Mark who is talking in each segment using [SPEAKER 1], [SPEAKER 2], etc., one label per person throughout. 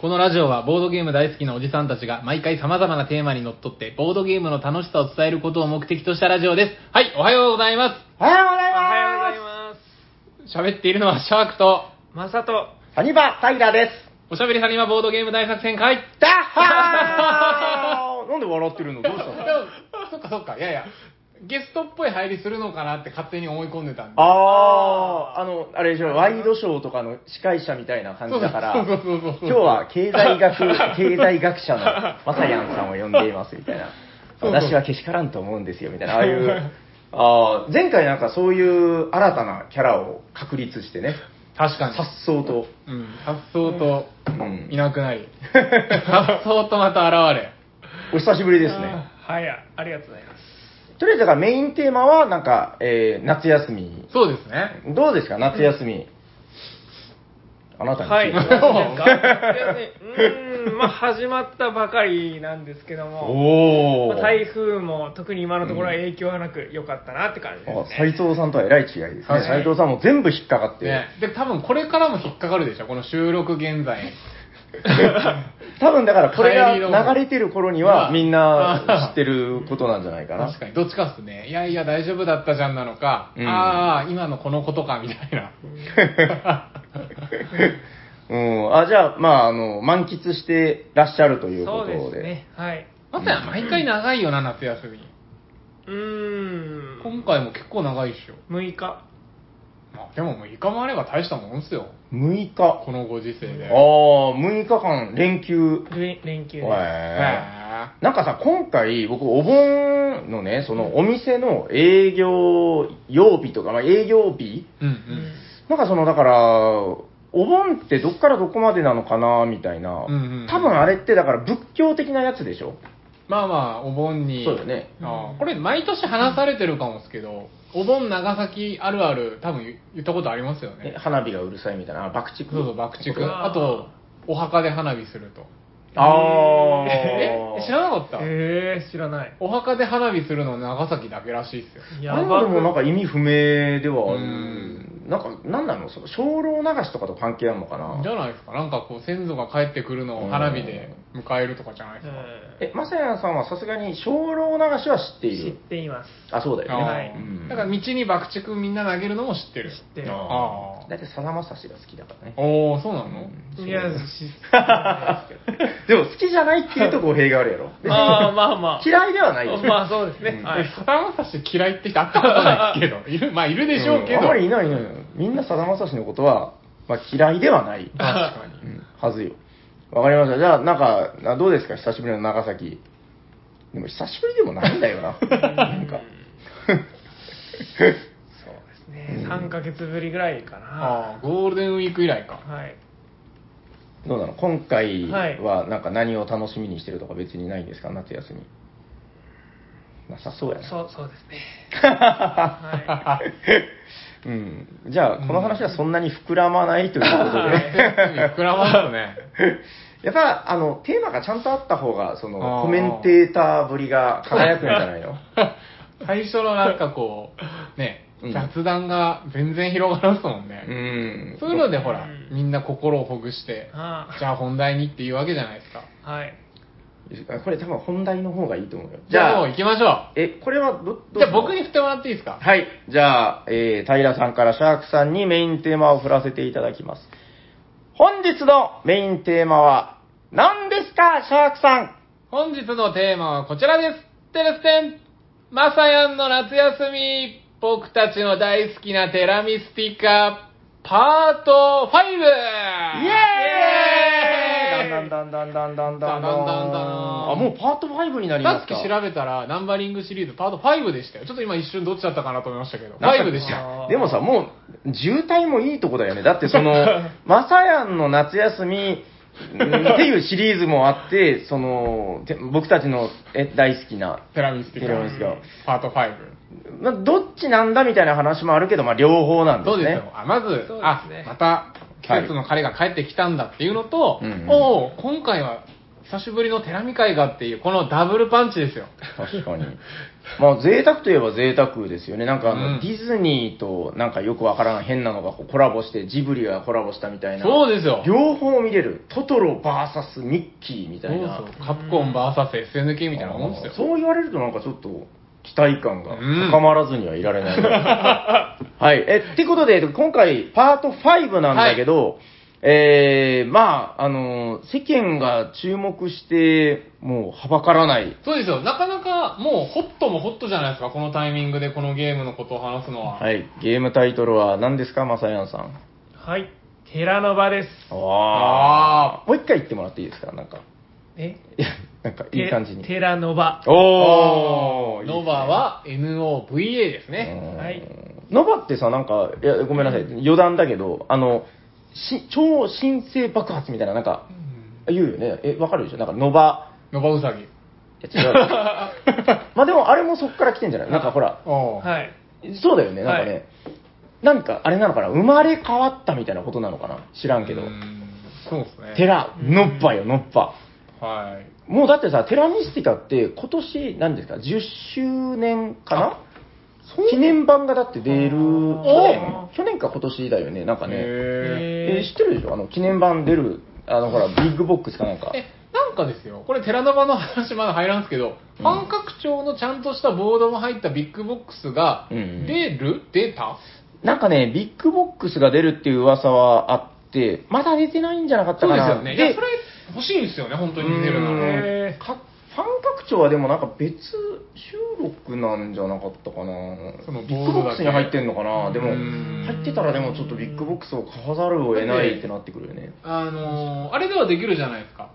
[SPEAKER 1] このラジオはボードゲーム大好きなおじさんたちが毎回様々なテーマにのっとってボードゲームの楽しさを伝えることを目的としたラジオです。はい、おはようございま
[SPEAKER 2] おはようござい
[SPEAKER 3] おはようござい
[SPEAKER 2] ま
[SPEAKER 3] ます
[SPEAKER 1] す。喋っているのはシャークと、
[SPEAKER 3] まさと
[SPEAKER 2] す。サニバタイラです。
[SPEAKER 1] おしゃべりサニバボードゲーム大作戦会。
[SPEAKER 2] ダッ ハーなんで笑ってるのどうしたの
[SPEAKER 1] そっかそっか、いやいや、ゲストっぽい入りするのかなって勝手に思い込んでたんで。
[SPEAKER 2] あー、あの、あれでしょ、ワイドショーとかの司会者みたいな感じだから、
[SPEAKER 1] そうそうそうそうそう
[SPEAKER 2] 今日は経 済学、経済学者のマサヤンさんを呼んでいますみたいな。
[SPEAKER 1] そうそう
[SPEAKER 2] 私はけしからんと思うんですよみたいな、ああ いう。あー前回なんかそういう新たなキャラを確立してね、
[SPEAKER 1] 確かに。
[SPEAKER 2] 颯爽と。
[SPEAKER 1] うん、発想と
[SPEAKER 2] うん
[SPEAKER 1] いなくな り、発想とまた現れ。
[SPEAKER 2] お久しぶりですね。
[SPEAKER 3] はいやありがとうございます
[SPEAKER 2] とりあえずだからメインテーマは、なんか、えー夏休み。
[SPEAKER 1] そうですね。
[SPEAKER 2] どうですか、夏休み。あなたに
[SPEAKER 3] はい
[SPEAKER 2] 聞
[SPEAKER 3] どう
[SPEAKER 2] いて
[SPEAKER 3] ですかいやねうーんまあ始まったばかりなんですけども、
[SPEAKER 2] お
[SPEAKER 3] ま
[SPEAKER 2] お、
[SPEAKER 3] あ台風も特に今のところは影響はなく良かったなって感じです
[SPEAKER 2] 斎
[SPEAKER 3] ね
[SPEAKER 2] 藤さんとはえらい違いですね。
[SPEAKER 1] はい
[SPEAKER 2] 斎藤さんも全部引っかかってる。
[SPEAKER 1] ね、で、多分これからも引っかかるでしょ、この収録現在。
[SPEAKER 2] 多分だからこれ
[SPEAKER 1] 帰りの
[SPEAKER 2] が流れてる頃に
[SPEAKER 1] う
[SPEAKER 2] は
[SPEAKER 1] ん
[SPEAKER 2] みんな知ってることなんじゃないかな
[SPEAKER 1] 確。かに、どっちかっすね。いやいや、大丈夫だったじゃんなのか、
[SPEAKER 2] うん
[SPEAKER 1] ああ、今のこのことか、みたい な。
[SPEAKER 2] うん。あ、じゃあ、まあ、あの、満喫してらっしゃるというこ
[SPEAKER 3] そ
[SPEAKER 2] と
[SPEAKER 3] う
[SPEAKER 2] で。
[SPEAKER 3] ですねはい
[SPEAKER 1] まさや、毎回長いよな、夏休み。
[SPEAKER 3] うーん
[SPEAKER 1] 今回も結構長いっしょ。
[SPEAKER 3] 6日
[SPEAKER 1] まあ、でももう6日もあれば大したもんっすよ。
[SPEAKER 2] 6日。あ
[SPEAKER 1] このご時世で。
[SPEAKER 2] あ、6日間連休。
[SPEAKER 3] れ連休です
[SPEAKER 2] はい。
[SPEAKER 1] ね
[SPEAKER 2] なんかさ、今回、僕、お盆のね、そのお店の営業曜日とか、まあ、営業日
[SPEAKER 1] えうんう
[SPEAKER 3] うん
[SPEAKER 1] ん。
[SPEAKER 2] なんかその、だから、お盆ってどっからどこまでなのかな、みたい
[SPEAKER 1] うん
[SPEAKER 2] な。
[SPEAKER 1] うんうん
[SPEAKER 2] 多分あれって、だから仏教的なやつでしょ
[SPEAKER 1] まあまあ、お盆に。
[SPEAKER 2] そうだよね
[SPEAKER 1] あーこれ、毎年話されてるかもですけど、お盆長崎あるある、多分言言ったことありますよ
[SPEAKER 2] え
[SPEAKER 1] ね。
[SPEAKER 2] 花火がうるさいみたいな。あ爆竹
[SPEAKER 1] そうそう、爆竹。
[SPEAKER 3] あー
[SPEAKER 1] あと、お墓で花火すると。
[SPEAKER 2] あー。
[SPEAKER 1] ええ知らなかった
[SPEAKER 3] えー、知らない
[SPEAKER 1] お墓で花火するの長崎だけらしいっすよ。
[SPEAKER 3] や
[SPEAKER 2] あれ
[SPEAKER 3] ば
[SPEAKER 2] もでもなん
[SPEAKER 3] く
[SPEAKER 2] か意味不明ではあ
[SPEAKER 1] う
[SPEAKER 2] る。なんか、なんなのその、精霊流しとかと関係あるのかな
[SPEAKER 1] じゃないですか。なんかこう、先祖が帰ってくるのを花火で迎えるとかじゃないで
[SPEAKER 3] う
[SPEAKER 1] すか。
[SPEAKER 3] ん
[SPEAKER 2] え、まさやさんはさすがに精霊流しは知ってい
[SPEAKER 3] 知っ
[SPEAKER 2] る。
[SPEAKER 3] ています
[SPEAKER 2] あ、そうだよね。
[SPEAKER 1] あ
[SPEAKER 3] はい
[SPEAKER 1] ー
[SPEAKER 2] うん
[SPEAKER 1] だから道に爆竹みんな投げるのも知ってる。
[SPEAKER 3] 知ってる
[SPEAKER 2] あ
[SPEAKER 1] あー
[SPEAKER 2] ーだってさだまさしが好きだから ね。
[SPEAKER 1] おー、そうなの、
[SPEAKER 3] いや知ってないですけど
[SPEAKER 2] でも好きじゃないっていうと語弊 があるやろ。別に
[SPEAKER 3] ああ、まあまあ。
[SPEAKER 2] 嫌いではないでしょ。
[SPEAKER 3] まあそうですね。
[SPEAKER 2] うん
[SPEAKER 3] はい。
[SPEAKER 1] さだまさし嫌いって人会ったことないですけど、 いる、まあいるでしょうけど。
[SPEAKER 2] んあまりいないいないいないみんなさだまさしのことは、まあ、嫌いではない、
[SPEAKER 1] 確かに
[SPEAKER 2] う。んはずよ。わかりました。じゃあ、なんか、などうですか久しぶりの長崎。でも久しぶりでもないんだよな。なんか。
[SPEAKER 3] そうですね。3ヶ月ぶりぐらいかな。
[SPEAKER 1] ああ、ゴールデンウィーク以来 か。
[SPEAKER 3] はい。
[SPEAKER 2] どうなの今回
[SPEAKER 3] はい
[SPEAKER 2] は、なんか何を楽しみにしてるとか別にないんですか夏休み。なさそうやな。
[SPEAKER 3] そう、そうですね。は
[SPEAKER 2] うん。じゃあ、この話はそんなに膨らまないという ことで。
[SPEAKER 1] 膨らまんとね。
[SPEAKER 2] やっぱ、あの、テーマがちゃんとあった方が、そ
[SPEAKER 1] あ
[SPEAKER 2] の、
[SPEAKER 1] ー
[SPEAKER 2] コメンテーターぶりが輝くんじゃないの
[SPEAKER 1] 最初のなんかこう、ね
[SPEAKER 2] うん、
[SPEAKER 1] 雑談が全然広がらんっすもんね。
[SPEAKER 2] うん。
[SPEAKER 1] そういうのでほら
[SPEAKER 3] うん、
[SPEAKER 1] みんな心をほぐして
[SPEAKER 3] い。、あ
[SPEAKER 1] じゃあ本題にっていうわけじゃないですか。
[SPEAKER 3] あ。はい。
[SPEAKER 2] これ多分本題の方がいいと思うよ。
[SPEAKER 1] じ
[SPEAKER 2] じ
[SPEAKER 1] ゃあ
[SPEAKER 2] ゃ
[SPEAKER 1] もう
[SPEAKER 2] あ、
[SPEAKER 1] 行きましょ
[SPEAKER 2] え、これはど、
[SPEAKER 1] う。
[SPEAKER 2] ど
[SPEAKER 1] じゃあ僕
[SPEAKER 2] に。
[SPEAKER 1] に振ってもらっていいですか
[SPEAKER 2] はい。じゃあ、えー、平さんからシャークさんにメインテーマを振らせていただきます。本日のメインテーマは、何ですか、シャークさん
[SPEAKER 1] 本日のテーマはこちらです。テレステンまさやんの夏休み僕たちの大好きなテラミスティカパート 5! イエ
[SPEAKER 2] イエーイ
[SPEAKER 1] ーイ
[SPEAKER 2] だんだんだんだんだんだ
[SPEAKER 1] だんだ
[SPEAKER 2] んだん
[SPEAKER 1] んだん
[SPEAKER 2] あ、もうパート5になりま
[SPEAKER 1] さ
[SPEAKER 2] す
[SPEAKER 1] っ
[SPEAKER 2] か
[SPEAKER 1] き調べたら、ナンバリングシリーズパート5でしたよ。ちょっと今一瞬どっちだったかなと思いましたけど。
[SPEAKER 2] なんか
[SPEAKER 1] 5でした。
[SPEAKER 3] あー
[SPEAKER 2] でもさ、もう、渋滞もいいとこだよね。だってその、まさやんの夏休み、うんっていうシリーズもあって、その、て僕たちのえ大好きな、
[SPEAKER 1] テラミスティカ
[SPEAKER 2] テラミスティ
[SPEAKER 1] パート5。
[SPEAKER 2] まあ、どっちなんだみたいな話もあるけど、まあ、両方なんで
[SPEAKER 1] そ
[SPEAKER 2] す
[SPEAKER 1] う
[SPEAKER 2] ね。
[SPEAKER 1] ですよ。あまず、
[SPEAKER 3] そうです
[SPEAKER 1] あ
[SPEAKER 3] ね、
[SPEAKER 1] また、季節の彼が帰ってきたんだっていうのと、
[SPEAKER 2] はいうんうん
[SPEAKER 1] おお、今回は久しぶりの寺見会がっていう、このダブルパンチですよ。
[SPEAKER 2] 確かに。 まあ、贅沢といえば贅沢ですよね。なんかあの、
[SPEAKER 1] うん
[SPEAKER 2] ディズニーとなんかよくわからん変なのがこうコラボして、ジブリがコラボしたみたいな。
[SPEAKER 1] そうですよ。
[SPEAKER 2] 両方見れる。トトロ VS ミッキーみたいな。
[SPEAKER 1] そうそうカプコン VSSNK みたいなもんですよ。
[SPEAKER 2] そう言われるとなんかちょっと、期待感が
[SPEAKER 1] うん
[SPEAKER 2] 高まらずにはいら れない。はい。え、ってことで、今回、パート5なんだけど、えー、まあ、あの世間が注目して、もう、はばからない。
[SPEAKER 1] そうですよ。なかなか、もう、ホットもホットじゃないですか。このタイミングでこのゲームのことを話すのは。
[SPEAKER 2] はい。ゲームタイトルは何ですか、まさやんさん。
[SPEAKER 3] はい。寺の場です。
[SPEAKER 2] ああ。もう一回言ってもらっていいですか、なんか。
[SPEAKER 3] え
[SPEAKER 2] いや、なんか、いい感じに。
[SPEAKER 3] 寺の場。
[SPEAKER 2] おー。
[SPEAKER 1] ノバは NOVA ですね。
[SPEAKER 3] はい
[SPEAKER 2] うんノバってさ、なんか、いや、ごめんなさい、余談だけど、あの、し超新星爆発みたいな、なんか、言うよね。え、わかるでしょなんか、ノバ、
[SPEAKER 1] ノバウサギ。
[SPEAKER 2] いや違う。まあでも、あれもそこから来てんじゃないなんかほら、
[SPEAKER 1] おう
[SPEAKER 3] はい。
[SPEAKER 2] そうだよね、なんかね。
[SPEAKER 3] はい
[SPEAKER 2] なんか、あれなのかな生まれ変わったみたいなことなのかな知らんけど
[SPEAKER 1] う。んそうですね。
[SPEAKER 2] テ。ラ、ノッパよ、ノッパ。
[SPEAKER 1] はい。
[SPEAKER 2] もうだってさ、テラミスティカって今年、何ですか、10周年かな記念版がだって出る、去年
[SPEAKER 3] お、
[SPEAKER 2] 去年か今年だよね、なんかね。
[SPEAKER 1] へー
[SPEAKER 2] え
[SPEAKER 3] え
[SPEAKER 2] ー知ってるでしょあの、記念版出る、あの、ほら、ビッグボックスかなんか。
[SPEAKER 1] え、なんかですよ、これ、寺の場の話まだ入らんすけど、
[SPEAKER 2] うん
[SPEAKER 1] 半拡張のちゃんとしたボードも入ったビッグボックスが
[SPEAKER 2] うんうん
[SPEAKER 1] 出る、出た
[SPEAKER 2] なんかね、ビッグボックスが出るっていう噂はあって、まだ出てないんじゃなかった
[SPEAKER 1] そう
[SPEAKER 2] か
[SPEAKER 1] で
[SPEAKER 2] な。
[SPEAKER 1] すよね。いや、それ欲しいんですよね、本当に出るな
[SPEAKER 2] うん
[SPEAKER 1] ら。
[SPEAKER 3] へー
[SPEAKER 2] かファン拡張はでもなんか別収録なんじゃなかったかな
[SPEAKER 1] その
[SPEAKER 2] ビッグボックスに入ってんのかなでも
[SPEAKER 1] うん
[SPEAKER 2] 入ってたらでもちょっとビッグボックスを買わざるを得ないってなってくるよね
[SPEAKER 1] あのー、あれではできるじゃないですか。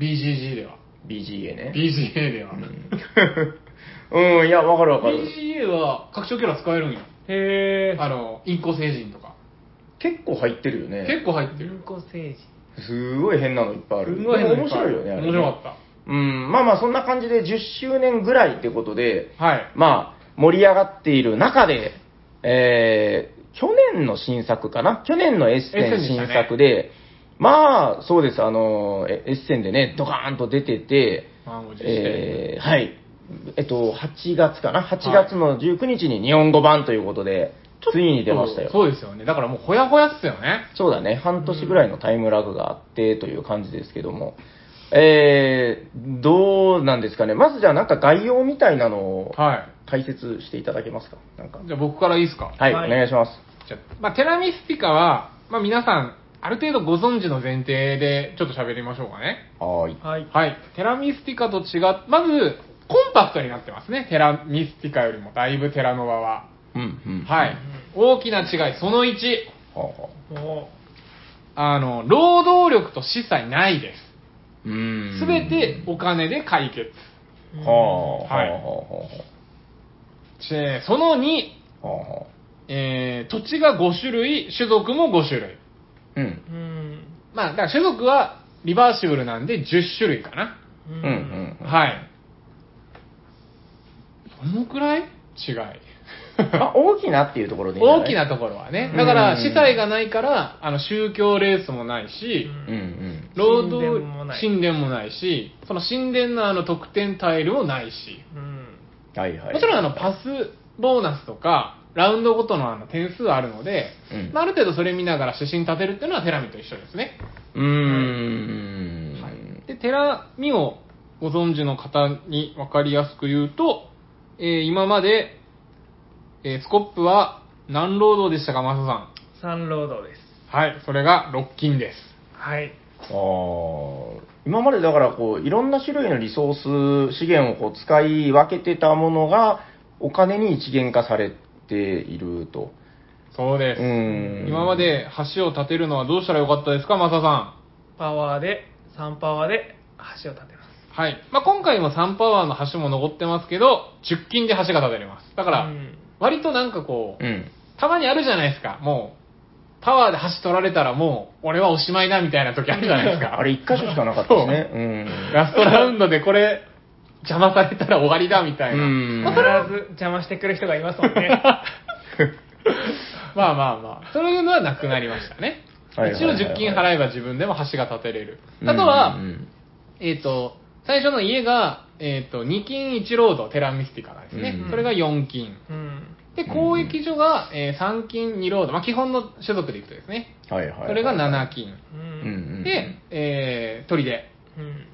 [SPEAKER 1] BGG では。
[SPEAKER 2] BGA ね
[SPEAKER 1] BGA では。
[SPEAKER 2] うん、うんいやわかるわかる
[SPEAKER 1] BGA は拡張キャラ使えるんよ。
[SPEAKER 3] へ
[SPEAKER 1] あの、インコ星人とか。
[SPEAKER 2] 結構入ってるよね
[SPEAKER 1] 結構入って
[SPEAKER 3] ー。
[SPEAKER 1] る
[SPEAKER 3] 文。庫政治。
[SPEAKER 2] すごい変なのいっぱいある
[SPEAKER 1] すごい変なの
[SPEAKER 2] 面
[SPEAKER 1] っぱあ
[SPEAKER 2] 白い
[SPEAKER 1] る
[SPEAKER 2] よねあれね
[SPEAKER 1] 面白かっ
[SPEAKER 2] うんまあまあそんな感じで10周年ぐらいってことで
[SPEAKER 1] た。はい。
[SPEAKER 2] まあ、盛り上がっている中で、えー、去年の新作かな去年のエッセン新作で、まあ、そうです、あの、えエッセンでね、ドカーンと出てて、
[SPEAKER 1] 満を持して。
[SPEAKER 2] えー、はい。えっと、8月かな ?8 月の19日に日本語版ということで、ついに出ましたよ。
[SPEAKER 1] そうですよね。だからもうほやほやっすよね。
[SPEAKER 2] そうだね、半年ぐらいのタイムラグがあってという感じですけども、えー、どうなんですかね。まずじゃあなんか概要みたいなのを
[SPEAKER 1] はい。
[SPEAKER 2] 解説していただけますかなんか。
[SPEAKER 1] じゃあ僕からいいですか。
[SPEAKER 2] はい、
[SPEAKER 3] はい
[SPEAKER 2] お願いします。
[SPEAKER 1] じゃあまあ、テラミスティカは、まあ、皆さん、ある程度ご存知の前提で、ちょっと喋りましょうかね。
[SPEAKER 2] はい。
[SPEAKER 3] はい。
[SPEAKER 1] はい。テラミスティカと違っ、まず、コンパクトになってますね。テラミスティカよりも、だいぶテラノバは。
[SPEAKER 2] うん、うん。。
[SPEAKER 1] はいい。大きな違い、その1。
[SPEAKER 2] はあはあ
[SPEAKER 3] お
[SPEAKER 1] あの、労働力と資産ないで
[SPEAKER 2] う
[SPEAKER 1] す。
[SPEAKER 2] ーん。
[SPEAKER 1] すべてお金で解決。
[SPEAKER 2] はあ、はあ、
[SPEAKER 1] はい
[SPEAKER 2] はあ、は
[SPEAKER 1] でその2、
[SPEAKER 2] あ、はあはあ。
[SPEAKER 1] えー、土地が5種類、種族も5種類。
[SPEAKER 2] うん。
[SPEAKER 3] うん。
[SPEAKER 1] まあ、だから種族はリバーシブルなんで10種類かな。
[SPEAKER 3] う
[SPEAKER 2] うん、うん。
[SPEAKER 1] はい。どのくらい違 い。
[SPEAKER 2] まあ、大きなっていうところでいいんじゃ
[SPEAKER 1] 大
[SPEAKER 2] ない
[SPEAKER 1] き。なところはね。だから、
[SPEAKER 2] うん
[SPEAKER 1] 司祭がないから、あの、宗教レースもないし、
[SPEAKER 2] うん、うん。
[SPEAKER 1] 労働
[SPEAKER 3] 神殿もない
[SPEAKER 1] 神殿もないし、その神殿のあの得点タイルもないし、
[SPEAKER 3] うん。
[SPEAKER 2] はいはい。
[SPEAKER 1] もちろんあの、パスボーナスとか、ラウンドごとのあの点数はあるので、
[SPEAKER 2] うん
[SPEAKER 1] まあ、ある程度それ見ながら指針立てるっていうのはテラミと一緒ですね。
[SPEAKER 2] うーん。
[SPEAKER 1] で、寺見をご存知の方に分かりやすく言うと、えー今まで、えースコップは何労働でしたか、マサさ
[SPEAKER 3] サンロードです。
[SPEAKER 1] ん。はい、それが6金です。
[SPEAKER 3] はい。
[SPEAKER 2] あー今までだからこういろんな種類のリソース資源をこう使い分けてたものがお金に一元化されていると。
[SPEAKER 1] そう
[SPEAKER 2] う
[SPEAKER 1] です。
[SPEAKER 2] ーん。
[SPEAKER 1] 今まで橋を建てるのはどうしたらよかったですか、マサさ
[SPEAKER 3] パワーで、3パワーで橋を建てます。
[SPEAKER 1] ん。はい。まあ、今回も3パワーの橋も残ってますけど、10金で橋が建てれます。だから、
[SPEAKER 3] うん
[SPEAKER 1] 割となんかこう
[SPEAKER 2] う、ん。
[SPEAKER 1] たまにあるじゃないですか、もう、パワーで橋取られたらもう、俺はおしまいだみたいな時あるじゃないですか。
[SPEAKER 2] あれ一箇所しかなかったですね。うん。
[SPEAKER 1] ラストラウンドでこれ、邪魔されたら終わりだみたいな。
[SPEAKER 2] うん
[SPEAKER 3] 必ず邪魔してくる人がいますもんね。
[SPEAKER 1] まあまあまあ、そういうのはなくなりましたね。
[SPEAKER 2] はいはいはいはい
[SPEAKER 1] 一応10金払えば自分でも橋が建てれる。
[SPEAKER 2] うん
[SPEAKER 1] あとは、
[SPEAKER 2] うん
[SPEAKER 1] ええっ、と、最初の家が、えっ、と、2金1ロード、テラミスティカなんですね。
[SPEAKER 2] うん
[SPEAKER 1] それが4金。
[SPEAKER 3] うん。
[SPEAKER 1] で、交易所が、えー3金2ロード、まあ、基本の所属でいくとですね。
[SPEAKER 2] はいはい。
[SPEAKER 1] それが7金。
[SPEAKER 3] う。
[SPEAKER 2] うんうんん。
[SPEAKER 1] で、えー、砦。
[SPEAKER 3] うん。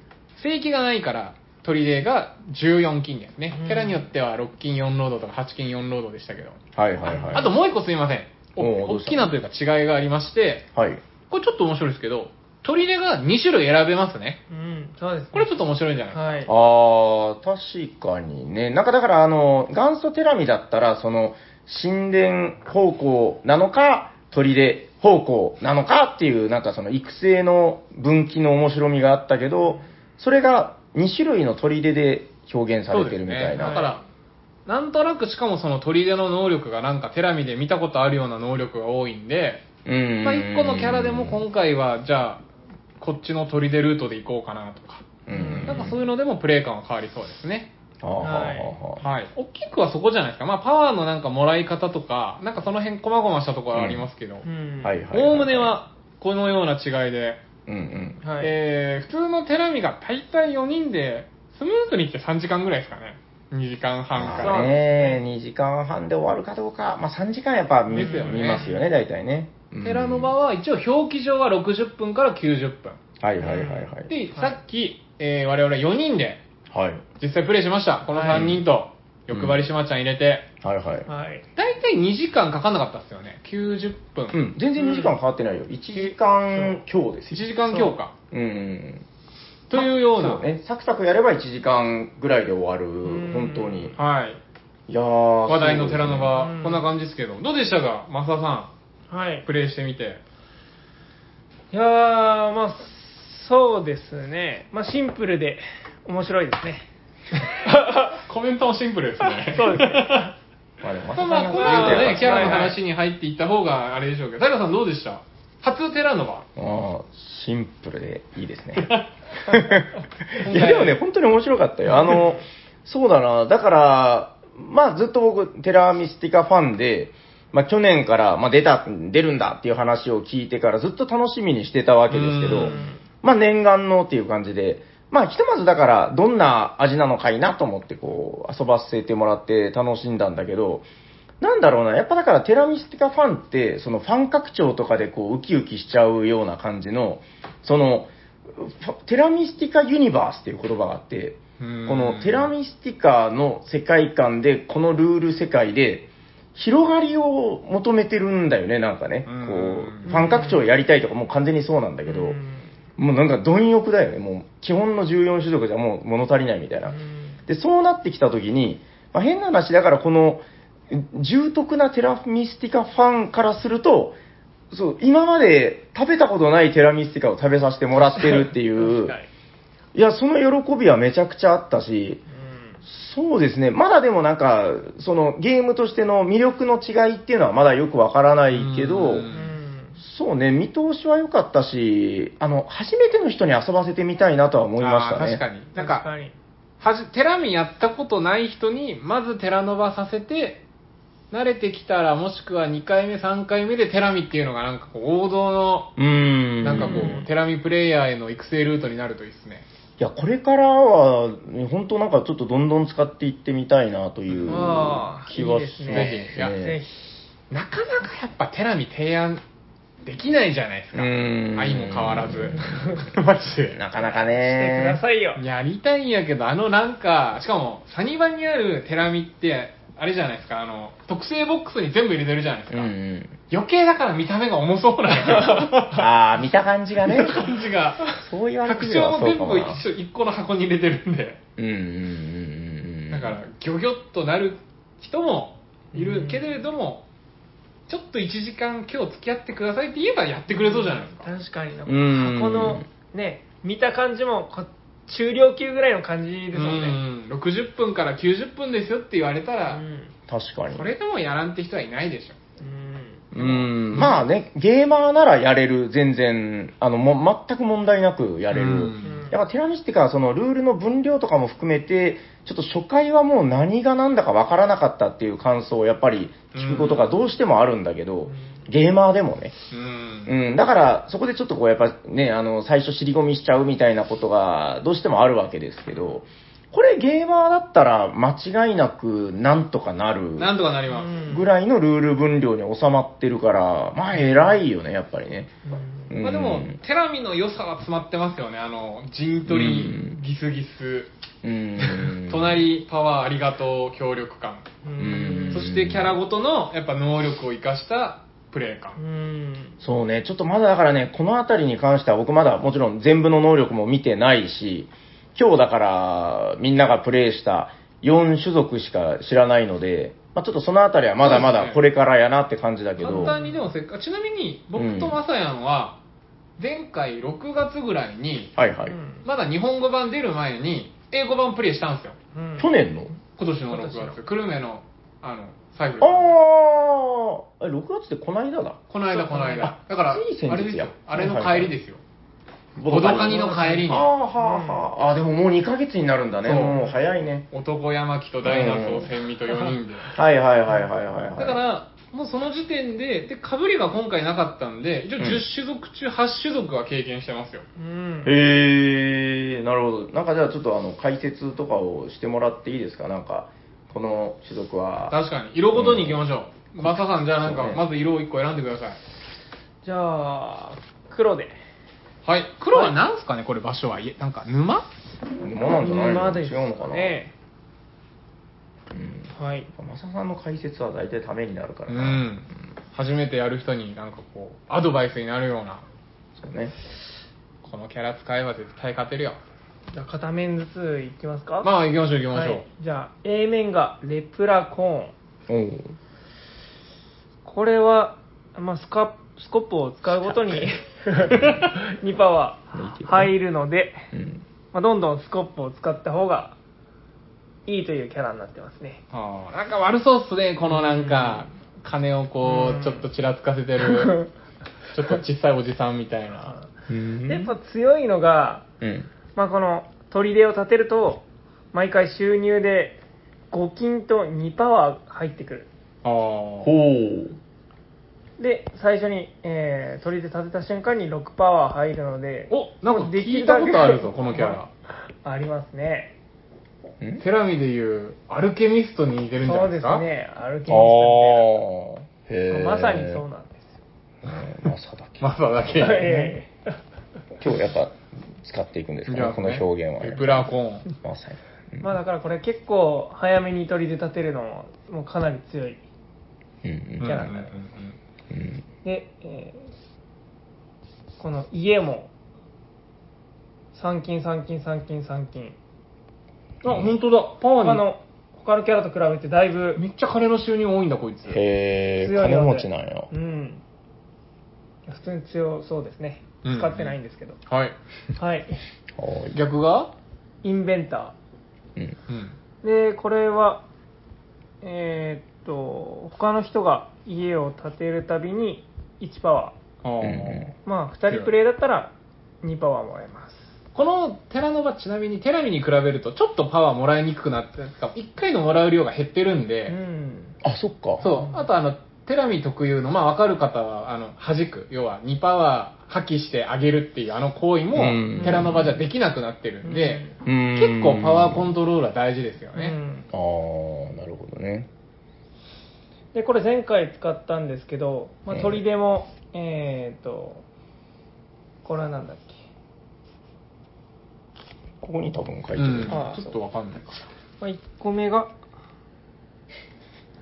[SPEAKER 1] 正規がないから、砦が14金ですね
[SPEAKER 3] う。ん
[SPEAKER 1] キャラによっては6金4ロードとか8金4ロードでしたけど。
[SPEAKER 2] はいはいはい。
[SPEAKER 1] あと、もう一個すいません。
[SPEAKER 2] おうど
[SPEAKER 1] お
[SPEAKER 2] う
[SPEAKER 1] 大
[SPEAKER 2] した
[SPEAKER 1] きなというか違いがありまして、
[SPEAKER 2] はい。
[SPEAKER 1] これちょっと面白いですけど、砦が2種類選べますね。
[SPEAKER 3] うん。そうですね。
[SPEAKER 1] これちょっと面白いんじゃないですか。
[SPEAKER 3] はい。
[SPEAKER 2] ああ、確かにね。なんかだから、あの、元祖テラミだったら、その、神殿方向なのか、砦方向なのかっていう、なんかその育成の分岐の面白みがあったけど、それが2種類の砦で表現されてるみたい
[SPEAKER 1] そうですねだ
[SPEAKER 2] な。
[SPEAKER 1] から、なんとなくしかもその砦の能力がなんかテラミで見たことあるような能力が多いんで、
[SPEAKER 2] うん。
[SPEAKER 1] まあ1個のキャラでも今回はじゃあ、こっちの砦ルートで行こうかなとか、
[SPEAKER 2] うん
[SPEAKER 1] なんかそういうのでもプレイ感は変わりそうですね。
[SPEAKER 2] あーはあはあはあ
[SPEAKER 1] はい。大きくはそこじゃないですか。まあパワーのなんかもらい方とか、なんかその辺細々したところはありますけど、
[SPEAKER 3] うん。
[SPEAKER 2] はいはい。
[SPEAKER 1] おおむね。はこのような違いで、
[SPEAKER 2] うんうん。
[SPEAKER 3] はい。
[SPEAKER 1] えー普通のテラミが大体4人で、スムーズにいって3時間ぐらいですかね。2時間半
[SPEAKER 2] なん
[SPEAKER 1] か。
[SPEAKER 2] からね、2時間半で終わるかどうか、まあ3時間やっぱ見
[SPEAKER 1] ですよね
[SPEAKER 2] 見ますよね、大体ね。うん
[SPEAKER 1] テラノバは一応表記上は60分から90分。
[SPEAKER 2] はいはいはいはい。
[SPEAKER 1] で、
[SPEAKER 3] い
[SPEAKER 1] さっき、えー我々4人で
[SPEAKER 2] はい。
[SPEAKER 1] 実際プレイしました。この3人と、欲張りしまちゃん入れて、
[SPEAKER 2] はいはい。
[SPEAKER 3] はい。
[SPEAKER 1] だいたい2時間かかんなかったですよね。90分。
[SPEAKER 2] うん、全然2時間変わってないよ。1時間強です
[SPEAKER 1] 1
[SPEAKER 2] よ。
[SPEAKER 1] 時間強化。
[SPEAKER 2] うんうん
[SPEAKER 1] というよう
[SPEAKER 2] うん。
[SPEAKER 1] な。
[SPEAKER 2] そうね、サクサクやれば1時間ぐらいで終わる
[SPEAKER 3] ん、
[SPEAKER 2] 本当に。
[SPEAKER 1] はい。
[SPEAKER 2] いや話
[SPEAKER 1] 話題の寺の場、
[SPEAKER 3] うん
[SPEAKER 1] こんな感じですけど、どうでしたか、増田さ
[SPEAKER 3] はい
[SPEAKER 1] ん、。プレイしてみて。
[SPEAKER 3] いやー、まあ、そうですね。まあ、シンプルで面白いですね。
[SPEAKER 1] コメントもシンプルですね。
[SPEAKER 3] そうですね。
[SPEAKER 2] まあでも、
[SPEAKER 1] ま
[SPEAKER 2] まさ
[SPEAKER 1] あ
[SPEAKER 2] ん
[SPEAKER 1] まあ、
[SPEAKER 2] が
[SPEAKER 1] こういうの
[SPEAKER 2] 強いとやっ
[SPEAKER 1] ね、
[SPEAKER 2] ぱ
[SPEAKER 1] キャラの
[SPEAKER 3] はいはい
[SPEAKER 1] 話に入っていった方があれでしょうけど、平さんどうでした初テラノバ。
[SPEAKER 2] ああ、シンプルでいいです ね。いや、でもね、本当に面白かったよ。あの、そうだな、だから、まあずっと僕、テラミスティカファンで、まあ去年から、まあ出た、出るんだっていう話を聞いてからずっと楽しみにしてたわけですけ
[SPEAKER 1] う
[SPEAKER 2] ど
[SPEAKER 1] ん、
[SPEAKER 2] まあ念願のっていう感じで、まあひとまずだから、どんな味なのかいなと思ってこう、遊ばせてもらって楽しんだんだけど、なんだろうな、やっぱだからテラミスティカファンって、そのファン拡張とかでこうウキウキしちゃうような感じの、その、ファテラミスティカユニバースっていう言葉があって、
[SPEAKER 1] こ
[SPEAKER 2] このテラミスティカの世界観で、このルール世界で、広がりを求めてるんだよね、なんかね。こ
[SPEAKER 1] うん
[SPEAKER 2] う、ファン拡張やりたいとかもう完全にそうなんだけど、もうなんか貪欲だよね。もう基本の14種族じゃもう物足りないみたいな。で、そうなってきたときに、まあ、変な話だからこの、重篤なテラミスティカファンからすると、そう、今まで食べたことないテラミスティカを食べさせてもらってるっていう、いや、その喜びはめちゃくちゃあったし、そうですね、まだでもなんか、そのゲームとしての魅力の違いっていうのはまだよくわからないけ
[SPEAKER 1] う
[SPEAKER 2] ど、
[SPEAKER 1] ん
[SPEAKER 2] そうね、見通しは良かったし、あの、初めての人に遊ばせてみたいなとは思いましたね。
[SPEAKER 1] 確かに。なん
[SPEAKER 3] 確
[SPEAKER 1] か、
[SPEAKER 3] かに。
[SPEAKER 1] はじ、テラミやったことない人に、まずテラノバさせて、慣れてきたら、もしくは2回目、3回目でテラミっていうのが、なんかこう、王道の、
[SPEAKER 2] うーん。
[SPEAKER 1] なんかこう、テラミプレイヤーへの育成ルートになるといいですね。
[SPEAKER 2] いや、これからは、ね本当なんかちょっとどんどん使っていってみたいなという
[SPEAKER 3] あー
[SPEAKER 2] 気はしま
[SPEAKER 3] いいですす
[SPEAKER 1] ね
[SPEAKER 2] ね。
[SPEAKER 1] いや
[SPEAKER 3] ぜ
[SPEAKER 1] なかなかやっぱテラミ提案できないじゃないですか。
[SPEAKER 2] うーん
[SPEAKER 1] 愛も変わらず。 マジで。
[SPEAKER 2] なかなか
[SPEAKER 3] ひ、してく
[SPEAKER 2] ね
[SPEAKER 3] だ。さいよ。
[SPEAKER 1] やりたいんやけど、あのなんか、しかも、サニバにあるテラミって、あれじゃないですか、あの、特製ボックスに全部入れてるじゃないです
[SPEAKER 2] うん
[SPEAKER 1] か。
[SPEAKER 2] うん。
[SPEAKER 1] 余計だから見た目が重そうな
[SPEAKER 2] ああ、見た感 じがね。
[SPEAKER 1] 感じが。
[SPEAKER 2] そう言われ
[SPEAKER 1] 拡
[SPEAKER 2] てみれ
[SPEAKER 1] 張
[SPEAKER 2] ば
[SPEAKER 1] も
[SPEAKER 2] そう
[SPEAKER 1] 全
[SPEAKER 2] か
[SPEAKER 1] 部
[SPEAKER 2] も
[SPEAKER 1] 一
[SPEAKER 2] な。
[SPEAKER 1] 緒一個の箱に入れてるんで。
[SPEAKER 2] うんうんうんうんうん。
[SPEAKER 1] だから、ギョギョッとなる人もいるけれども、ちょっと1時間今日付き合ってくださいって言えばやってくれそうじゃないですか。
[SPEAKER 3] 確かにな。
[SPEAKER 2] うん
[SPEAKER 3] 箱の、ね、見た感じも、こ中量級ぐらいの感じですもんね。
[SPEAKER 1] うん60分から90分ですよって言われた
[SPEAKER 3] う
[SPEAKER 1] ら、
[SPEAKER 3] ん。
[SPEAKER 2] 確かに。
[SPEAKER 1] それでもやらんって人はいないでしょ
[SPEAKER 3] うん。
[SPEAKER 2] うん、まあね、ゲーマーならやれる、全然、あの、もう全く問題なくやれる。
[SPEAKER 1] うん
[SPEAKER 2] やっぱテラミスティカはそのルールの分量とかも含めて、ちょっと初回はもう何が何だかわからなかったっていう感想をやっぱり聞くことがどうしてもあるんだけど、ゲーマーでもね。
[SPEAKER 1] うん。
[SPEAKER 2] うん、だから、そこでちょっとこう、やっぱね、あの、最初尻込みしちゃうみたいなことが、どうしてもあるわけですけど、これゲーマーだったら、間違いなく、なんとかなる
[SPEAKER 1] なんとかなります。
[SPEAKER 2] ぐらいのルール分量に収まってるから、まあ、偉いよね、やっぱりね。
[SPEAKER 3] うん
[SPEAKER 2] うん
[SPEAKER 1] まあでも、テラミの良さは詰まってますよね。あの、陣取り
[SPEAKER 2] う、
[SPEAKER 1] ギスギス、
[SPEAKER 2] うん。
[SPEAKER 1] 隣、パワー、ありがとう、協力感。
[SPEAKER 2] うん
[SPEAKER 1] そしてキャラごとの、やっぱ能力を生かしたプレイ
[SPEAKER 3] う
[SPEAKER 1] 感。
[SPEAKER 3] ん
[SPEAKER 2] そうね、ちょっとまだだからね、この辺りに関しては僕まだもちろん全部の能力も見てないし、今日だからみんながプレイした4種族しか知らないので、まあ、ちょっとその辺りはまだ
[SPEAKER 1] そ
[SPEAKER 2] ま
[SPEAKER 1] うです
[SPEAKER 2] だ
[SPEAKER 1] ね
[SPEAKER 2] これからやなって感じだけど、
[SPEAKER 1] 簡単にでもせっかちなみに、僕とマサヤンは、前回6月ぐらいに、
[SPEAKER 2] はいはい、
[SPEAKER 3] うん
[SPEAKER 1] まだ日本語版出る前に、英語版プレイしたんですよ。
[SPEAKER 3] うん
[SPEAKER 2] 去年の
[SPEAKER 1] 今年の
[SPEAKER 3] 今
[SPEAKER 1] 6
[SPEAKER 3] 年
[SPEAKER 1] 月。久留米の、あの、最後
[SPEAKER 2] ああ、6月ってこないだだ。
[SPEAKER 1] この間、この間。だから、
[SPEAKER 2] つい先日や
[SPEAKER 1] あれですよ。あれの帰りですよ。
[SPEAKER 2] ボ
[SPEAKER 1] ボドカニ
[SPEAKER 2] の
[SPEAKER 1] の帰りに
[SPEAKER 2] あー、はーはーあー、でももう2ヶ月になるんだね。
[SPEAKER 1] そう
[SPEAKER 2] もう早いね。
[SPEAKER 1] 男山木と大納と千美と4人で。
[SPEAKER 2] はいはいはいはいはい、はい。
[SPEAKER 1] だから、もうその時点で、で、かぶりが今回なかったんで、一応
[SPEAKER 2] うん
[SPEAKER 1] 10種族中8種族は経験してますよ。
[SPEAKER 3] うん
[SPEAKER 2] へえー、なるほど。なんかじゃあちょっとあの解説とかをしてもらっていいですかなんか、この種族は。
[SPEAKER 1] 確かに。色ごとに行きましょう。マサさん、じゃあなん
[SPEAKER 2] そ
[SPEAKER 1] か
[SPEAKER 2] うね、
[SPEAKER 1] まず色を1個選んでください。
[SPEAKER 3] じゃあ黒で
[SPEAKER 1] はい。黒は何すかね、これ場所は。いえなんか、沼
[SPEAKER 2] 沼なんじゃない
[SPEAKER 3] 沼
[SPEAKER 2] の
[SPEAKER 3] で
[SPEAKER 2] 違
[SPEAKER 3] す
[SPEAKER 2] うのかな、
[SPEAKER 3] ね
[SPEAKER 2] うん。
[SPEAKER 3] はい
[SPEAKER 2] マサさんの解説は大体ためになるか
[SPEAKER 1] う
[SPEAKER 2] らな。
[SPEAKER 1] ん。初めてやる人になんかこう、アドバイスになるような、
[SPEAKER 2] そうね。
[SPEAKER 1] このキャラ使えば絶対勝てるよ。
[SPEAKER 3] じゃあ片面ずついきますか
[SPEAKER 1] まあ、行きましょう行きましょう。
[SPEAKER 3] はいじゃあ A 面がレプラコーン
[SPEAKER 2] おう
[SPEAKER 3] これは、まあ、スカスコップを使うごとに2パワー入るので、
[SPEAKER 2] うん。
[SPEAKER 3] まあ、どんどんスコップを使った方がいいというキャラになってますね
[SPEAKER 1] あーなんか悪そうっすね、このなんか、金をこ
[SPEAKER 3] うん
[SPEAKER 1] う、ちょっとちらつかせてる、 ちょっと小さいおじさんみたい な。
[SPEAKER 2] うん
[SPEAKER 3] やっぱ強いのが、
[SPEAKER 2] うん。
[SPEAKER 3] まあ、この砦を立てると毎回収入で5金と2パワー入ってくる
[SPEAKER 1] ああ。
[SPEAKER 2] ほう。
[SPEAKER 3] で最初に、えー、砦立てた瞬間に6パワー入るので
[SPEAKER 1] お、なんか聞いたことあるぞ、このキャラ。
[SPEAKER 3] ありますね
[SPEAKER 2] うん
[SPEAKER 1] テラミでいう、アルケミストに似てるんじゃな
[SPEAKER 3] そ
[SPEAKER 1] いうで
[SPEAKER 3] ですす
[SPEAKER 1] か
[SPEAKER 3] ね歩き
[SPEAKER 2] あ
[SPEAKER 3] ま
[SPEAKER 2] あ。へ
[SPEAKER 3] した
[SPEAKER 2] え。
[SPEAKER 3] まさにそうなんです
[SPEAKER 2] うん。マサだけ。
[SPEAKER 1] マサだけ。
[SPEAKER 3] え
[SPEAKER 2] 今日やっぱ使っていくんですか
[SPEAKER 1] じゃあ
[SPEAKER 2] ね、この表現は。
[SPEAKER 1] レプラコーン。
[SPEAKER 2] まさに。
[SPEAKER 3] えまあだからこれ結構早めに取り立てるのももうかなり強い
[SPEAKER 2] うん
[SPEAKER 1] うんうん
[SPEAKER 3] キャラに
[SPEAKER 1] う
[SPEAKER 3] なんる
[SPEAKER 1] うん
[SPEAKER 2] うんうん。
[SPEAKER 3] で、えーこの家も3金3金3金3金
[SPEAKER 1] あ、本当だ。パ
[SPEAKER 3] 他
[SPEAKER 1] ワー
[SPEAKER 3] の他のキャラと比べてだいぶ
[SPEAKER 1] に。めっちゃ金の収入多いんだ、こいつ。
[SPEAKER 2] へえ、
[SPEAKER 3] 強いの
[SPEAKER 2] 金
[SPEAKER 3] で
[SPEAKER 2] 持ちなんや。
[SPEAKER 3] うんいや普通に強そうですね
[SPEAKER 1] うん
[SPEAKER 3] 使ってないんですけど、
[SPEAKER 1] はい。
[SPEAKER 3] はい
[SPEAKER 2] はーい。
[SPEAKER 1] 逆が
[SPEAKER 3] インベンタ
[SPEAKER 2] うん。
[SPEAKER 1] うん。
[SPEAKER 3] ーでこれはえーっと他の人が家を建てるたびに1パワ
[SPEAKER 1] あー
[SPEAKER 2] うん
[SPEAKER 3] ーまあ2人プレイだったら2パワーもらえます
[SPEAKER 1] このテラノバちなみにテラミに比べるとちょっとパワーもらいにくくなってるんですか1回のもらう量が減ってるんで、
[SPEAKER 3] うん
[SPEAKER 2] あ、そっか。
[SPEAKER 1] そうあとあのテラミ特有のまあ分かる方はあの弾く要は2パワー破棄してあげるっていうあの行為も
[SPEAKER 2] うん
[SPEAKER 1] テラノバじゃできなくなってるんで、
[SPEAKER 2] うーん。
[SPEAKER 1] 結構パワーコントロールは大事ですよ
[SPEAKER 3] う
[SPEAKER 1] ね、
[SPEAKER 3] ん
[SPEAKER 2] あー、なるほどね。
[SPEAKER 3] でこれ前回使ったんですけど、ま
[SPEAKER 2] う
[SPEAKER 3] あ、
[SPEAKER 2] ん
[SPEAKER 3] 鳥でも、えー、とこれはなんだっけ、
[SPEAKER 2] ここに多分書
[SPEAKER 1] う
[SPEAKER 2] い
[SPEAKER 1] ん
[SPEAKER 2] てる。
[SPEAKER 3] あー
[SPEAKER 1] ちょっと分かんないか
[SPEAKER 3] まあ、1個目が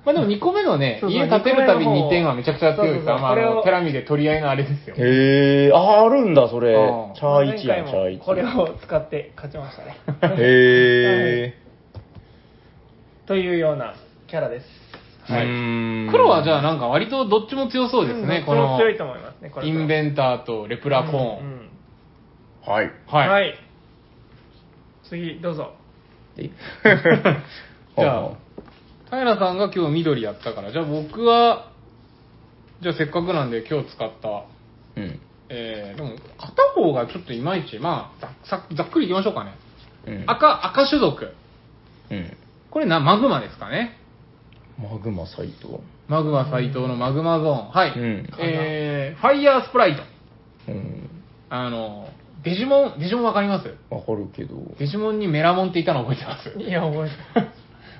[SPEAKER 1] まあでも2個目のね、
[SPEAKER 3] そうそう
[SPEAKER 1] 家建てるたび
[SPEAKER 3] 二個目の
[SPEAKER 1] に
[SPEAKER 3] 方
[SPEAKER 1] 2点はめちゃくちゃ強いですから、
[SPEAKER 3] そうそうそう
[SPEAKER 1] まああ
[SPEAKER 3] これ
[SPEAKER 1] の、
[SPEAKER 3] を
[SPEAKER 1] テラミで取り合いのあれですよ。
[SPEAKER 2] へえ、あー、あるんだ、それ
[SPEAKER 1] あー。
[SPEAKER 2] チャー1やん、チ
[SPEAKER 3] まあ
[SPEAKER 2] ャー
[SPEAKER 3] 前回
[SPEAKER 2] 1。
[SPEAKER 3] もこれを使って勝ちましたね
[SPEAKER 2] へえ。
[SPEAKER 3] というようなキャラです
[SPEAKER 1] はいう
[SPEAKER 2] ーん
[SPEAKER 1] 黒はじゃあなんか割とどっちも強そうですね、
[SPEAKER 3] ん
[SPEAKER 1] この
[SPEAKER 3] 強いと思いますねこれ
[SPEAKER 1] インベンターとレプラコーン。
[SPEAKER 3] うんうん
[SPEAKER 2] はい。
[SPEAKER 1] はい。
[SPEAKER 3] はい、次どうぞ
[SPEAKER 2] じ
[SPEAKER 1] じゃあ、平さんが今日緑やったから、じゃあ僕は、じゃあせっかくなんで今日使った、
[SPEAKER 2] うん。
[SPEAKER 1] えー、でも片方がちょっといまいち、まあ、ざざざっくりいきましょうかね。
[SPEAKER 2] うん。
[SPEAKER 1] 赤、赤種族。
[SPEAKER 2] うん。
[SPEAKER 1] これな、マグマですかね。
[SPEAKER 2] マグマ斎藤。
[SPEAKER 1] マグマ斎藤のマグマゾーン。はい。
[SPEAKER 2] うん
[SPEAKER 1] えー、ファイヤースプライト。
[SPEAKER 2] うん。
[SPEAKER 1] あの、デジモン、デジモンわかります
[SPEAKER 2] わかるけど。
[SPEAKER 1] デジモンにメラモンっていたの覚えてます
[SPEAKER 3] いや、覚えてない。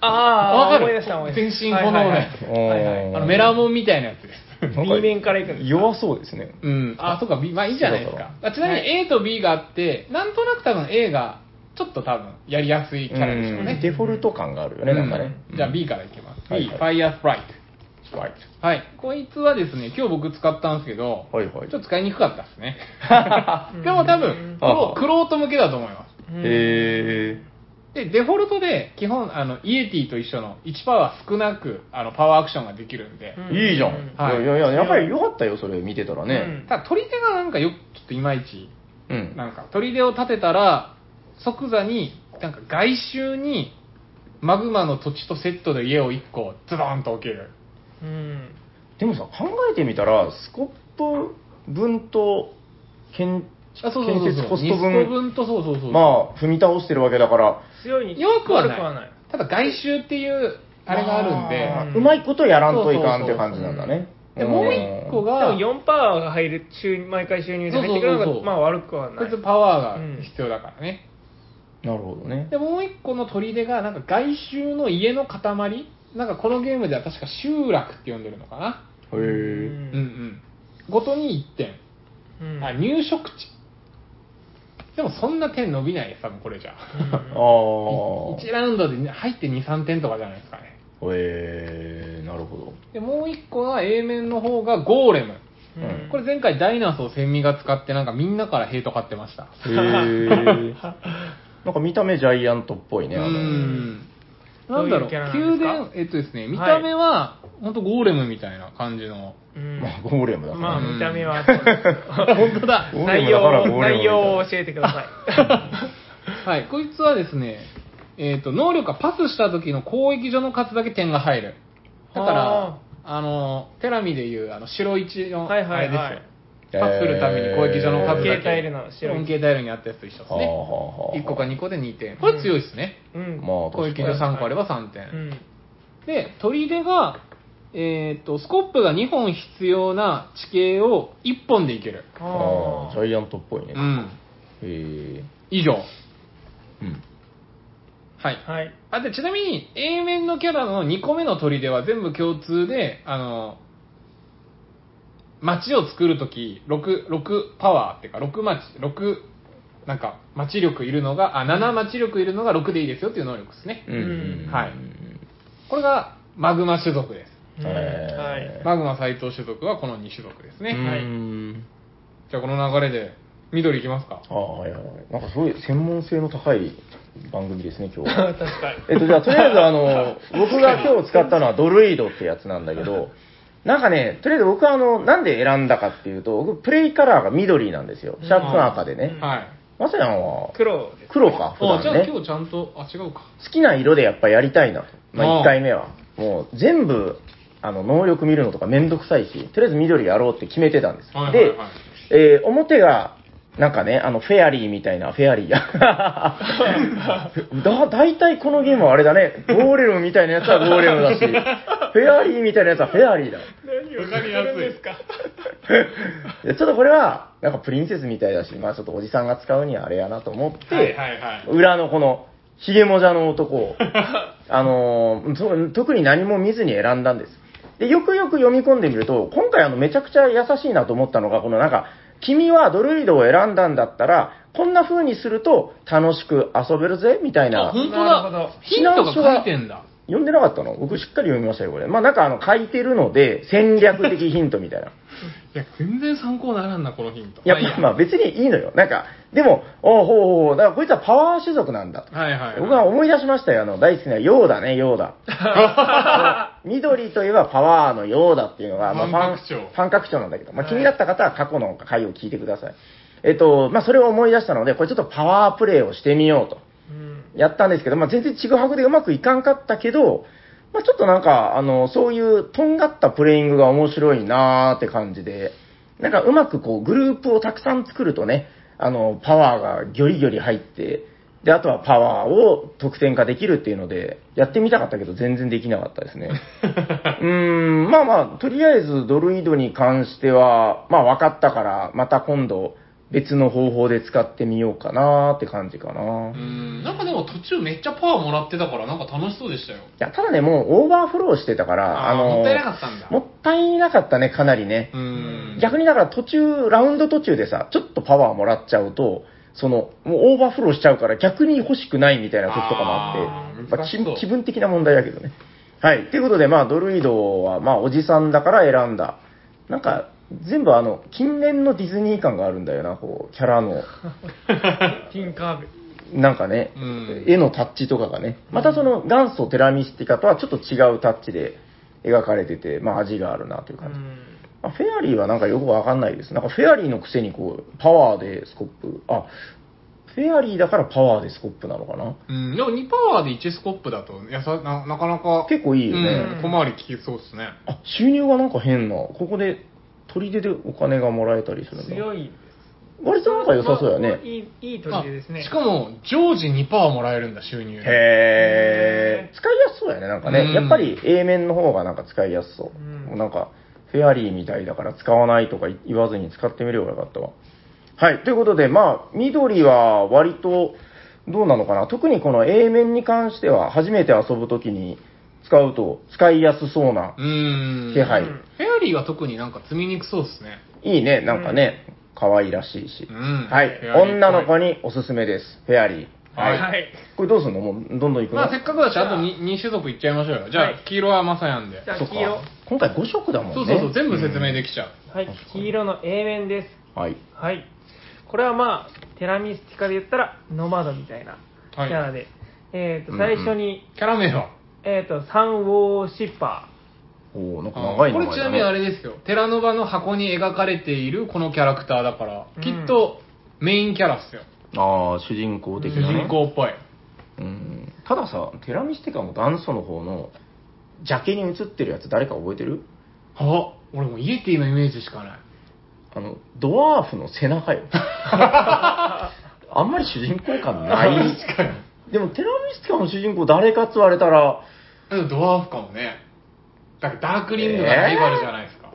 [SPEAKER 3] ああ、
[SPEAKER 1] わかる
[SPEAKER 3] 思い出した、思い出した。
[SPEAKER 1] 全身炎のやつ
[SPEAKER 3] はいはいはい
[SPEAKER 2] うん
[SPEAKER 1] あの、メラモンみたいなやつです。
[SPEAKER 2] なん
[SPEAKER 3] B 面から行くんですか
[SPEAKER 2] 弱そうですね。
[SPEAKER 1] うん。あ、そうか、B、まあいいじゃないですか。あちなみに
[SPEAKER 3] は
[SPEAKER 1] A と B があって、なんとなく多分 A が、ちょっと多分、やりやすいキャラでしょう
[SPEAKER 2] うん
[SPEAKER 1] ね。
[SPEAKER 2] デフォルト感があるよね、
[SPEAKER 1] うん
[SPEAKER 2] なんかね。
[SPEAKER 1] じゃあ B からいきます。
[SPEAKER 2] はい
[SPEAKER 1] B、
[SPEAKER 2] は
[SPEAKER 1] フ
[SPEAKER 2] い
[SPEAKER 1] ァイヤースプライト。
[SPEAKER 2] ら。はい。
[SPEAKER 1] はい。こいつはですね、今日僕使ったんですけど、
[SPEAKER 2] はいはい
[SPEAKER 1] ちょっと使いにくかったです ね。
[SPEAKER 3] うん
[SPEAKER 1] でも多分、クロ
[SPEAKER 2] あ
[SPEAKER 1] クロート向けだと思います。
[SPEAKER 3] うん
[SPEAKER 2] へえ。
[SPEAKER 1] で、デフォルトで、基本、あの、イエティと一緒の1パワー少なく、あの、パワーアクションができるんで、
[SPEAKER 3] うん
[SPEAKER 2] いいじゃん。
[SPEAKER 1] はい
[SPEAKER 2] いやいや、やっぱり良かったよ、それ見てたらね。
[SPEAKER 1] ただ、取り手がなんかよ、ちょっといまいち、
[SPEAKER 2] うん。
[SPEAKER 1] なんか、取り手を立てたら、即座に、なんか外周に、マグマの土地とセットで家を1個、ズドンと置ける。
[SPEAKER 3] うん。
[SPEAKER 2] でもさ、考えてみたら、スコップ分と建
[SPEAKER 1] あ、そうそうそう
[SPEAKER 2] 建
[SPEAKER 1] そう。
[SPEAKER 2] 設コスト
[SPEAKER 1] ニスコ
[SPEAKER 2] 分、
[SPEAKER 1] 分とそうそうそう。
[SPEAKER 2] まあ、踏み倒してるわけだから、
[SPEAKER 3] 強いに
[SPEAKER 1] 弱くはない
[SPEAKER 3] 悪
[SPEAKER 1] ただ外周っていうあれがあ
[SPEAKER 2] あ
[SPEAKER 1] るん
[SPEAKER 2] ー
[SPEAKER 1] で
[SPEAKER 3] ん
[SPEAKER 2] うまいことやらんといかんって感じなんだね。
[SPEAKER 1] でもう一個
[SPEAKER 2] が、
[SPEAKER 1] が
[SPEAKER 3] でも4パーが入る収入毎回収入で入ってくるのが
[SPEAKER 1] そうそうそうそう
[SPEAKER 3] まあ悪くは
[SPEAKER 1] こ
[SPEAKER 3] ないい
[SPEAKER 1] つパワーが必要だからね、
[SPEAKER 2] なるほどね。
[SPEAKER 1] でもう一個の砦がなんか外周の家の塊なんかこのゲームでは確か集落って呼んでるのかな
[SPEAKER 2] へえ。
[SPEAKER 1] うんうんごとに1点、
[SPEAKER 3] うん
[SPEAKER 1] あ入植地でもそんな点伸びないです多分これじゃ
[SPEAKER 3] うん
[SPEAKER 2] ああ。
[SPEAKER 1] 1ラウンドで入って23点とかじゃないですかね
[SPEAKER 2] へえ、なる ほど。
[SPEAKER 1] でもう一個が A 面の方がゴーレム
[SPEAKER 2] うん
[SPEAKER 1] これ前回ダイナソー千味が使ってなんかみんなからヘイト買ってました
[SPEAKER 2] へえ。なんか見た目ジャイアントっぽいね、あ
[SPEAKER 1] う
[SPEAKER 2] の。
[SPEAKER 1] ん。なんだろ
[SPEAKER 3] どういう
[SPEAKER 1] う、
[SPEAKER 3] キャラな
[SPEAKER 1] 宮殿、
[SPEAKER 3] んですか
[SPEAKER 1] えっとですね、見た目は、ほんとゴーレムみたいな感じ の。
[SPEAKER 3] うん
[SPEAKER 2] まあ、ゴーレムだからね。
[SPEAKER 3] まあ
[SPEAKER 1] うん
[SPEAKER 3] 見た目はそうです
[SPEAKER 1] 本当だ
[SPEAKER 2] ゴーレ
[SPEAKER 3] 内
[SPEAKER 2] ムだから
[SPEAKER 3] 容
[SPEAKER 2] ゴ
[SPEAKER 3] を
[SPEAKER 2] ーレムみ
[SPEAKER 3] 内
[SPEAKER 2] たいな
[SPEAKER 3] 容を教えてくださ い
[SPEAKER 1] はい、こいつはですね、えっと、能力がパスした時の攻撃上の数だけ点が入る。だか
[SPEAKER 3] あー
[SPEAKER 1] ら、あの、テラミでいう、あの、白一の、あ
[SPEAKER 3] はい
[SPEAKER 1] れ
[SPEAKER 3] はいはい
[SPEAKER 1] ですよ。パスするために攻撃上の数だけ。
[SPEAKER 3] えー 4K タイルの白一
[SPEAKER 1] 4K タイルにあったやつと一緒です
[SPEAKER 2] はあは
[SPEAKER 1] ね。
[SPEAKER 2] あはあ。
[SPEAKER 1] 1個か2個で2点。これ強いですね。
[SPEAKER 3] うん
[SPEAKER 2] まあ、
[SPEAKER 1] 攻撃上
[SPEAKER 2] 確かに
[SPEAKER 1] 3個あれば3点。
[SPEAKER 3] うん
[SPEAKER 1] で、砦が、えー、とスコップが2本必要な地形を1本でいける。
[SPEAKER 2] ああ、ジ
[SPEAKER 3] あ
[SPEAKER 2] ャイアントっぽいね。
[SPEAKER 1] う
[SPEAKER 2] へ
[SPEAKER 1] ん。
[SPEAKER 2] え。
[SPEAKER 1] 以上。
[SPEAKER 2] うん。
[SPEAKER 1] はい。
[SPEAKER 3] ーはい
[SPEAKER 1] あ、で、ちなみに、A 面のキャラの2個目の砦は全部共通で、あの、街を作るとき、6、6パワーっていうか、6町、6、なんか、町力いるのが、あ、7町力いるのが6でいいですよっていう能力ですね。
[SPEAKER 2] うんうんうん。
[SPEAKER 1] はいこれが、マグマ種族です。
[SPEAKER 3] うん
[SPEAKER 2] えー
[SPEAKER 3] はい
[SPEAKER 1] マグマ斎藤種族はこの2種族ですね。
[SPEAKER 3] はい
[SPEAKER 2] ー
[SPEAKER 3] う
[SPEAKER 2] ん
[SPEAKER 1] じゃあこの流れで、緑いきますか。
[SPEAKER 2] ああ、はいはいはい。なんかすごい専門性の高い番組ですね、今日 は。
[SPEAKER 3] 確かに
[SPEAKER 2] えっと、じゃあ、とりあえず、あの、僕が今日使ったのはドルイドってやつなんだけど、なんかね、とりあえず僕はあの、なんで選んだかっていうと、僕、プレイカラーが緑なんですよ。シャープの赤でね。
[SPEAKER 1] はい。
[SPEAKER 2] まさやんは、
[SPEAKER 3] 黒です
[SPEAKER 2] 黒か、普
[SPEAKER 1] あ、
[SPEAKER 2] 段
[SPEAKER 1] じゃあ
[SPEAKER 2] ね。
[SPEAKER 1] 今日ちゃんと、あ、違う か。
[SPEAKER 2] 好きな色でやっぱやりたいなと。ま
[SPEAKER 1] あ
[SPEAKER 2] あ、
[SPEAKER 1] あ
[SPEAKER 2] 1回目は。もう全部、あの、能力見るのとかめんどくさいし、とりあえず緑やろうって決めてたんです。
[SPEAKER 1] はいはいはい
[SPEAKER 2] で、えー表が、なんかね、あの、フェアリーみたいな、フェア リーや。だ、大体このゲームはあれだね。ゴーレムみたいなやつはゴーレムだし、フェアリーみたいなやつはフェアリーだ。
[SPEAKER 3] 何を
[SPEAKER 1] わかりやすい
[SPEAKER 3] 言ってるんですか
[SPEAKER 2] いやちょっとこれは、なんかプリンセスみたいだし、まあちょっとおじさんが使うにはあれやなと思って、
[SPEAKER 1] はいはい。
[SPEAKER 2] 裏のこの、ひげもじゃの 男を、あのーと特に何も見ずに選んだんです。で、よくよく読み込んでみると、今回あの、めちゃくちゃ優しいなと思ったのが、このなんか、君はドルイドを選んだんだったら、こんな風にすると楽しく遊べるぜ、みたい
[SPEAKER 1] あ、
[SPEAKER 2] な。
[SPEAKER 1] 本当
[SPEAKER 3] なるほど
[SPEAKER 1] だ。ヒントが書いてんだ。
[SPEAKER 2] 読んでなかったの僕しっかり読みましたよ、これ。まあなんかあの、書いてるので、戦略的ヒントみたいな。
[SPEAKER 1] いや、全然参考にならんな、このヒント。
[SPEAKER 2] いや、
[SPEAKER 1] まあいいや
[SPEAKER 2] まあ別にいいのよ。なんか、でも、おうほうほうほう、だからこいつはパワー種族なんだと。
[SPEAKER 1] はいはいはい。
[SPEAKER 2] 僕は思い出しましたよ、あの、大好きなヨーダね、ヨーダ。 緑といえばパワーのヨーダっていうのが、まあ、
[SPEAKER 1] 三角調
[SPEAKER 2] 三角調なんだけど、ま
[SPEAKER 3] は
[SPEAKER 2] あ、
[SPEAKER 3] い
[SPEAKER 2] 気になった方は過去の回を聞いてください。えっと、まあ、それを思い出したので、これちょっとパワープレイをしてみようと。
[SPEAKER 3] うん
[SPEAKER 2] やったんですけど、まあ、全然ちぐはぐでうまくいかんかったけど、まあ、ちょっとなんか、あの、そういうとんがったプレイングが面白いなーって感じで、なんかうまくこう、グループをたくさん作るとね、あの、パワーがギョリギョリ入って、で、あとはパワーを得点化できるっていうので、やってみたかったけど全然できなかったですね。うーん、まあまあ、とりあえずドルイドに関しては、まあ分かったから、また今度別の方法で使ってみようかなって感じかな。
[SPEAKER 1] う
[SPEAKER 2] い
[SPEAKER 1] ん、なんかでも途中めっちゃパワーもらってたから、なんか楽しそうでしたよ。
[SPEAKER 2] や、ただね、もうオーバーフローしてたから、
[SPEAKER 1] あー
[SPEAKER 2] の
[SPEAKER 1] もったいなかったんだ
[SPEAKER 2] もったいなかったね、かなりね。
[SPEAKER 1] うん。
[SPEAKER 2] 逆にだから途中、ラウンド途中でさ、ちょっとパワーもらっちゃうと、その、もうオーバーフローしちゃうから逆に欲しくないみたいな時とかもあって、
[SPEAKER 1] あー
[SPEAKER 2] まあ、
[SPEAKER 1] 難し
[SPEAKER 2] 気
[SPEAKER 1] そう
[SPEAKER 2] 気分的な問題だけどね。はい。ということで、まあ、ドルイドは、まあ、おじさんだから選んだ。なんか、全部あの、近年のディズニー感があるんだよな、こう、キャラの、
[SPEAKER 3] ティンカーベル。
[SPEAKER 2] なんかね、
[SPEAKER 1] うん
[SPEAKER 2] 絵のタッチとかがね。またその、元祖テラミスティカとはちょっと違うタッチで描かれてて、まあ、味があるなという
[SPEAKER 3] う
[SPEAKER 2] 感じ。
[SPEAKER 3] ん。
[SPEAKER 2] まあフェアリーはなんかよくわかんないです。なんかフェアリーのくせにこう、パワーでスコップ。あ、フェアリーだからパワーでスコップなのかな
[SPEAKER 1] うん、でも2パワーで1スコップだと、やさななかなか、
[SPEAKER 2] 結構いいよね。
[SPEAKER 1] うん、小回り利きそうですね。
[SPEAKER 2] あ、収入がなんか変な。ここで、取り出でお金がもらえたりするんだ。
[SPEAKER 3] 強い。
[SPEAKER 2] 割となんか良さそうだ
[SPEAKER 3] まあ
[SPEAKER 2] ね。
[SPEAKER 3] いい、いい取り出ですね。
[SPEAKER 1] あしかも、常時2パワーもらえるんだ、収入。
[SPEAKER 2] へー。使いやすそうだよね、なんかね。
[SPEAKER 1] うん
[SPEAKER 2] やっぱり A 面の方がなんか使いやすそう。
[SPEAKER 3] うん
[SPEAKER 2] なんか、フェアリーみたいだから使わないとか言わずに使ってみればよかったわ。はい。ということで、まあ、緑は割と、どうなのかな特にこの A 面に関しては、初めて遊ぶときに使うと使いやすそうな
[SPEAKER 1] う。ん。
[SPEAKER 2] 気配。
[SPEAKER 3] うん
[SPEAKER 1] フェアリーは特になんか積みにくそうですね。
[SPEAKER 2] いいね、なんかね、可愛らしいし
[SPEAKER 1] う。ん。
[SPEAKER 2] はい
[SPEAKER 1] フェアリーっ。ぽい
[SPEAKER 2] 女の子におすすめです。フェアリー。
[SPEAKER 1] はい
[SPEAKER 3] はい。
[SPEAKER 2] これどうすんのもうどんどんいくの
[SPEAKER 1] まあせっかくだし、あと 2, 種族いっちゃいましょうよ。じゃあ、
[SPEAKER 3] はい
[SPEAKER 1] 黄色はマサヤンで
[SPEAKER 3] じ。ゃあ、
[SPEAKER 2] そうか
[SPEAKER 3] 黄色。
[SPEAKER 2] 今回5色だもんね。
[SPEAKER 1] そうそうそう、全部説明できちゃう。
[SPEAKER 3] はい。黄色の A 面です。
[SPEAKER 2] はい。
[SPEAKER 3] はい。これはまあ、テラミスティカで言ったら、ノマドみたいなキ
[SPEAKER 1] はい
[SPEAKER 3] ャラで。えっ
[SPEAKER 2] う
[SPEAKER 3] と、
[SPEAKER 2] んう
[SPEAKER 3] 最
[SPEAKER 2] ん
[SPEAKER 3] 初に、
[SPEAKER 1] キャラ名は
[SPEAKER 3] えっと、サンウォーシッパ
[SPEAKER 2] おおなんか
[SPEAKER 1] あ
[SPEAKER 2] 長い名
[SPEAKER 1] これ
[SPEAKER 2] 前だ、ね、
[SPEAKER 1] ちなみにあれですよ。テラノバの箱に描かれているこのキャラクターだから、
[SPEAKER 3] うん
[SPEAKER 1] きっとメインキャラっすよ。
[SPEAKER 2] ああ、主人公的
[SPEAKER 1] 主
[SPEAKER 2] な、ね。
[SPEAKER 1] 人公っぽい。
[SPEAKER 2] うん。たださ、テラミステカも元祖の方の、ジャケに映ってるやつ誰か覚えてる
[SPEAKER 1] あ俺もうイエティのイメージしかない。
[SPEAKER 2] あの、ドワーフの背中 よ。あんまり主人公感ない。
[SPEAKER 1] 確かに。
[SPEAKER 2] でも、テラミステカの主人公誰かって言われたら、
[SPEAKER 1] でもドワーフかもね。だからダークリングがライバルじゃないですか。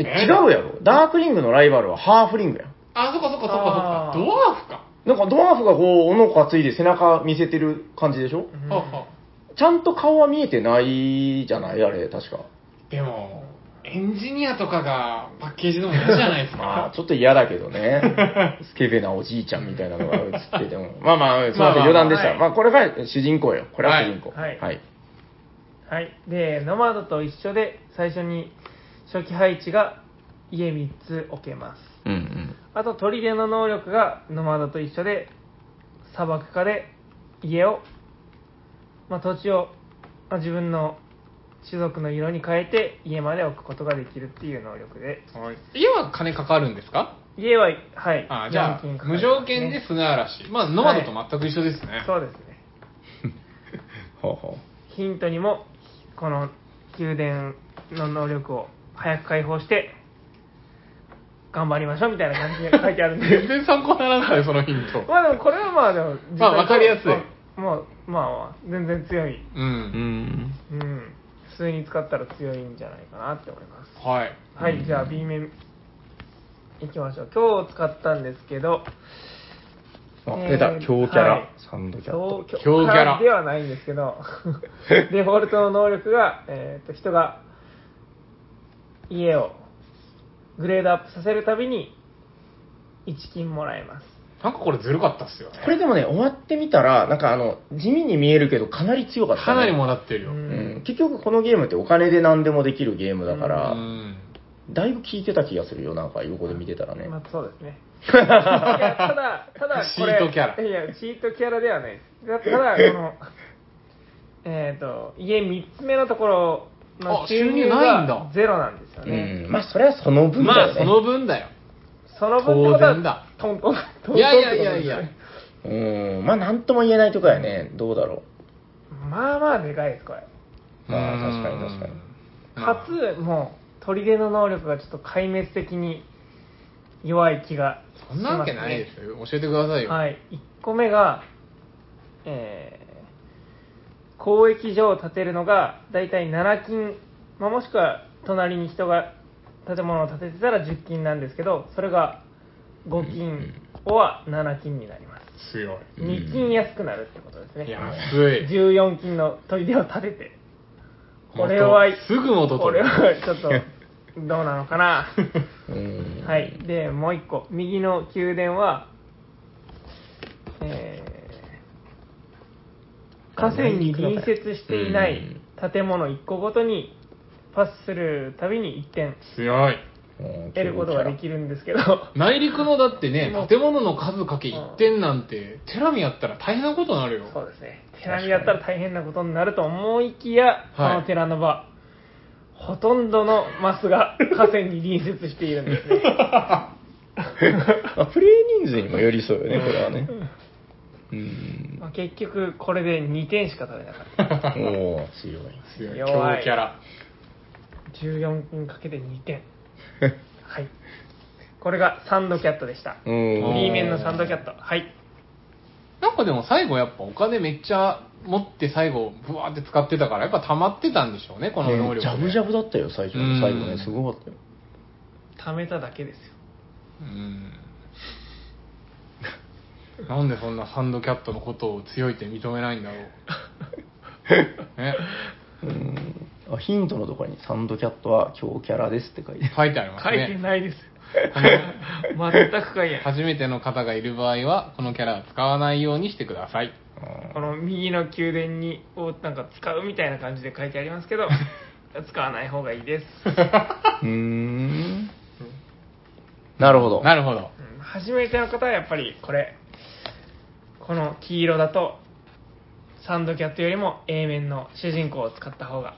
[SPEAKER 2] え
[SPEAKER 1] えー
[SPEAKER 2] 違うやろ。ダークリングのライバルはハーフリングやん。
[SPEAKER 1] あ、そっかそっかそっか
[SPEAKER 3] あ
[SPEAKER 1] そっか。
[SPEAKER 3] ー
[SPEAKER 1] ドワーフか。
[SPEAKER 2] なんかドワーフがこう、斧担いで背中見せてる感じでしょ
[SPEAKER 3] ー。うん
[SPEAKER 1] はは
[SPEAKER 2] ちゃんと顔は見えてないじゃないあれ、確か。
[SPEAKER 1] でも、エンジニアとかがパッケージのも嫌じゃないです
[SPEAKER 2] ま
[SPEAKER 1] か。
[SPEAKER 2] あ、ちょっと嫌だけど ね。スケベなおじいちゃんみたいなのが映ってても。まあまあ、すみません、
[SPEAKER 1] まあまあ
[SPEAKER 2] 余談でした。
[SPEAKER 3] はい
[SPEAKER 2] まあ、これが主人公よ。これは主人公。
[SPEAKER 3] はい
[SPEAKER 2] はい。
[SPEAKER 3] はい。で、ノマドと一緒で、最初に初期配置が家3つ置けます。
[SPEAKER 2] うんうん。
[SPEAKER 3] あと、砦の能力がノマドと一緒で、砂漠化で家を、まあ、土地を、まあ、自分の種族の色に変えて家まで置くことができるっていう能力で、
[SPEAKER 1] はい家は金かかるんですか
[SPEAKER 3] 家は、はい、
[SPEAKER 1] あじゃあ、
[SPEAKER 3] ジャンキンかか
[SPEAKER 1] 無
[SPEAKER 3] りますね
[SPEAKER 1] 条件で砂嵐。まあ、ノマドと全く一緒ですね。
[SPEAKER 3] そうですね。
[SPEAKER 2] ほうほ
[SPEAKER 3] ヒントにも、この宮殿の能力を早く解放して、頑張りましょうみたいな感じで書いてあるん
[SPEAKER 1] 全
[SPEAKER 3] で。
[SPEAKER 1] 然参考にならない、そのヒント。
[SPEAKER 3] まあでもこれはまあでも実際こう、
[SPEAKER 1] まあわかりやすい
[SPEAKER 3] まあもう、まあまあ、全然強い。
[SPEAKER 1] う。
[SPEAKER 2] う。うんん。
[SPEAKER 3] うん。普通に使ったら強いんじゃないかなって思います。
[SPEAKER 1] はい。
[SPEAKER 3] はい、じゃあ B 面、いきましょう。今日使ったんですけど、
[SPEAKER 2] あ、
[SPEAKER 3] えー
[SPEAKER 2] 出た。強キャ
[SPEAKER 3] はい
[SPEAKER 2] ラ。サンドキャッ
[SPEAKER 3] 強
[SPEAKER 2] ト。
[SPEAKER 3] 強
[SPEAKER 1] 強キャラ
[SPEAKER 3] ではないんです けど、デフォルトの能力が、えー、と人が家をグレードアップさせるたびに1金もらえます。
[SPEAKER 1] なんかこれずるかったっすよね。
[SPEAKER 2] これでもね、終わってみたら、なんかあの、地味に見えるけど、かなり強かった、ね。
[SPEAKER 1] かなりもらってるよ。
[SPEAKER 3] う
[SPEAKER 1] うん
[SPEAKER 2] うんん。結局このゲームってお金で何でもできるゲームだから、
[SPEAKER 1] ん。
[SPEAKER 2] だいぶ効いてた気がするよ、なんか横で見てたらね。
[SPEAKER 3] まあ、そうで すね。いやただ、ただこれ、
[SPEAKER 1] チートキャラ
[SPEAKER 3] いや、チートキャラではないです。だただ、 この、えっ、と、家3つ目のところの
[SPEAKER 1] あ収
[SPEAKER 3] 収入
[SPEAKER 1] 入ないんだ
[SPEAKER 3] がゼロなんですよ
[SPEAKER 2] う
[SPEAKER 3] ね。
[SPEAKER 2] ん。まあ、それはその分だ
[SPEAKER 1] ま
[SPEAKER 2] よ
[SPEAKER 1] あ、
[SPEAKER 2] ね。
[SPEAKER 1] その分だよ。
[SPEAKER 3] その分ってこと
[SPEAKER 1] 当然だ
[SPEAKER 3] は、トントン、トントンってことです
[SPEAKER 1] い
[SPEAKER 3] よね
[SPEAKER 1] やいやいやいや。
[SPEAKER 2] うん。まあ、なんとも言えないとこやね。どうだろ
[SPEAKER 3] まあまあでかいです、これ。
[SPEAKER 2] う。まあ、確かに確かに。
[SPEAKER 1] うん
[SPEAKER 3] かつ、もう、砦の能力がちょっと壊滅的に弱い気がし
[SPEAKER 1] そ
[SPEAKER 3] ます、ね。
[SPEAKER 1] んなわけないですよ。教えてくださいよ。
[SPEAKER 3] はい。一個目が、えー、交易所を建てるのが、だいたい7金、まあ、もしくは隣に人が建物を建ててたら10金なんですけど、それが5金、5は7金になります。
[SPEAKER 1] 強い。
[SPEAKER 2] うん
[SPEAKER 3] 2金安くなるってことですね。
[SPEAKER 1] 安い。
[SPEAKER 3] 14金の砦を建てて。これは、
[SPEAKER 1] 元すぐ元
[SPEAKER 3] こ
[SPEAKER 1] 取
[SPEAKER 3] れ
[SPEAKER 1] る。
[SPEAKER 3] はちょっと、どうなの かな。
[SPEAKER 2] うん
[SPEAKER 3] はい。で、もう一個。右の宮殿は、えー、河川に隣接していない建物1個ごとにパスするたびに1点
[SPEAKER 1] 強い。
[SPEAKER 3] 得ることができるんですけど、
[SPEAKER 1] 内陸のだってね
[SPEAKER 3] もう、
[SPEAKER 1] 建物の数かけ1点なんて、テラミやったら大変なことになるよ。
[SPEAKER 3] そうですね。寺にやったら大変なことになると思いきや、こ
[SPEAKER 1] はい
[SPEAKER 3] の寺の場、ほとんどのマスが河川に隣接しているんです ね。
[SPEAKER 2] まあ、プレイ人数にもよりそうよね、これはね。うん。
[SPEAKER 3] まあ結局、これで2点しか取れなかった。
[SPEAKER 2] おー、 強い。
[SPEAKER 1] 強い。強
[SPEAKER 3] 弱い
[SPEAKER 1] キャラ。
[SPEAKER 3] 14金かけて2点はいこれがサンドキャットでした
[SPEAKER 2] お
[SPEAKER 3] B
[SPEAKER 2] ー。
[SPEAKER 3] 面のサンドキャットはい
[SPEAKER 1] なんかでも最後やっぱお金めっちゃ持って最後ブワーって使ってたからやっぱ溜まってたんでしょうね、この能力、ね。
[SPEAKER 2] ねジャブジャブだったよ、最初
[SPEAKER 1] うん
[SPEAKER 2] の。最後ね、すごかったよ。
[SPEAKER 3] 貯めただけですよ
[SPEAKER 1] うん。なんでそんなサンドキャットのことを強いって認めないんだろ う。ね。
[SPEAKER 2] うん。あ、ヒントのところに、サンドキャットは強キャラですって書いてある。
[SPEAKER 1] 書いてあります
[SPEAKER 3] 書いて
[SPEAKER 1] ね。
[SPEAKER 3] ないです 全く書いてない
[SPEAKER 1] 初めての方がいる場合は、このキャラは使わないようにしてください。
[SPEAKER 3] この右の宮殿にをなんか使うみたいな感じで書いてありま すけど使わない方がいいです、
[SPEAKER 2] うーん。なるほど。
[SPEAKER 1] なるほど。
[SPEAKER 3] うん初めての方はやっぱりこれこの黄色だとサンドキャットよりも A 面の主人公を使った方が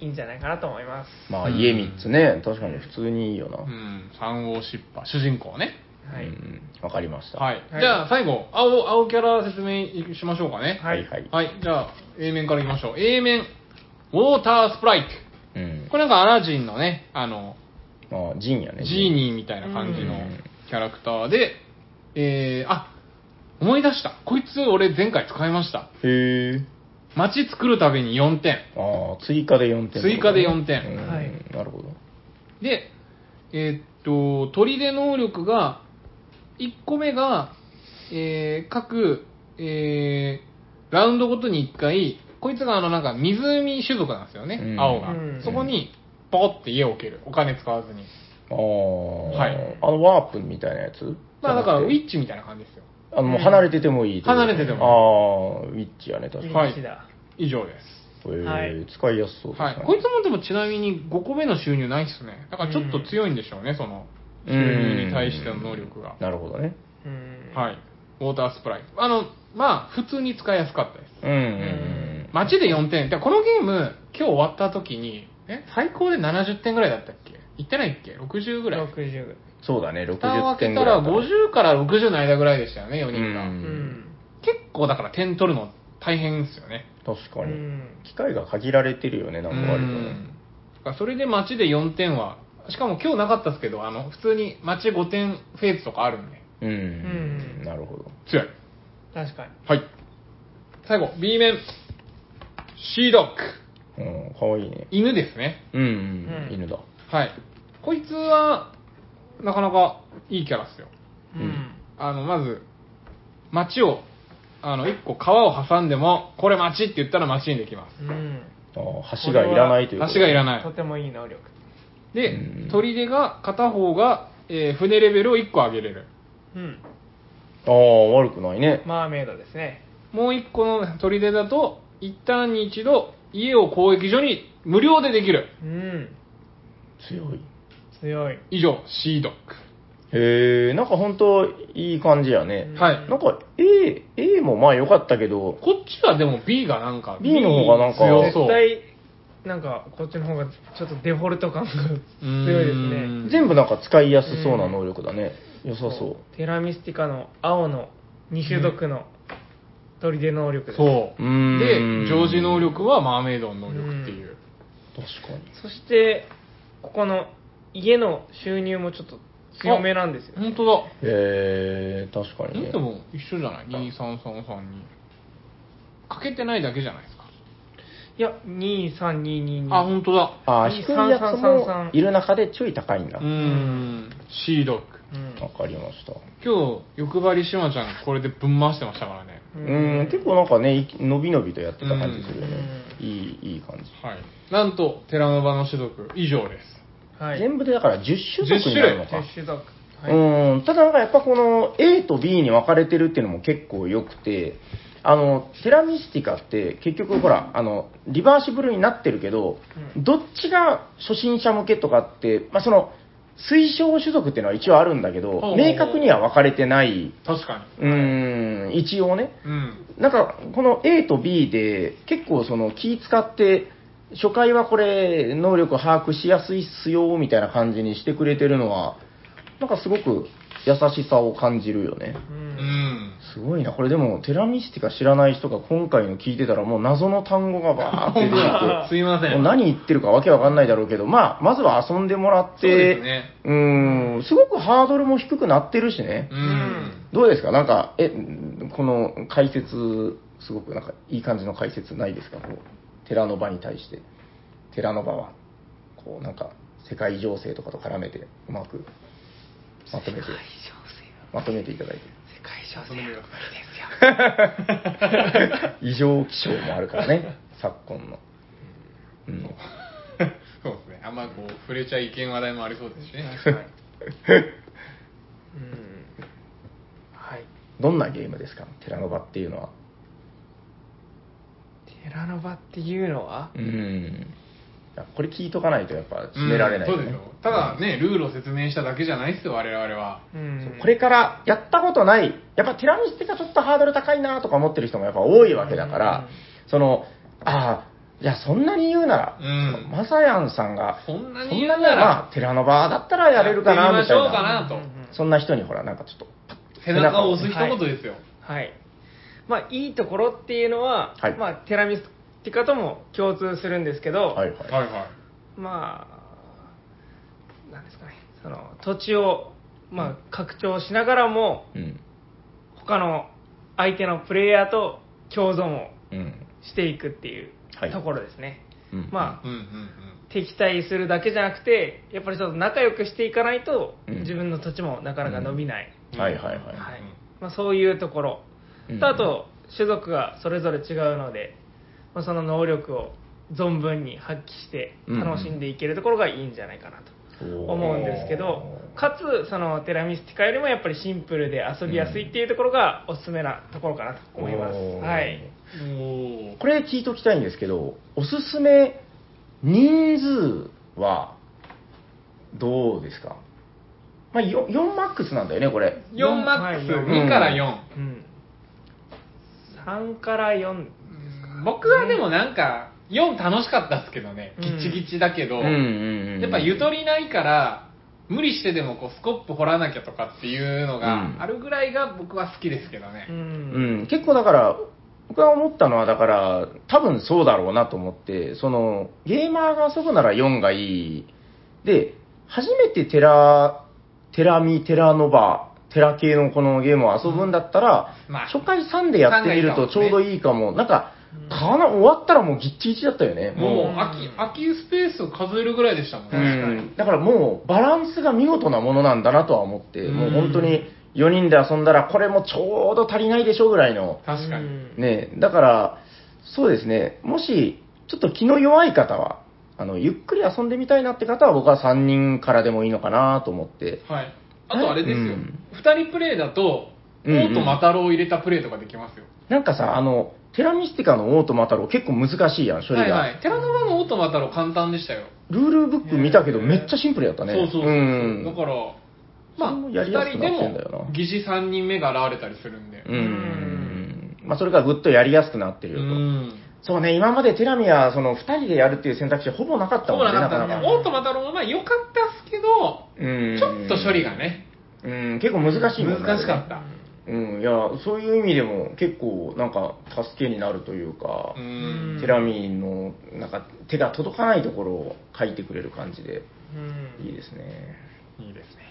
[SPEAKER 3] いいんじゃないかなと思います
[SPEAKER 2] まあ、家3つね、確かに普通にいいよな。
[SPEAKER 1] う、
[SPEAKER 2] うん
[SPEAKER 1] 三王失敗。主人公ね。
[SPEAKER 3] はい、
[SPEAKER 2] ん。わかりました。
[SPEAKER 1] はい。
[SPEAKER 3] はい
[SPEAKER 1] じゃあ最後、青、青キャラ説明しましょうかね。
[SPEAKER 3] はい
[SPEAKER 2] はい。
[SPEAKER 1] はい、じゃあ、A 面からいきましょう。A 面、ウォータースプライト。
[SPEAKER 2] うん
[SPEAKER 1] こ。れなんかアラジンのね、あの、
[SPEAKER 2] まあ、ジンやね。
[SPEAKER 1] ジーニーみたいな感じの
[SPEAKER 2] うん
[SPEAKER 1] キャラクターで、えー、あ、思い出した。こいつ俺前回使いました。
[SPEAKER 2] へえ。
[SPEAKER 1] 街作るたびに4点。
[SPEAKER 2] ああ、追加で4点。
[SPEAKER 1] 追加で4点
[SPEAKER 2] うん
[SPEAKER 3] はい
[SPEAKER 2] なるほど。
[SPEAKER 1] で、えーっと、砦能力が、1個目が、えー、各、えー、ラウンドごとに1回、こいつがあのなんか湖種族なんですよね、
[SPEAKER 2] うん
[SPEAKER 1] 青が、
[SPEAKER 3] うん
[SPEAKER 1] そこに、ポコって家を置ける。お金使わずに。
[SPEAKER 2] ああ、
[SPEAKER 1] はい
[SPEAKER 2] あのワープみたいなやつ
[SPEAKER 1] まあだから、ウ
[SPEAKER 2] チ。
[SPEAKER 1] ィッチみたいな感じですよ。
[SPEAKER 2] あの、もう離れててもいいという。
[SPEAKER 1] 離れてても
[SPEAKER 2] ああ、ウィッチやね、確かに。
[SPEAKER 1] はい
[SPEAKER 3] いいだ
[SPEAKER 1] 以上です。
[SPEAKER 2] えー
[SPEAKER 3] はい
[SPEAKER 2] 使いやすそうですね。
[SPEAKER 1] はい。こいつもでもちなみに5個目の収入ないっすね。だからちょっと強いんでしょうね、その、収入に対しての能力が
[SPEAKER 2] うん。なるほどね。
[SPEAKER 3] うん
[SPEAKER 1] はい。ウォータースプライト。あの、まあ、普通に使いやすかったです。
[SPEAKER 2] うんうん
[SPEAKER 1] 街で4点。でこのゲーム、今日終わった時に、え、最高で70点ぐらいだったっけいってないっけ ?60 ぐらい。
[SPEAKER 3] 60ぐ
[SPEAKER 2] そうだね、60点ぐらい
[SPEAKER 1] 蓋を
[SPEAKER 2] だった
[SPEAKER 1] 開
[SPEAKER 2] ね。
[SPEAKER 1] けたら50から60の間ぐらいでしたよね、4人
[SPEAKER 2] う
[SPEAKER 1] が。
[SPEAKER 3] らいうんん
[SPEAKER 1] 結構だから点取るの大変ですよね。
[SPEAKER 2] 確
[SPEAKER 3] う
[SPEAKER 2] かに。
[SPEAKER 3] ん
[SPEAKER 2] 機械が限られてるよね、なんか割と
[SPEAKER 1] う
[SPEAKER 2] ね。
[SPEAKER 1] んだからそれで街で4点は、しかも今日なかったですけど、あの、普通に街5点フェーズとかあるんで、
[SPEAKER 2] うん。
[SPEAKER 3] うん
[SPEAKER 2] なるほど。
[SPEAKER 1] 強い。
[SPEAKER 3] 確かに
[SPEAKER 1] はい。最後、B 面。シードック。
[SPEAKER 2] うん、かわいいね。
[SPEAKER 1] 犬ですね。
[SPEAKER 2] うん、
[SPEAKER 3] うん
[SPEAKER 2] 犬だ。
[SPEAKER 1] はい。こいつは、なかなかいいキャラっすよ。
[SPEAKER 2] うん
[SPEAKER 1] あの、まず、町を、あの、一個川を挟んでも、これ町って言ったら町にできま
[SPEAKER 3] うん、うん
[SPEAKER 2] ああ、橋がいらないということ
[SPEAKER 1] す。橋がいら
[SPEAKER 2] い。
[SPEAKER 1] ない
[SPEAKER 3] と。てもいい能力
[SPEAKER 1] で
[SPEAKER 2] うん、
[SPEAKER 1] 砦が、片方が、えー船レベルを一個上げれる。
[SPEAKER 3] うん
[SPEAKER 2] ああ、悪くないね。
[SPEAKER 3] マーメイドですね
[SPEAKER 1] もう一個の砦だと、一旦に一度、家を攻撃所に無料でできる。
[SPEAKER 3] うん
[SPEAKER 2] 強い。
[SPEAKER 3] 強い
[SPEAKER 1] 以上、シードッ
[SPEAKER 2] へえ、なんか本当いい感じやね
[SPEAKER 3] う。ん
[SPEAKER 1] ク。は。
[SPEAKER 2] ないんか A、A もまあ良かったけど、
[SPEAKER 1] こっちはでも B がなんか、
[SPEAKER 2] B の方がなんか
[SPEAKER 1] 強そう。
[SPEAKER 3] 絶対なんかこっちの方がちょっとデフォルト感が強いです
[SPEAKER 1] う
[SPEAKER 3] ね
[SPEAKER 1] ん
[SPEAKER 2] 全部なんか使いやすそうな能力だね。良さそ
[SPEAKER 3] テラミスティカの青の二種族の砦能力です、
[SPEAKER 1] そう。
[SPEAKER 2] う。うーん。
[SPEAKER 1] で、ジョージ能力はマーメイドの能力っていう。
[SPEAKER 2] 確かに。
[SPEAKER 3] そしてここの家の収入もちょっと強めなんですよ。
[SPEAKER 1] 本当だ。
[SPEAKER 2] えー、確かに
[SPEAKER 1] うん
[SPEAKER 2] ね
[SPEAKER 1] で。も一緒じゃない ?2333 に。かけてないだけじゃないですか。
[SPEAKER 3] いや、23222。
[SPEAKER 1] あ、本当だ。
[SPEAKER 2] あー、低いやつも
[SPEAKER 3] 2333
[SPEAKER 2] いる中でちょい高いんだ。
[SPEAKER 1] うー
[SPEAKER 2] わ
[SPEAKER 1] ん。シードック。
[SPEAKER 3] うん
[SPEAKER 2] かりました。
[SPEAKER 1] 今日、欲張りしまちゃん、これでぶん回してましたからね。
[SPEAKER 2] う
[SPEAKER 3] うん
[SPEAKER 2] ん、結構なんかね、い伸び伸びとやってた感じするよね
[SPEAKER 3] う。
[SPEAKER 2] いい、いい感じ。
[SPEAKER 1] はい。なんと、寺の場の種族、以上です。
[SPEAKER 3] はい。
[SPEAKER 2] 全部でだから10種族になるのか。
[SPEAKER 3] 10種族。は
[SPEAKER 2] う
[SPEAKER 3] い。
[SPEAKER 2] ん、ただなんかやっぱこの A と B に分かれてるっていうのも結構良くて、あの、テラミスティカって結局ほら、あの、リバーシブルになってるけど、
[SPEAKER 3] うん
[SPEAKER 2] どっちが初心者向けとかって、まあその、推奨種族っていうのは一応あるんだけ
[SPEAKER 1] ほうほ
[SPEAKER 2] ど
[SPEAKER 1] う、
[SPEAKER 2] 明確には分かれてない、
[SPEAKER 1] 確かに。
[SPEAKER 2] うん、一応ね。
[SPEAKER 1] うん。
[SPEAKER 2] なんか、この A と B で、結構その気使って、初回はこれ、能力把握しやすいっすよ、みたいな感じにしてくれてるのは、なんかすごく優しさを感じるよね。
[SPEAKER 3] う。
[SPEAKER 1] うんん。、
[SPEAKER 2] すごいな。これでも、テラミスティカ知らない人が今回の聞いてたら、もう謎の単語がバーって出てきて
[SPEAKER 1] すいませ。
[SPEAKER 2] もうん何言ってるかわけわかんないだろうけど、まあ、まずは遊んでもらって、
[SPEAKER 1] そうですね。
[SPEAKER 2] うーん、すごくハードルも低くなってるしね。
[SPEAKER 1] うん。
[SPEAKER 2] どうですかなんか、え、この解説、すごくなんかいい感じの解説ないですかこう、寺の場に対して。寺の場は、こうなんか、世界情勢とかと絡めて、うまく、まとめて、まとめていただいて。異常気象もあるから ね、昨今の。うん。
[SPEAKER 1] そうですね。あんまこう、触れちゃいけん話題もありそうですしね。
[SPEAKER 3] はい。うん。はい。
[SPEAKER 2] どんなゲームですか寺の場っていうのは。
[SPEAKER 3] 寺の場っていうのは
[SPEAKER 2] うん。いやこれ聞いとかないとやっぱ締められない
[SPEAKER 1] うん
[SPEAKER 2] よ
[SPEAKER 1] そうで
[SPEAKER 2] ね、
[SPEAKER 1] すよ。ただね、ルールを説明しただけじゃないですよ、我々は。
[SPEAKER 3] うん。
[SPEAKER 2] これからやったことない、やっぱティラミスティカちょっとハードル高いなとか思ってる人もやっぱ多いわけだから、
[SPEAKER 3] うん
[SPEAKER 2] その、ああ、いや、そんなに言うなら、
[SPEAKER 1] うん
[SPEAKER 2] マサヤンさんが、
[SPEAKER 1] そんな
[SPEAKER 2] そ
[SPEAKER 1] に
[SPEAKER 2] んなに
[SPEAKER 1] 言う
[SPEAKER 2] な
[SPEAKER 1] なら
[SPEAKER 2] ら、、テラノバーだったらやれるかな、
[SPEAKER 1] やっ
[SPEAKER 2] みたい
[SPEAKER 1] てみましょうかな
[SPEAKER 2] な。
[SPEAKER 1] と。
[SPEAKER 2] そんな人にほら、なんかちょっと、パッと
[SPEAKER 1] 背中を押す一言ですよ。
[SPEAKER 3] はい。まあ、いいところっていうのは、
[SPEAKER 2] はい
[SPEAKER 3] まあ、テラミスティカとも共通するんですけど、
[SPEAKER 1] は
[SPEAKER 2] はいはい。
[SPEAKER 1] いはい。
[SPEAKER 3] まあ、なんですかね、その、土地を、まあ、拡張しながらも、
[SPEAKER 2] うん。
[SPEAKER 3] 他の相手のプレイヤーと共存を
[SPEAKER 2] うん。
[SPEAKER 3] していくっていう
[SPEAKER 2] はい
[SPEAKER 3] ところですね。
[SPEAKER 2] うん
[SPEAKER 3] ま
[SPEAKER 1] う
[SPEAKER 3] あ、
[SPEAKER 1] んうんうん。
[SPEAKER 3] 敵対するだけじゃなくて、やっぱりちょっと仲良くしていかないと、
[SPEAKER 2] うん
[SPEAKER 3] 自分の土地もなかなか伸びない。
[SPEAKER 2] はいはいはい。
[SPEAKER 3] はいまあ、そういうところ、
[SPEAKER 2] うん
[SPEAKER 3] とあと種族がそれぞれ違うので、まあ、その能力を存分に発揮して
[SPEAKER 2] うん
[SPEAKER 3] 楽しんでいけるところがいいんじゃないかなと思うんですけど、
[SPEAKER 2] おー
[SPEAKER 3] かつそのテラミスティカよりもやっぱりシンプルで遊びやすいっていうところがおすすめなところかなと思います、
[SPEAKER 2] おー
[SPEAKER 3] はい
[SPEAKER 1] おー
[SPEAKER 2] これ聞いときたいんですけど、おすすめ人数はどうですか、まあ、よ4マックスなんだよね、これ。
[SPEAKER 1] 4マックス、2から4。
[SPEAKER 3] うん、3から4
[SPEAKER 1] 僕はでもなんか、4楽しかったっすけどね。
[SPEAKER 3] うん
[SPEAKER 1] ギチギチだけど、
[SPEAKER 2] ん
[SPEAKER 1] やっぱゆと
[SPEAKER 2] り
[SPEAKER 1] りないから、無理してでもこうスコップ掘らなきゃとかっていうの
[SPEAKER 2] うん
[SPEAKER 1] があるぐらいが僕は好きですけどね
[SPEAKER 3] う。ん
[SPEAKER 2] うん、結構だから、僕が思ったのは、だから、多分そうだろうなと思って、その、ゲーマーが遊ぶなら4がいい。で、初めてテラ、テラミ、テラノバ、テラ系のこのゲームを遊ぶんだったら、
[SPEAKER 1] うんまあ
[SPEAKER 2] 初回3でやってみるとちょうどいいかも。なんか、かな、終わったらもうギッチギチだったよね。
[SPEAKER 1] もう
[SPEAKER 3] うん
[SPEAKER 1] 空き、空きスペースを数えるぐらいでしたもん
[SPEAKER 2] う
[SPEAKER 1] ね。
[SPEAKER 2] ん、だからもうバランスが見事なものなんだなとは思って、
[SPEAKER 1] うん
[SPEAKER 2] もう本当に4人で遊んだらこれもちょうど足りないでしょぐらいの、
[SPEAKER 1] 確か
[SPEAKER 3] う
[SPEAKER 1] に。
[SPEAKER 3] ん
[SPEAKER 2] ね、だから、そうですね、もしちょっと気の弱い方は、あのゆっくり遊んでみたいなって方は僕は3人からでもいいのかなと思って、
[SPEAKER 1] はい。あとあれですよ
[SPEAKER 2] うん。
[SPEAKER 1] 二人プレイだと、王
[SPEAKER 2] うんうん
[SPEAKER 1] とマタロウを入れたプレイとかできますよ。
[SPEAKER 2] なんかさ、あの、テラミスティカの王とマタロウ結構難しいやん、処理が。
[SPEAKER 1] はいはい。テラノバの王とマタロウ簡単でしたよ。
[SPEAKER 2] ルールブック見たけど
[SPEAKER 3] へー
[SPEAKER 2] めっちゃシンプルやったね。
[SPEAKER 1] そうそうそうそう。
[SPEAKER 2] ん
[SPEAKER 1] だから、まあ、
[SPEAKER 2] それもやりや
[SPEAKER 1] 2人
[SPEAKER 2] すくな
[SPEAKER 1] で
[SPEAKER 2] ってん
[SPEAKER 1] も
[SPEAKER 2] だよな
[SPEAKER 1] 疑似3人目が現れたりするんで。
[SPEAKER 2] うん。まあ、それがぐっとやりやすくなって
[SPEAKER 1] う
[SPEAKER 2] るよと。
[SPEAKER 1] ん。
[SPEAKER 2] そうね、今までテラミはその2人でやるっていう選択肢ほぼなかった
[SPEAKER 1] そう
[SPEAKER 2] もん
[SPEAKER 1] な
[SPEAKER 2] ね、
[SPEAKER 1] か
[SPEAKER 2] な
[SPEAKER 1] った
[SPEAKER 2] か
[SPEAKER 1] んで
[SPEAKER 2] な
[SPEAKER 1] す
[SPEAKER 2] か。
[SPEAKER 1] よ。王とマタロウもまあ良かったっすけど、
[SPEAKER 2] うん
[SPEAKER 1] ちょっと処理が。ね、
[SPEAKER 2] うん、結構難しいもんね
[SPEAKER 1] 難しかった。
[SPEAKER 2] うん、いや、そういう意味でも結構なんか助けになるというか
[SPEAKER 1] う、
[SPEAKER 3] うん
[SPEAKER 1] ん。
[SPEAKER 2] テラミのなんか手が届かないところを書いてくれる感じで、
[SPEAKER 3] うん
[SPEAKER 2] いいですね。
[SPEAKER 1] いいですね。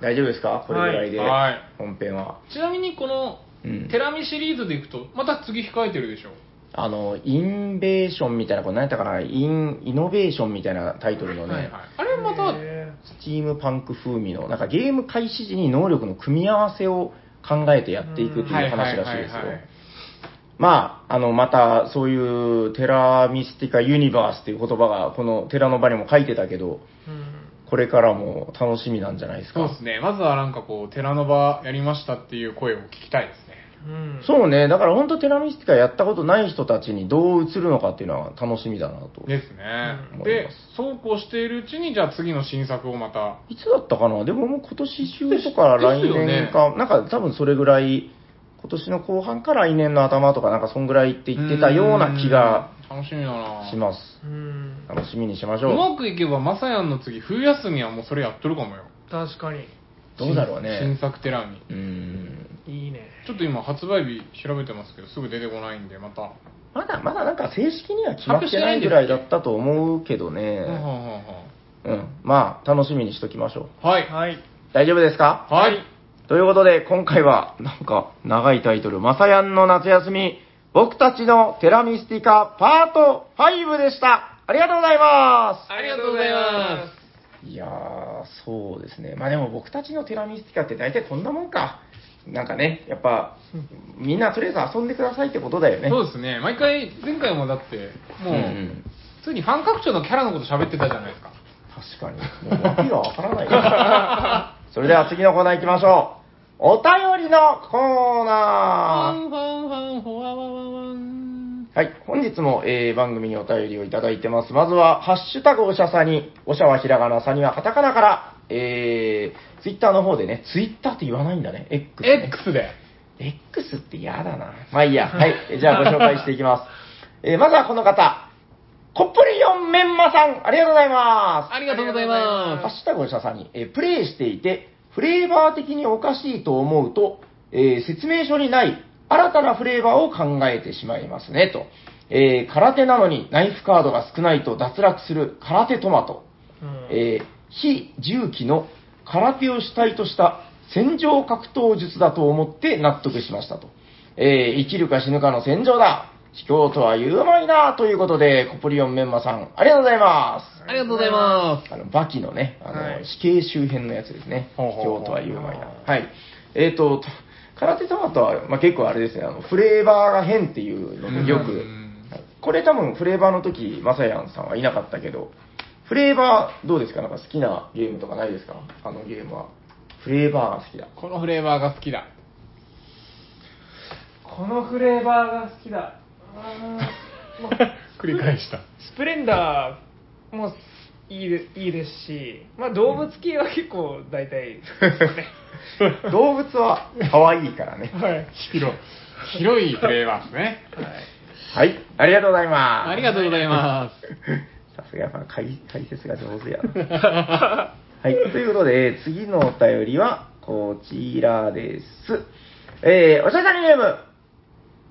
[SPEAKER 2] 大丈夫ですかこれぐらいで、
[SPEAKER 1] はいはい
[SPEAKER 2] 本編は。
[SPEAKER 1] ちなみにこの
[SPEAKER 2] うん
[SPEAKER 1] テラミシリーズでいくとまた次控えてるでしょ
[SPEAKER 2] あの、インベーションみたいな、これ何やったかな、イン、イノベーションみたいなタイトルのね、
[SPEAKER 1] はいはい、あれまた
[SPEAKER 3] へ
[SPEAKER 2] スチームパンク風味の、なんかゲーム開始時に能力の組み合わせを考えてやっていくという話らしいですよ
[SPEAKER 1] はいはいはいはい。
[SPEAKER 2] まあ、あの、また、そういう、テラミスティカ・ユニバースっていう言葉が、このテラの場にも書いてたけど、
[SPEAKER 3] ーうん
[SPEAKER 2] これからも楽しみなんじゃないです
[SPEAKER 1] そう
[SPEAKER 2] か。
[SPEAKER 1] ですねまずはなんかこうテラノバやりましたっていう声を聞きたいですね
[SPEAKER 3] うん
[SPEAKER 2] そうね、だから本当テラミスティカやったことない人たちにどう映るのかっていうのは楽しみだなと。
[SPEAKER 1] ですね、
[SPEAKER 2] うん
[SPEAKER 1] でそうこうしているうちにじゃあ次の新作をまた
[SPEAKER 2] いつだったかなでももう今年中とか
[SPEAKER 1] で
[SPEAKER 2] 来
[SPEAKER 1] すよ
[SPEAKER 2] 年
[SPEAKER 1] ね
[SPEAKER 2] か、なんか多分それぐらい、今年の後半か来年の頭とか、なんかそんぐらいって言ってたような気が
[SPEAKER 1] うん楽しみだな
[SPEAKER 2] します。
[SPEAKER 3] うん
[SPEAKER 2] 楽しみにしまし
[SPEAKER 1] う
[SPEAKER 2] ょう。
[SPEAKER 1] まくいけばまさやんの次冬休みはもうそれやっとるかもよ
[SPEAKER 3] 確かに
[SPEAKER 2] どうだろうね
[SPEAKER 1] 新新作テラミ
[SPEAKER 2] うーん。
[SPEAKER 3] いいね
[SPEAKER 1] ちょっと今発売日調べてますけどすぐ出てこないんでまた、
[SPEAKER 2] まだまだなんか正式には決まってないぐらいだったと思うけど
[SPEAKER 1] うんうんう
[SPEAKER 2] ね。
[SPEAKER 1] ん
[SPEAKER 2] うん。まあ、楽しみにしときましょう。
[SPEAKER 1] うんはい
[SPEAKER 3] はい
[SPEAKER 2] 大丈夫ですか
[SPEAKER 1] はい
[SPEAKER 2] ということで、今回は、なんか、長いタイトル、まさやんの夏休み、僕たちのテラミスティカパート5でした。ありがとうございま。
[SPEAKER 1] ありがとうございます
[SPEAKER 2] いやー、そうですね。まあでも僕たちのテラミスティカって大体こんなもんか。なんかね、やっぱ、みんなとりあえず遊んでくださいってことだよね。
[SPEAKER 1] そう
[SPEAKER 2] う
[SPEAKER 1] ですね毎回前回もだってもう、
[SPEAKER 2] んうん
[SPEAKER 1] 普通にファン拡張のキャラのこと喋ってたじゃないですか
[SPEAKER 2] 確かに。もう訳がわからな いなそれでは次のコーナー行きましょう。お便りのコーナー。
[SPEAKER 1] ファンファンホワワワワン
[SPEAKER 2] はい、本日も、えー番組にお便りをいただいてます。まずは、ハッシュタグおしゃさに、おしゃはひらがな、さにはカタカナから、えー、ツイッターの方でね、ツイッターって言わないんだね、X、ね。
[SPEAKER 1] X で
[SPEAKER 2] X って嫌だな。まあいいや。はい、えじゃあご紹介していきます。えーまずはこの方、コップリオンメンマさん、ありがとうございます。
[SPEAKER 1] ありがとうございま
[SPEAKER 2] ハッシュタグおしゃさんに、えープレイしていて、フレーバー的におかしいと思うと、えー説明書にない新たなフレーバーを考えてしまいますね、と。えー空手なのにナイフカードが少ないと脱落する空手トマト。
[SPEAKER 3] うん
[SPEAKER 2] えー非重機の空手を主体とした戦場格闘術だと思って納得しましたと。えー生きるか死ぬかの戦場だ。卑怯とは言うまいなということで、コプリオンメンマさん、ありがとうございます。
[SPEAKER 1] ありがとうございま
[SPEAKER 2] あの、バキのね、あの、
[SPEAKER 3] はい
[SPEAKER 2] 死刑周辺のやつですね。
[SPEAKER 1] ほうほうほう
[SPEAKER 2] 今日とは言うまいな。はい。えっ、と、と空手トマトは、まあ、結構あれですね、あの、フレーバーが変っていうのもよ
[SPEAKER 1] う
[SPEAKER 2] く
[SPEAKER 1] ん、
[SPEAKER 2] これ多分フレーバーの時、まさやんさんはいなかったけど、フレーバーどうですかなんか好きなゲームとかないですかあのゲームは。フレーバーが好きだ。
[SPEAKER 1] このフレーバーが好き だ
[SPEAKER 3] このフレーバーが好きだうーんま あ
[SPEAKER 1] 繰り返した
[SPEAKER 3] スプレンダーもいいでいいですし、まあ、動物系は結構大 体、
[SPEAKER 2] 動物は可愛いからね。
[SPEAKER 3] はい、はい、
[SPEAKER 1] 広広いフレーバーですね
[SPEAKER 2] はい。ありがとうございます。
[SPEAKER 1] ありがとうござい ます
[SPEAKER 2] さすがやっぱ解解説が上手やな。はい、ということで、次のお便りはこちらです。えー、おしゃさにネーム、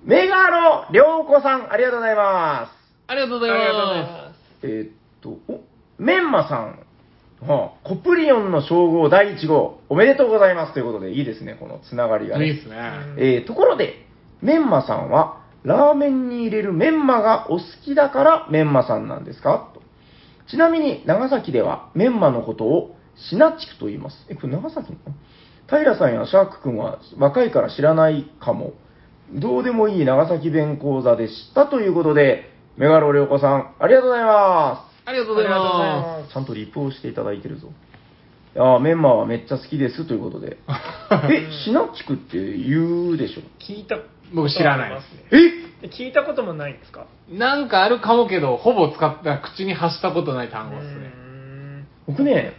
[SPEAKER 2] メガロ良子さん、ありがとうございま
[SPEAKER 1] ありがとうご
[SPEAKER 3] あり
[SPEAKER 1] ざい
[SPEAKER 3] がとうござい
[SPEAKER 1] ま
[SPEAKER 3] ます
[SPEAKER 2] す。えーっと、お、メンマさん、はあ、コプリオンの称号第1号、おめでとうございますということで、いいですね、このつながりが、
[SPEAKER 1] す
[SPEAKER 2] ね。
[SPEAKER 1] いいですね
[SPEAKER 2] えーところで、メンマさんは、ラーメンに入れるメンマがお好きだからメンマさんなんですかとちなみに、長崎ではメンマのことをシナチクと言います。え、これ長崎なの平さんやシャーク君は若いから知らないかも。どうでもいい長崎弁講座でしたということで、メガロ良子さん、ありがとうございま。
[SPEAKER 1] ありがとうございます
[SPEAKER 2] ちゃんとリプをしていただいてるぞ。あーメンマはめっちゃ好きですということで。え、シナチクって言うでしょ
[SPEAKER 3] 聞いた
[SPEAKER 1] 僕知らない
[SPEAKER 3] で
[SPEAKER 1] です
[SPEAKER 2] え
[SPEAKER 3] ね聞いたこともないんですか
[SPEAKER 1] なんかあるかもけど、ほぼ使った、口に発したことない単語です
[SPEAKER 3] う
[SPEAKER 1] ね。
[SPEAKER 3] ーん
[SPEAKER 2] 僕ね、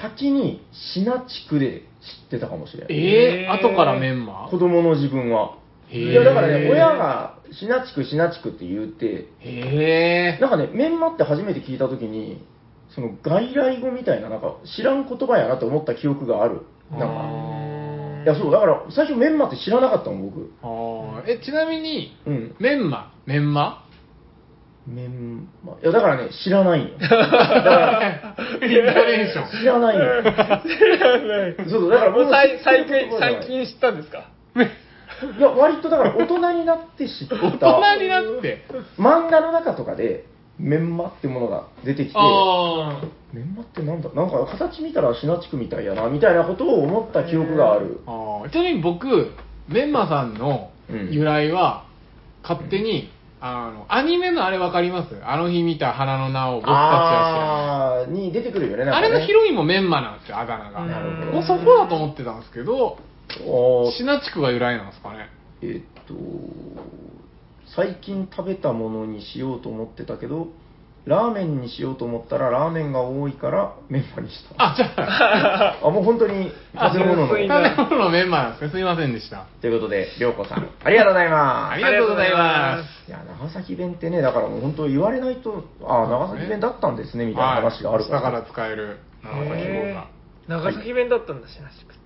[SPEAKER 2] 先にシナ地区で知ってたかもしれない。
[SPEAKER 1] え
[SPEAKER 3] へ
[SPEAKER 1] ー、
[SPEAKER 3] ー
[SPEAKER 1] 後からメンマ
[SPEAKER 2] 子供の自分は。
[SPEAKER 1] へ
[SPEAKER 2] い
[SPEAKER 1] ー
[SPEAKER 2] や、だからね、親がシナ地区、シナ地区って言うて、
[SPEAKER 1] へえ。
[SPEAKER 2] なんかね、メンマって初めて聞いたときに、その外来語みたいな、なんか知らん言葉やなって思った記憶がある。なんか。いや、そう、だから最初メンマって知らなかったもん、僕。
[SPEAKER 1] あーえ、ちなみに、
[SPEAKER 2] うん。
[SPEAKER 1] メンマ、メンマ
[SPEAKER 2] メンマ、いや、だからね、知らないんよ。だから、
[SPEAKER 1] イントネーション。
[SPEAKER 2] 知らない んよ。そうそう、だから
[SPEAKER 3] もう最
[SPEAKER 2] 知
[SPEAKER 3] 最
[SPEAKER 2] ってる言
[SPEAKER 3] 近
[SPEAKER 2] 葉じゃない
[SPEAKER 3] 最近知ったんですか
[SPEAKER 2] いや、割とだから大人になって知った。
[SPEAKER 1] 大人になって。
[SPEAKER 2] 漫画の中とかで、メンマってものが出てきて、
[SPEAKER 1] あー
[SPEAKER 2] メンマってなんだなんか形見たらシナチクみたいやな、みたいなことを思った記憶がある。
[SPEAKER 1] あー。ちなみに僕、メンマさんの由来は、勝手に、あの、アニメのあれわかりますあの日見た花の名を僕たちは
[SPEAKER 2] あーに出てくるよね、
[SPEAKER 1] 知らな
[SPEAKER 2] な
[SPEAKER 1] い。あ
[SPEAKER 2] んか、ね。
[SPEAKER 1] れのヒロインもメンマなんですよ、あだ名が。
[SPEAKER 2] なるほど
[SPEAKER 1] もうそこだと思ってたんですけど、
[SPEAKER 2] おー
[SPEAKER 1] シナチクが由来なんですかね。
[SPEAKER 2] えーっと、最近食べたものにしようと思ってたけど、ラーメンにしようと思ったら、ラーメンが多いからメンマにした。
[SPEAKER 1] あ、じゃ あ、
[SPEAKER 2] あ、もう本当に
[SPEAKER 3] あ
[SPEAKER 2] 食べ物の。と
[SPEAKER 3] 純粋
[SPEAKER 2] い
[SPEAKER 3] な
[SPEAKER 1] 食べ物のメンマなんですね。すいませんでした。
[SPEAKER 2] うことで、りょうこさん、ありがとうございま
[SPEAKER 1] あ
[SPEAKER 2] す
[SPEAKER 1] り。がとうございます。
[SPEAKER 2] いや、長崎弁ってね、だからもう本当言われないと、ああ、長崎弁だったんですね、みたいな話がある
[SPEAKER 1] はい明日から使える長崎
[SPEAKER 3] へ
[SPEAKER 1] 語
[SPEAKER 3] ー
[SPEAKER 1] が。
[SPEAKER 3] 長崎弁だったんだしなしくって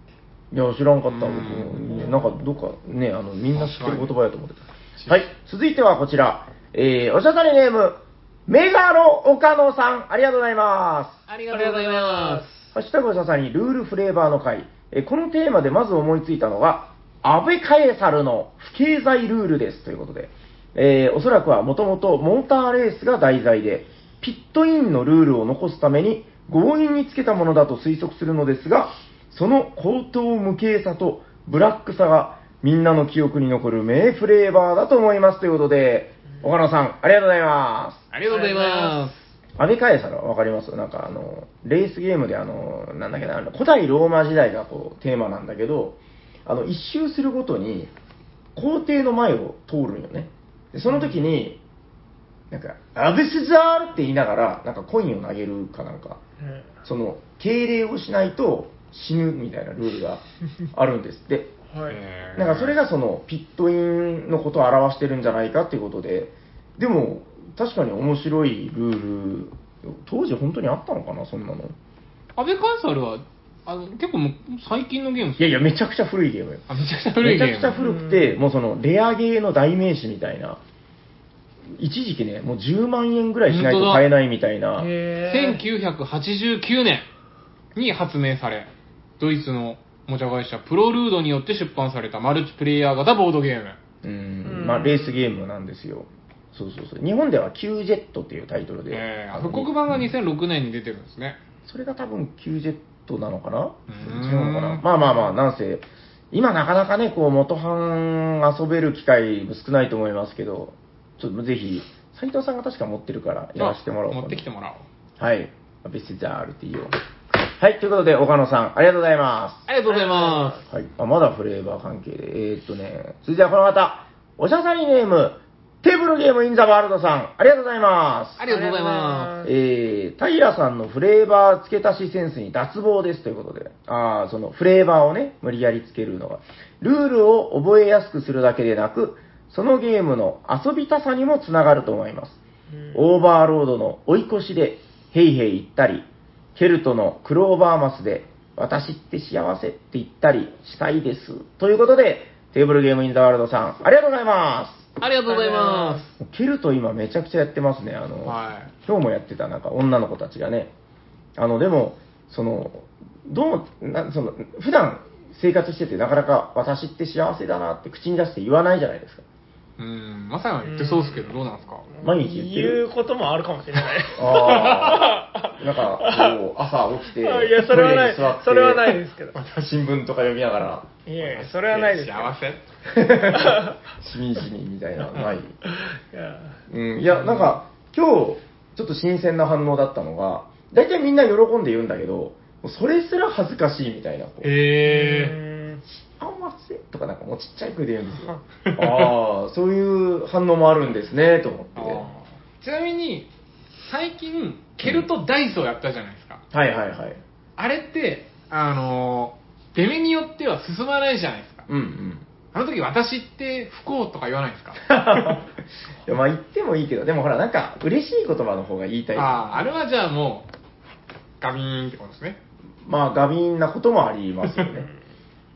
[SPEAKER 2] いや、知らんかった、僕
[SPEAKER 1] うん
[SPEAKER 2] も。なんか、どっかね、あの、みんな知ってる言葉やと思って
[SPEAKER 1] 確
[SPEAKER 2] た。
[SPEAKER 1] か
[SPEAKER 2] は
[SPEAKER 1] に
[SPEAKER 2] い、続いてはこちら。えー、おしゃさりネーム、メガロ岡野さん、ありがとうございます。
[SPEAKER 1] あり
[SPEAKER 3] がとうございま
[SPEAKER 2] ハッシュタグおしゃさり、ルールフレーバーの会。えーこのテーマでまず思いついたのが、安倍カエサルの不経済ルールです、ということで。えー、おそらくはもともとモーターレースが題材で、ピットインのルールを残すために強引につけたものだと推測するのですが、その高等無形さとブラックさがみんなの記憶に残る名フレーバーだと思いますということで、岡野さん、ありがとうございます。
[SPEAKER 1] ありがとうございます。
[SPEAKER 2] 安倍カエサルはわかりますなんかあの、レースゲームであの、なんだっけな、あの古代ローマ時代がこうテーマなんだけど、あの、一周するごとに、皇帝の前を通るんよね。で、その時に、なんか、アベスザールって言いながら、なんかコインを投げるかなんか、
[SPEAKER 3] うん
[SPEAKER 2] その、敬礼をしないと死ぬみたいなルールがあるんですって。
[SPEAKER 3] はい、
[SPEAKER 1] えー
[SPEAKER 2] なんかそれがそのピットインのことを表してるんじゃないかっていうことで、でも確かに面白いルール、当時本当にあったのかな、そんなの。
[SPEAKER 1] 安倍カンサルは、あの結構もう最近のゲームです
[SPEAKER 2] いやいや、めちゃくちゃ古いゲームよ。
[SPEAKER 1] あめちゃくちゃ古いゲーム。
[SPEAKER 2] めちゃくちゃ古くて、もうそのレアゲーの代名詞みたいな、一時期ね、もう10万円ぐらいしないと買えないみたいな、
[SPEAKER 3] へ
[SPEAKER 1] 1989
[SPEAKER 3] ー
[SPEAKER 1] 年に発明され、ドイツのおもちゃ会社プロルードによって出版されたマルチプレイヤー型ボードゲーム。
[SPEAKER 2] うん、まあレースゲームなんですよ。そうそうそう。日本では Q ジェットっていうタイトルで。
[SPEAKER 1] えー、復刻版が2006年に出てるんですね。
[SPEAKER 2] それが多分 Q ジェットなのかな
[SPEAKER 1] う
[SPEAKER 2] 違
[SPEAKER 1] ーん
[SPEAKER 2] うのかなまあまあまあ、なんせ、今なかなかね、こう、元版遊べる機会少ないと思いますけど、ちょっとぜひ、斉藤さんが確か持ってるから、やらせてもらおうか
[SPEAKER 1] あ
[SPEAKER 2] な。
[SPEAKER 1] 持ってきてもらおう。
[SPEAKER 2] はい。ベスザールっていいよ。はい、ということで、岡野さん、ありがとうございます。
[SPEAKER 1] ありがとうございます。
[SPEAKER 2] はい。あ、まだフレーバー関係で。えー、っとね、それじゃあこの方、おしゃさりネーム、テーブルゲームインザワールドさん、ありがとうございます。
[SPEAKER 1] ありがとうございま
[SPEAKER 2] えー、平さんのフレーバー付け足しセンスに脱帽ですということで、あーそのフレーバーをね、無理やりつけるのが、ルールを覚えやすくするだけでなく、そのゲームの遊びたさにもつながると思います。
[SPEAKER 3] うん
[SPEAKER 2] オーバーロードの追い越しで、ヘイヘイ行ったり、ケルトのクローバーマスで、私って幸せって言ったりしたいです。ということで、テーブルゲームインザワールドさん、ありがとうございま。
[SPEAKER 1] ありがとうございます
[SPEAKER 2] ケルト今めちゃくちゃやってますね、あ
[SPEAKER 1] す。
[SPEAKER 2] の、
[SPEAKER 1] は
[SPEAKER 2] 今日もやってた、なんか女の子たちがね、あの、でも、その、どう、なその、普段生活してて、なかなか私って幸せだなって口に出して言わないじゃないですか。
[SPEAKER 1] い。うん、まさや言ってそうですけど、どうなんですか
[SPEAKER 2] 毎日言ってる
[SPEAKER 3] 言うこともあるかもしれない
[SPEAKER 2] あ あ、なんか、こう、朝起きて、
[SPEAKER 3] いやそれはない
[SPEAKER 2] トイレに座って
[SPEAKER 3] それはないですけど
[SPEAKER 2] また新聞とか読みながら、
[SPEAKER 3] いやいやそれはないですよ
[SPEAKER 1] 幸せ
[SPEAKER 2] しみじみみたいな、ない。
[SPEAKER 3] いや
[SPEAKER 2] うん、いや、なんか、今日、ちょっと新鮮な反応だったのが、大体みんな喜んで言うんだけど、もうそれすら恥ずかしいみたいな、こう
[SPEAKER 1] へえ
[SPEAKER 2] あんませとかなんかもうちっちゃい声で言うんです よ。ああ、そういう反応もあるんですね、と思って。は
[SPEAKER 1] ちなみに、最近、ケルトダイスをやったじゃないですか。
[SPEAKER 2] いはいはい。
[SPEAKER 1] あれって、あのー、出目によっては進まないじゃないですか。
[SPEAKER 2] う んうん。
[SPEAKER 1] あの時私って不幸とか言わないですか
[SPEAKER 2] いやまあ言ってもいいけど、でもほら、なんか嬉しい言葉の方が言いたい。
[SPEAKER 1] ああ、あれはじゃあもう、ガビーンってことですね。
[SPEAKER 2] まあ、がびんなこともありますよね。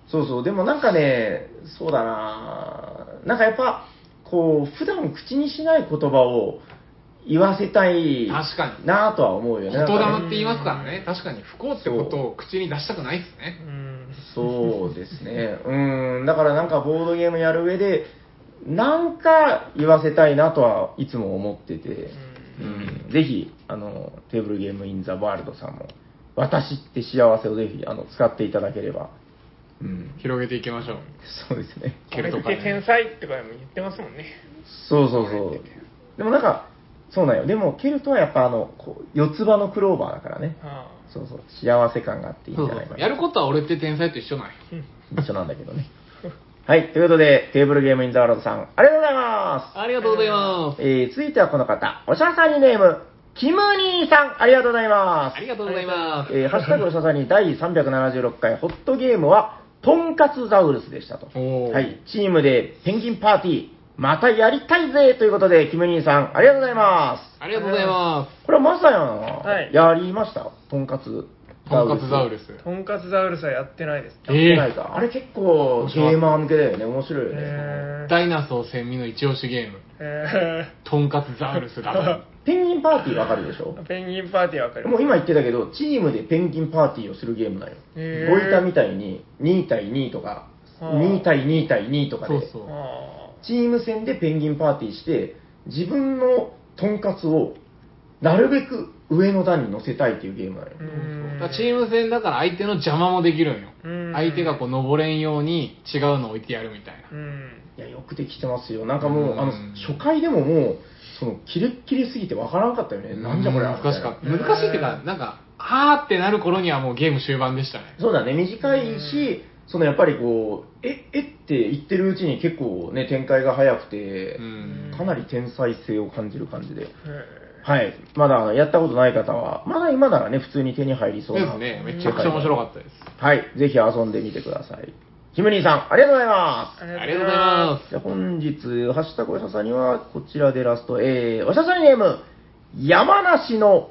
[SPEAKER 2] そうそう、でもなんかね、そうだななんかやっぱ、こう、普段口にしない言葉を言わせたい
[SPEAKER 4] 確かに
[SPEAKER 2] なぁとは思うよね。
[SPEAKER 4] 言
[SPEAKER 2] なん
[SPEAKER 4] 霊
[SPEAKER 2] かね
[SPEAKER 4] って言いますからね確かに不幸ってことを口に出したくないですね
[SPEAKER 3] うん。
[SPEAKER 2] そうですね。うん。だからなんかボードゲームやる上で、なんか言わせたいなとはいつも思ってて、うん。ぜひ、あの、テーブルゲームインザワールドさんも、私って幸せをぜひ、あの、使っていただければ。うん。
[SPEAKER 1] 広げていきましょう。
[SPEAKER 2] そうですね。
[SPEAKER 1] 蹴るとか
[SPEAKER 3] 俺って天
[SPEAKER 1] ね。
[SPEAKER 3] 才とかも言ってますもんね。
[SPEAKER 2] そうそうそう。でもなんか、そうなんよ。でも、ケルトはやっぱあの、こう四つ葉のクローバーだからね。
[SPEAKER 3] あ
[SPEAKER 2] そうそう。幸せ感があっていいん
[SPEAKER 1] そう
[SPEAKER 2] じゃ
[SPEAKER 1] そ
[SPEAKER 2] ないうか
[SPEAKER 1] そう
[SPEAKER 2] な。
[SPEAKER 1] やることは俺って天才と一緒なんよ。
[SPEAKER 2] 一緒なんだけどね。はい。ということで、テーブルゲームインザワールドさん、ありがとうございま
[SPEAKER 1] ありがとうございます
[SPEAKER 2] す。。えー、続いてはこの方、おしゃさにネーム、キムニーさん、ありがとうございま
[SPEAKER 1] あ
[SPEAKER 2] す。
[SPEAKER 1] りがとうございます。
[SPEAKER 2] えー、ハッシュタグおしゃさに第376回ホットゲームは、トンカツザウルスでしたと。
[SPEAKER 1] おー
[SPEAKER 2] はい。チームでペンギンパーティー、またやりたいぜということで、キムニーさん、ありがとうございます。
[SPEAKER 1] ありがとうございま
[SPEAKER 2] これはまさやん、
[SPEAKER 3] はい
[SPEAKER 2] やりましたトンカツ
[SPEAKER 1] す。とんかつザウルス。
[SPEAKER 3] あ。とんかつザウルスはやってないです。
[SPEAKER 2] やって
[SPEAKER 1] え
[SPEAKER 2] ない
[SPEAKER 1] ー
[SPEAKER 2] かあれ結構ゲーマー向けだよね。面白いよね。
[SPEAKER 3] えー
[SPEAKER 1] ダイナソー千味の一押しゲーム。
[SPEAKER 3] え
[SPEAKER 1] とんかつザウルス だ
[SPEAKER 2] ペンギンパーティーわかるでしょ
[SPEAKER 3] ーペンギンパーティーわかりま
[SPEAKER 2] もう今言ってたけど、チームでペンギンパーティーをするゲームだよ。
[SPEAKER 3] へー
[SPEAKER 2] ボイタみたいに2対2とか、
[SPEAKER 3] はあ
[SPEAKER 2] 2対2対2とか
[SPEAKER 1] と。そう
[SPEAKER 2] で、
[SPEAKER 1] そ
[SPEAKER 3] す。
[SPEAKER 1] う。
[SPEAKER 3] あ
[SPEAKER 2] チーム戦でペンギンパーティーして、自分のトンカツをなるべく上の段に乗せたいっていうゲームだよ。
[SPEAKER 3] ーうーん
[SPEAKER 1] だからチーム戦だから相手の邪魔もできるんよ。
[SPEAKER 3] うん
[SPEAKER 1] 相手がこう登れんように違うの置いてやるみたいな。
[SPEAKER 3] うん。
[SPEAKER 2] いや、よくできてますよ。なんかもう、
[SPEAKER 1] うん
[SPEAKER 2] あの、初回でももう、その、キレッキレすぎてわからんかったよね。なんじゃこれは。
[SPEAKER 1] 難しかっ
[SPEAKER 2] み
[SPEAKER 1] た。
[SPEAKER 2] いな
[SPEAKER 1] 難しいっていうか、なんか、はーってなる頃にはもうゲーム終盤でしたね。
[SPEAKER 2] そうだね、短いし、そのやっぱりこう、え、えって言ってるうちに結構ね、展開が早くて
[SPEAKER 1] う、ん。
[SPEAKER 2] かなり天才性を感じる感じで。
[SPEAKER 3] へ
[SPEAKER 2] はい。まだあのやったことない方は、まだ今ならね、普通に手に入り
[SPEAKER 1] そ
[SPEAKER 2] そう
[SPEAKER 1] うで
[SPEAKER 2] な。
[SPEAKER 1] すね。めちゃくちゃ面白かったです。
[SPEAKER 2] はい。ぜひ遊んでみてください。キムニーさん、ありがとうございます。
[SPEAKER 3] ー
[SPEAKER 1] ありがとうございま
[SPEAKER 2] じゃあ本日、ハッシュタグおしゃさには、こちらでラスト、えー、おしゃさにネーム、山梨の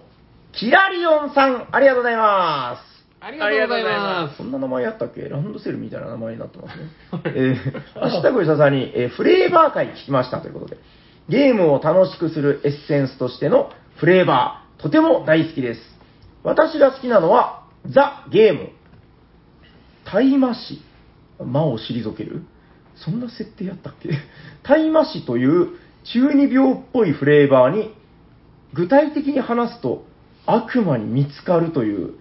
[SPEAKER 2] キラリオンさん、ありがとうございます。
[SPEAKER 1] す。ありがとうございま
[SPEAKER 2] そ
[SPEAKER 1] す。
[SPEAKER 2] んな名前あったっけランドセルみたいな名前になってますね。えー、明日ごいささんに、えーフレーバー会聞きましたということで、ゲームを楽しくするエッセンスとしてのフレーバー、とても大好きです。私が好きなのは、ザ・ゲーム。大麻師。魔を退けるそんな設定やったっけ大麻師という中二病っぽいフレーバーに、具体的に話すと悪魔に見つかるという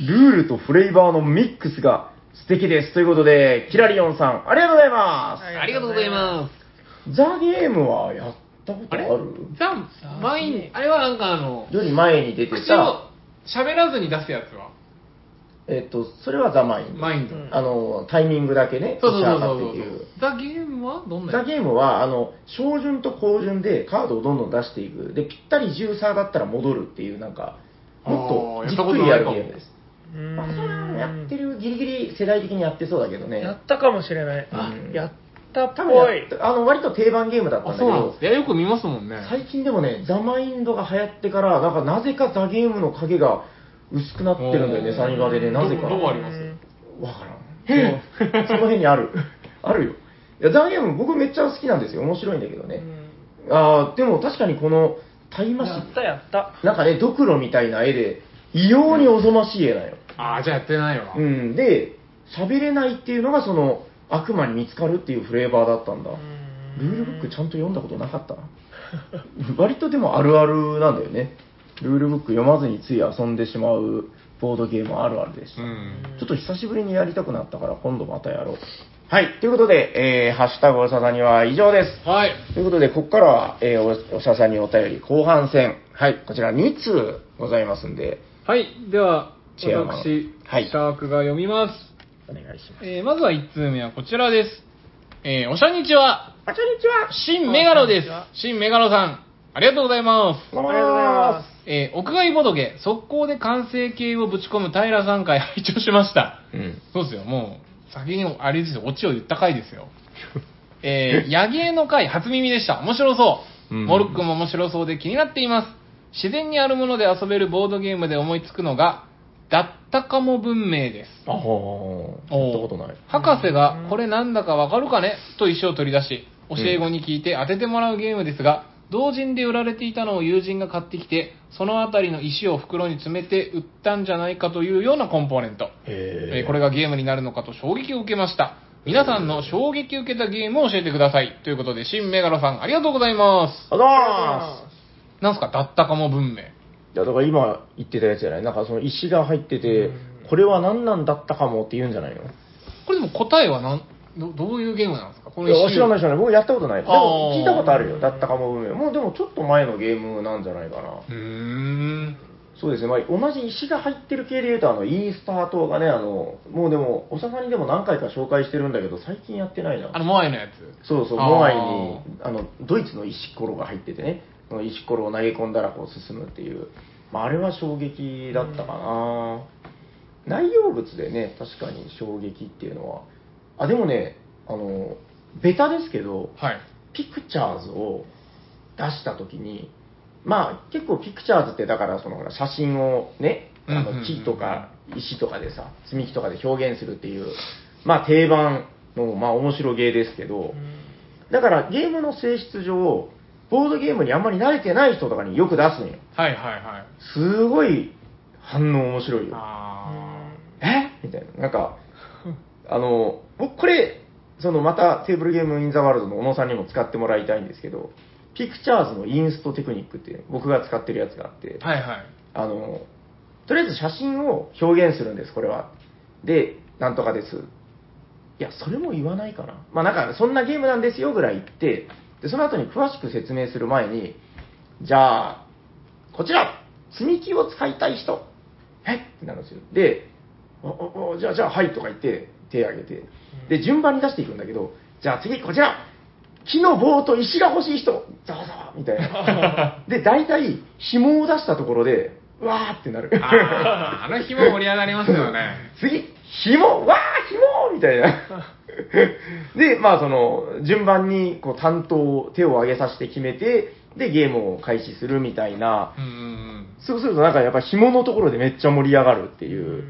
[SPEAKER 2] ルールとフレーバーのミックスが素敵ですということでキラリオンさんありがとうございます、
[SPEAKER 3] はい
[SPEAKER 1] ありがとうございます。
[SPEAKER 2] ザ・ゲームはやったことあ
[SPEAKER 1] あれ
[SPEAKER 2] る
[SPEAKER 1] ザ・マイン、あれはなんかあの、
[SPEAKER 2] より前に出て
[SPEAKER 1] 口を
[SPEAKER 2] た
[SPEAKER 1] 喋らずに出すやつは、
[SPEAKER 2] えっとそれはザ・マインド
[SPEAKER 1] マインド。
[SPEAKER 3] うん
[SPEAKER 2] あのタイミングだけね
[SPEAKER 1] そうそうそう
[SPEAKER 2] 打
[SPEAKER 1] そ
[SPEAKER 2] ち上がっ
[SPEAKER 1] う
[SPEAKER 2] てっていう
[SPEAKER 1] ザ・ゲームはどんな
[SPEAKER 2] ザ・
[SPEAKER 1] やつ
[SPEAKER 2] ゲームはあの照準と高順でカードをどんどん出していくでぴったり10差だったら戻るっていうなんかもっとじっくりやるゲームです
[SPEAKER 3] う
[SPEAKER 2] まあそれは
[SPEAKER 3] ーん
[SPEAKER 2] やってるギリギリ世代的にやってそうだけどね
[SPEAKER 3] やったかもしれない。
[SPEAKER 2] あ
[SPEAKER 3] やったっ
[SPEAKER 2] 多分
[SPEAKER 3] ぽ
[SPEAKER 2] や
[SPEAKER 3] い
[SPEAKER 2] っ。たあの割と定番ゲームだった
[SPEAKER 1] あ、
[SPEAKER 2] んだけ
[SPEAKER 1] そうなんで
[SPEAKER 2] ど
[SPEAKER 1] す。いや、よく見ますもんね。
[SPEAKER 2] 最近でもねザ・マインドが流行ってからなんかなぜかザ・ゲームの影が薄くなってるんだよね
[SPEAKER 1] おー
[SPEAKER 2] サニバでねなぜか
[SPEAKER 1] どこどこあります
[SPEAKER 2] わからんそのその辺にあるあるよいやザ・ゲーム僕めっちゃ好きなんですよ面白いんだけど
[SPEAKER 3] う
[SPEAKER 2] ね、
[SPEAKER 3] ん
[SPEAKER 2] あーでも確かにこのタイマシ
[SPEAKER 3] やったやった。
[SPEAKER 2] なんかねドクロみたいな絵で異様におぞましい絵だよ、
[SPEAKER 1] あー、じゃあやってないわ。
[SPEAKER 2] うん、で喋れないっていうのがその悪魔に見つかるっていうフレーバーだったんだ、ルールブックちゃんと読んだことなかったな割とでもあるあるなんだよねルールブック読まずについ遊んでしまうボードゲームあるあるでした、
[SPEAKER 1] うん
[SPEAKER 2] ちょっと久しぶりにやりたくなったから今度またやろうはいということで、えーハッシュタグおささには以上です
[SPEAKER 1] はい。
[SPEAKER 2] ということで、ここからは、えーお、おしゃさにお便り後半戦。はい、こちら2通ございますんで、
[SPEAKER 1] はい。では、
[SPEAKER 2] チェアマン
[SPEAKER 1] 私、
[SPEAKER 2] はい
[SPEAKER 1] シャークが読みます。
[SPEAKER 2] お願いします。
[SPEAKER 1] えーまずは1通目はこちらです。えーおしゃにちは、
[SPEAKER 2] あ、こんにちは
[SPEAKER 1] 新メガロで
[SPEAKER 3] こんにちは
[SPEAKER 1] す。新メガロさん、ありがとうございます。
[SPEAKER 2] どうも。
[SPEAKER 3] ありがとうございます
[SPEAKER 1] えー屋外ボドゲ、速攻で完成形をぶち込む平さん会拝聴しました。
[SPEAKER 2] うん。
[SPEAKER 1] そうですよ、もう、先にもあれですよ、オチを言った回ですよ。 えー、野芸の回、初耳でした。面白そう。
[SPEAKER 2] うん
[SPEAKER 1] モルックも面白そうで気になっています。自然にあるもので遊べるボードゲームで思いつくのが、だったかも文明です。
[SPEAKER 2] ああ、
[SPEAKER 1] お
[SPEAKER 2] や
[SPEAKER 1] う
[SPEAKER 2] ったことない。
[SPEAKER 1] 博士が、これなんだかわかるかねと石を取り出し、教え子に聞いて当ててもらうゲームですが、同人で売られていたのを友人が買ってきて、そのあたりの石を袋に詰めて売ったんじゃないかというようなコンポーネント。え
[SPEAKER 2] え
[SPEAKER 1] ーこれがゲームになるのかと衝撃を受けました。皆さんの衝撃を受けたゲームを教えてください。ということで、新メガロさん、ありがとうございます。
[SPEAKER 2] あざーす
[SPEAKER 1] なんすか、だったかも文明。
[SPEAKER 2] いやだから今言ってたやつじゃないなんかその石が入ってて、これは何なんだったかもって言うんじゃないの
[SPEAKER 1] これでも答えはなんどどういうゲームなんですかこの
[SPEAKER 2] いや知らない
[SPEAKER 1] い。
[SPEAKER 2] 知らない僕やったことないでも
[SPEAKER 1] あー
[SPEAKER 2] 聞いたことあるよだったかも運命もうでもちょっと前のゲームなんじゃないかな
[SPEAKER 1] うーん。
[SPEAKER 2] そうですね、まあ、同じ石が入ってる系でいうとあのイースター島がねあのもうでもおささんにでも何回か紹介してるんだけど最近やってないな
[SPEAKER 1] あの、モアイのやつ。
[SPEAKER 2] そうそう
[SPEAKER 1] あー
[SPEAKER 2] モアイにあのドイツの石ころが入っててねその石ころを投げ込んだらこう進むっていう、まあ、あれは衝撃だったかな、内容物でね確かに衝撃っていうのはあでもねあのベタですけど
[SPEAKER 1] はい。
[SPEAKER 2] ピクチャーズを出した時にまあ結構ピクチャーズってだからそのほら写真をねあ
[SPEAKER 1] うんうんうん
[SPEAKER 2] の木とか石とかでさ積み木とかで表現するっていうまあ定番のまあ面白ゲーですけどだからゲームの性質上ボードゲームにあんまり慣れてない人とかによく出すのよ
[SPEAKER 1] はいはいはい。
[SPEAKER 2] すごい反応面白いよ
[SPEAKER 1] あ
[SPEAKER 2] えみたいな。なんか、あの、僕これ、そのまたテーブルゲームインザワールドの小野さんにも使ってもらいたいんですけど、ピクチャーズのインストテクニックって僕が使ってるやつがあって
[SPEAKER 1] ー。、はい はい。
[SPEAKER 2] あの、とりあえず写真を表現するんです、これは。で、なんとかです。いや、それも言わないかな。まあなんか、そんなゲームなんですよぐらい言って、で、その後に詳しく説明する前に、じゃあ、こちら積み木を使いたい人えってなるんですよ。で、おおおじゃあ、じゃあ、はいとか言って、手挙げて。で、順番に出していくんだけど、じゃあ次、こちら木の棒と石が欲しい人ざわざわみたい な。で、大体、紐を出したところで、うわーってなる。
[SPEAKER 4] あーあの日も盛り上がりますよね。
[SPEAKER 2] 次、紐わー、紐みたい な。で、まあ、その、順番に、こう、担当を、手を挙げさせて決めて、で、ゲームを開始するみたいな、
[SPEAKER 1] うんうん
[SPEAKER 2] そうするとなんかやっぱ紐のところでめっちゃ盛り上がるっていう、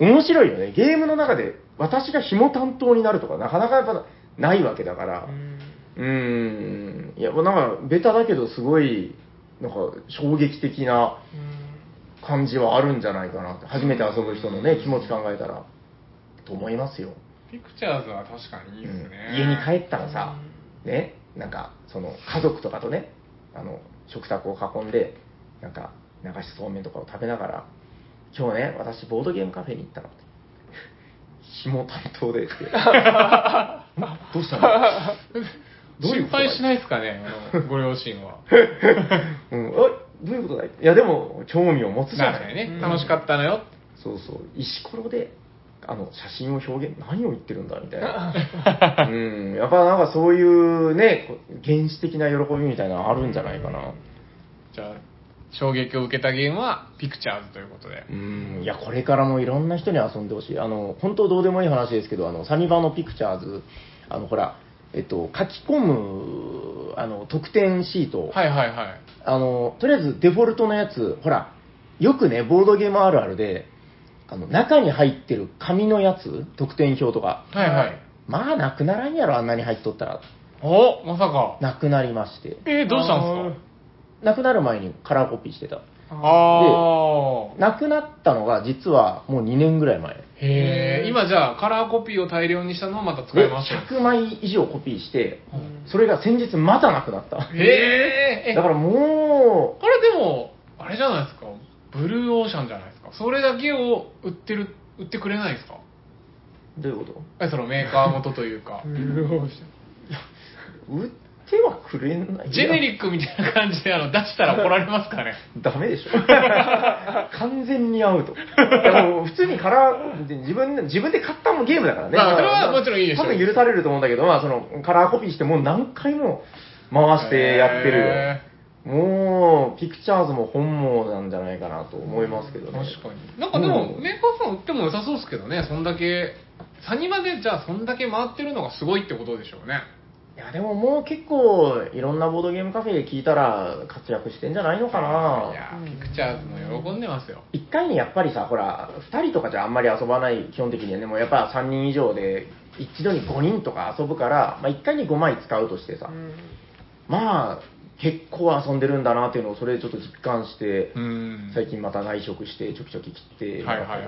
[SPEAKER 2] 面白いよね。ゲームの中で私が紐担当になるとかなかなかやっぱないわけだから、うーん、いや、なんかベタだけどすごい、なんか衝撃的な感じはあるんじゃないかなって、初めて遊ぶ人のね、気持ち考えたら、と思いますよ。
[SPEAKER 4] ピクチャーズは確かにいいですね。
[SPEAKER 2] うん家に帰ったらさ、ね、なんか、その、家族とかとね、あの、食卓を囲んで、なんか、流しそうめんとかを食べながら、今日ね、私、ボードゲームカフェに行ったの。 紐担当でって。 どうしたの
[SPEAKER 1] うん。
[SPEAKER 2] どうい
[SPEAKER 1] 心
[SPEAKER 2] うこと
[SPEAKER 1] 配しないですかね、あのご両親は。
[SPEAKER 2] うん、おいどういうことだいいや、でも、興味を持つじゃ
[SPEAKER 1] 確
[SPEAKER 2] な
[SPEAKER 1] か
[SPEAKER 2] い。
[SPEAKER 1] にね、楽しかったのよ。
[SPEAKER 2] そうそう、石ころで、あの、写真を表現、何を言ってるんだみたいな。 うん、やっぱなんかそういうね、こう原始的な喜びみたいなのあるんじゃないかな。
[SPEAKER 1] じゃあ、衝撃を受けたゲームは、ピクチャーズということで
[SPEAKER 2] う。ん、いや、これからもいろんな人に遊んでほしい。あの、本当どうでもいい話ですけど、あの、サニバのピクチャーズ、あの、ほら、えっと、書き込む、あの、得点シート。
[SPEAKER 1] はいはいはい。
[SPEAKER 2] あの、とりあえずデフォルトのやつ、ほら、よくね、ボードゲームあるあるで、あの、中に入ってる紙のやつ、得点表とか、
[SPEAKER 1] はいはい。
[SPEAKER 2] まあ、なくならんやろ、あんなに入っとったら。
[SPEAKER 1] おまさか。
[SPEAKER 2] なくなりまして。
[SPEAKER 1] えー、どうしたんです
[SPEAKER 2] なくなる前にカラーコピーしてた。
[SPEAKER 1] か
[SPEAKER 2] ー
[SPEAKER 1] ああ。
[SPEAKER 2] なくなったのが、実はもう2年ぐらい前。
[SPEAKER 1] へえ、今じゃあカラーコピーを大量にしたのをまた使いましょ
[SPEAKER 2] 100枚以上コピーして、それが先日またなくなった。
[SPEAKER 1] う。へえ、え、
[SPEAKER 2] だ
[SPEAKER 1] こ
[SPEAKER 2] からも
[SPEAKER 1] れでも、あれじゃないですか、ブルーオーシャンじゃないですか。それだけを売ってる、売ってくれないですか
[SPEAKER 2] う、どういうこと
[SPEAKER 1] えそのメーカー元という か。
[SPEAKER 2] 売ってはくれない。
[SPEAKER 1] ジェネリックみたいな感じであの出したら怒られますかね。
[SPEAKER 2] ダメ でしょ。完全にアウト。いやもう普通にカラー、自分で、自分で買ったもゲームだからね。
[SPEAKER 1] まあそれはもちろんいいでしょう
[SPEAKER 2] 多分許されると思うんだけど、まあそのカラーコピーしてもう何回も回してやってる
[SPEAKER 1] へ
[SPEAKER 2] よ。もう、ピクチャーズも本望なんじゃないかなと思いますけど
[SPEAKER 1] ー
[SPEAKER 2] ね。
[SPEAKER 1] 確かに。なんかでも、
[SPEAKER 2] うん
[SPEAKER 1] メーカーさん売っても良さそうですけどね、そんだけ、サニバでじゃあそんだけ回ってるのがすごいってことでしょうね。
[SPEAKER 2] いや、でももう結構、いろんなボードゲームカフェで聞いたら活躍してんじゃないのかない
[SPEAKER 1] やーピクチャーズも喜んでますよ。
[SPEAKER 2] 一回にやっぱりさ、ほら、二人とかじゃあんまり遊ばない、基本的にはね、もうやっぱ三人以上で、一度に五人とか遊ぶから、まあ一回に五枚使うとしてさ、まあ、結構遊んでるんだなっていうのをそれちょっと実感して、
[SPEAKER 1] うん
[SPEAKER 2] 最近また内職してちょきちょき切って
[SPEAKER 1] はいはいはいは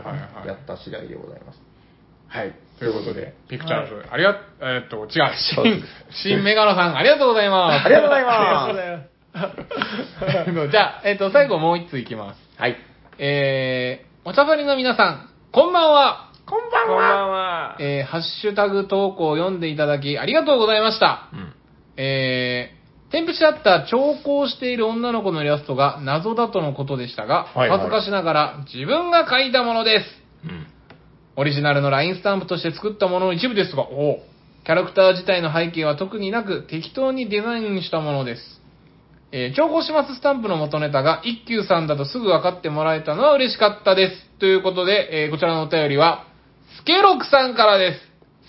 [SPEAKER 1] い
[SPEAKER 2] やった次第でございますはい
[SPEAKER 1] ということで、ピクチャーズ、
[SPEAKER 3] は
[SPEAKER 1] ありが、えーっと、違う、
[SPEAKER 2] そうで
[SPEAKER 1] 新、新メガロさん、ありがとうございます。
[SPEAKER 2] ありがとうござい
[SPEAKER 3] あ
[SPEAKER 2] ま
[SPEAKER 3] りがとうございます。
[SPEAKER 1] す。 じゃあ、えーっと、最後もう一通いきます。
[SPEAKER 2] すはい
[SPEAKER 1] えー、お茶ばりの皆さん、こんばんは。
[SPEAKER 2] こんば
[SPEAKER 3] こんばんは。
[SPEAKER 1] えー、ハッシュタグ投稿を読んでいただき、ありがとうございました。
[SPEAKER 2] うん
[SPEAKER 1] えー、添付してあった調校している女の子のイラストが謎だとのことでしたが、
[SPEAKER 2] はいはい
[SPEAKER 1] 恥ずかしながら自分が描いたものです。
[SPEAKER 2] うん
[SPEAKER 1] オリジナルのラインスタンプとして作ったものの一部ですが、おうキャラクター自体の背景は特になく、適当にデザインしたものです。えー、調合しますスタンプの元ネタが一休さんだとすぐ分かってもらえたのは嬉しかったです。ということで、えーこちらのお便りは、スケロクさんからで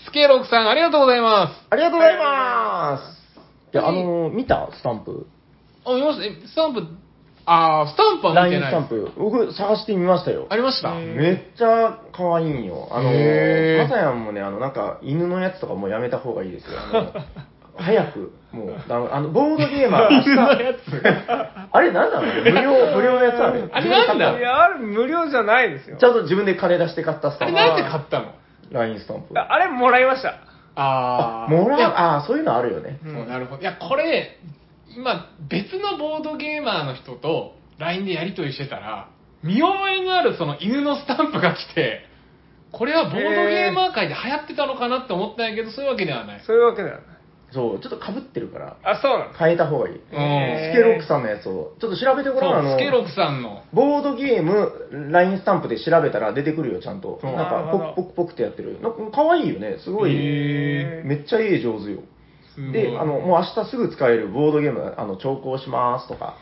[SPEAKER 1] す。スケロクさん、ありがとうございます。
[SPEAKER 2] ありがとうございますいやあのー見たスタンプ
[SPEAKER 1] あ、見ましたえ、スタンプ、あー、スタンプは
[SPEAKER 2] ラ
[SPEAKER 1] 見
[SPEAKER 2] イ
[SPEAKER 1] て
[SPEAKER 2] ン
[SPEAKER 1] ない
[SPEAKER 2] スタンプ僕探してみましたよ
[SPEAKER 1] ありました
[SPEAKER 3] へ
[SPEAKER 2] めっちゃ可愛いんよ。あの、
[SPEAKER 1] へー
[SPEAKER 2] まさやんもね、あの、なんか、犬のやつとかもうやめた方がいいですよ。あの 早く、もう、あの、あのボードゲーマー、明日、あれなんなの無料、無料のやつあれ。
[SPEAKER 1] あれなんだ
[SPEAKER 3] いや、あれ無料じゃないですよ
[SPEAKER 2] ち。ゃんと自分で金出して買ったス
[SPEAKER 1] あ
[SPEAKER 2] タ
[SPEAKER 1] れ
[SPEAKER 2] ンプ。
[SPEAKER 1] なんで買ったの
[SPEAKER 2] ラインスタンプ。
[SPEAKER 3] ああれもらいました。
[SPEAKER 1] あー。
[SPEAKER 2] も
[SPEAKER 1] い
[SPEAKER 2] らう
[SPEAKER 1] や、
[SPEAKER 2] ああ、そういうのあるよね。
[SPEAKER 3] うん
[SPEAKER 1] そうなるほど。いや、これ、今、別のボードゲーマーの人と LINE でやり取りしてたら、見覚えのあるその犬のスタンプが来て、これはボードゲーマー界で流行ってたのかなって思ったんやけど、そういうわけではない。
[SPEAKER 3] そういうわけではない。
[SPEAKER 2] そう、ちょっと被ってるから、
[SPEAKER 3] あ、そうなんです。
[SPEAKER 2] 変えた方がいい。
[SPEAKER 1] うん
[SPEAKER 3] へー
[SPEAKER 2] スケロックさんのやつを、ちょっと調べてご
[SPEAKER 1] そ
[SPEAKER 2] らん、あ
[SPEAKER 1] う、
[SPEAKER 2] の
[SPEAKER 1] ス、ケロクさんの。
[SPEAKER 2] ボードゲーム、ラインスタンプで調べたら出てくるよ、ちゃんと。
[SPEAKER 1] そう
[SPEAKER 2] なん
[SPEAKER 3] な
[SPEAKER 2] か、
[SPEAKER 3] る
[SPEAKER 2] ポ
[SPEAKER 3] ほど
[SPEAKER 2] クポクポクってやってる。なんか、かわいいよね、すごい。
[SPEAKER 1] へ
[SPEAKER 2] めっちゃ絵上手よ。
[SPEAKER 1] すごい
[SPEAKER 2] で、あの、もう明日すぐ使えるボードゲーム、あの、調校します とか、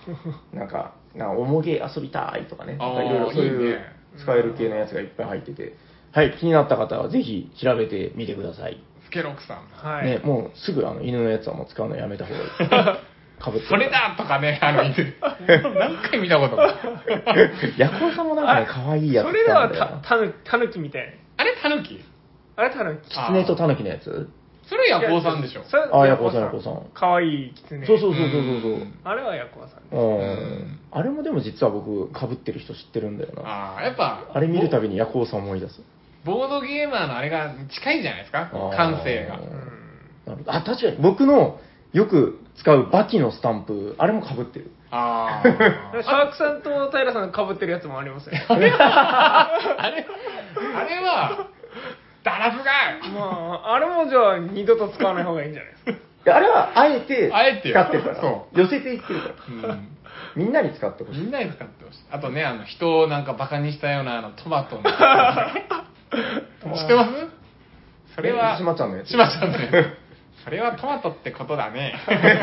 [SPEAKER 2] なんか、なんかおもげ遊びたいとかね、
[SPEAKER 1] あー
[SPEAKER 2] なんかいろいろそう
[SPEAKER 1] いい
[SPEAKER 2] い
[SPEAKER 1] ね
[SPEAKER 2] う使える系のやつがいっぱい入ってて、はい、気になった方はぜひ調べてみてください。
[SPEAKER 1] スケロクさん。
[SPEAKER 3] はい。
[SPEAKER 2] ね、もうすぐあの犬のやつはもう使うのやめた方 がいい。かぶってる
[SPEAKER 1] それだとかね、あの犬。何回見たことある
[SPEAKER 2] ヤコウさんもなんかね、可愛いやつ
[SPEAKER 3] そ
[SPEAKER 2] 来
[SPEAKER 3] れで
[SPEAKER 2] た
[SPEAKER 3] は
[SPEAKER 2] んだよな
[SPEAKER 3] た、たぬ、たぬきみたい
[SPEAKER 1] あれ、タヌキ
[SPEAKER 3] な。あれ、たぬき。
[SPEAKER 2] キツネとタヌキのやつ
[SPEAKER 1] それヤコウさんでしょ。。
[SPEAKER 3] それ
[SPEAKER 2] あヤコウさんヤコウさん
[SPEAKER 3] かわいいキツネ。
[SPEAKER 2] そうそうそうそうそうそううん
[SPEAKER 3] あれはヤコウさんで
[SPEAKER 2] うん。あれもでも実は僕、かぶってる人知ってるんだよな。
[SPEAKER 1] ああ、やっぱ。
[SPEAKER 2] あれ見るたびにヤコウさん思い出す。
[SPEAKER 1] ボードゲーマーのあれが近いじゃないですか
[SPEAKER 2] あー
[SPEAKER 1] 感性が。
[SPEAKER 3] す。う
[SPEAKER 2] うん
[SPEAKER 3] ん。
[SPEAKER 2] なるほどあ、確かに。僕のよく使うバキのスタンプ、あれも被ってる。
[SPEAKER 1] あ
[SPEAKER 3] シ
[SPEAKER 1] あ。
[SPEAKER 3] ャークさんと平さんかぶってるやつもあります ね。ま
[SPEAKER 1] あれ、あれは、だらずが
[SPEAKER 3] あ、あれもじゃあ二度と使わない方がいいんじゃな いですか。
[SPEAKER 2] いやあれは、あえて、
[SPEAKER 1] あえてよ
[SPEAKER 2] 使ってるから。
[SPEAKER 1] そ
[SPEAKER 2] 寄せていってるから。
[SPEAKER 1] うん
[SPEAKER 2] みんなに使ってほし
[SPEAKER 1] み
[SPEAKER 2] い。
[SPEAKER 1] んなに使ってほしい。あとね、あの、人をなんかバカにしたような、あの、トマトの。知ってますそれは、
[SPEAKER 2] えしまちゃんのやつ
[SPEAKER 1] しまちゃんのやつそれはトマトってことだね。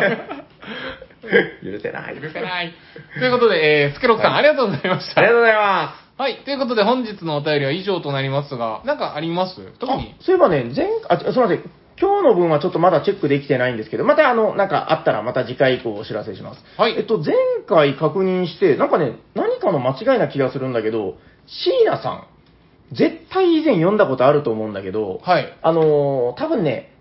[SPEAKER 2] 許せない。
[SPEAKER 1] 許せない。ということで、えースケロクさん、ありがとうございました。
[SPEAKER 2] ありがとうございま
[SPEAKER 1] はい。ということで、本日のお便りは以上となりますが、なんかあります特に
[SPEAKER 2] す。そういえばね、前、あ、ちょすみません。今日の分はちょっとまだチェックできてないんですけど、またあの、なんかあったらまた次回以降お知らせします。
[SPEAKER 1] はい
[SPEAKER 2] えっと、前回確認して、なんかね、何かの間違いな気がするんだけど、椎名さん、絶対以前読んだことあると思うんだけど、
[SPEAKER 1] はい。
[SPEAKER 2] あのー多分ね、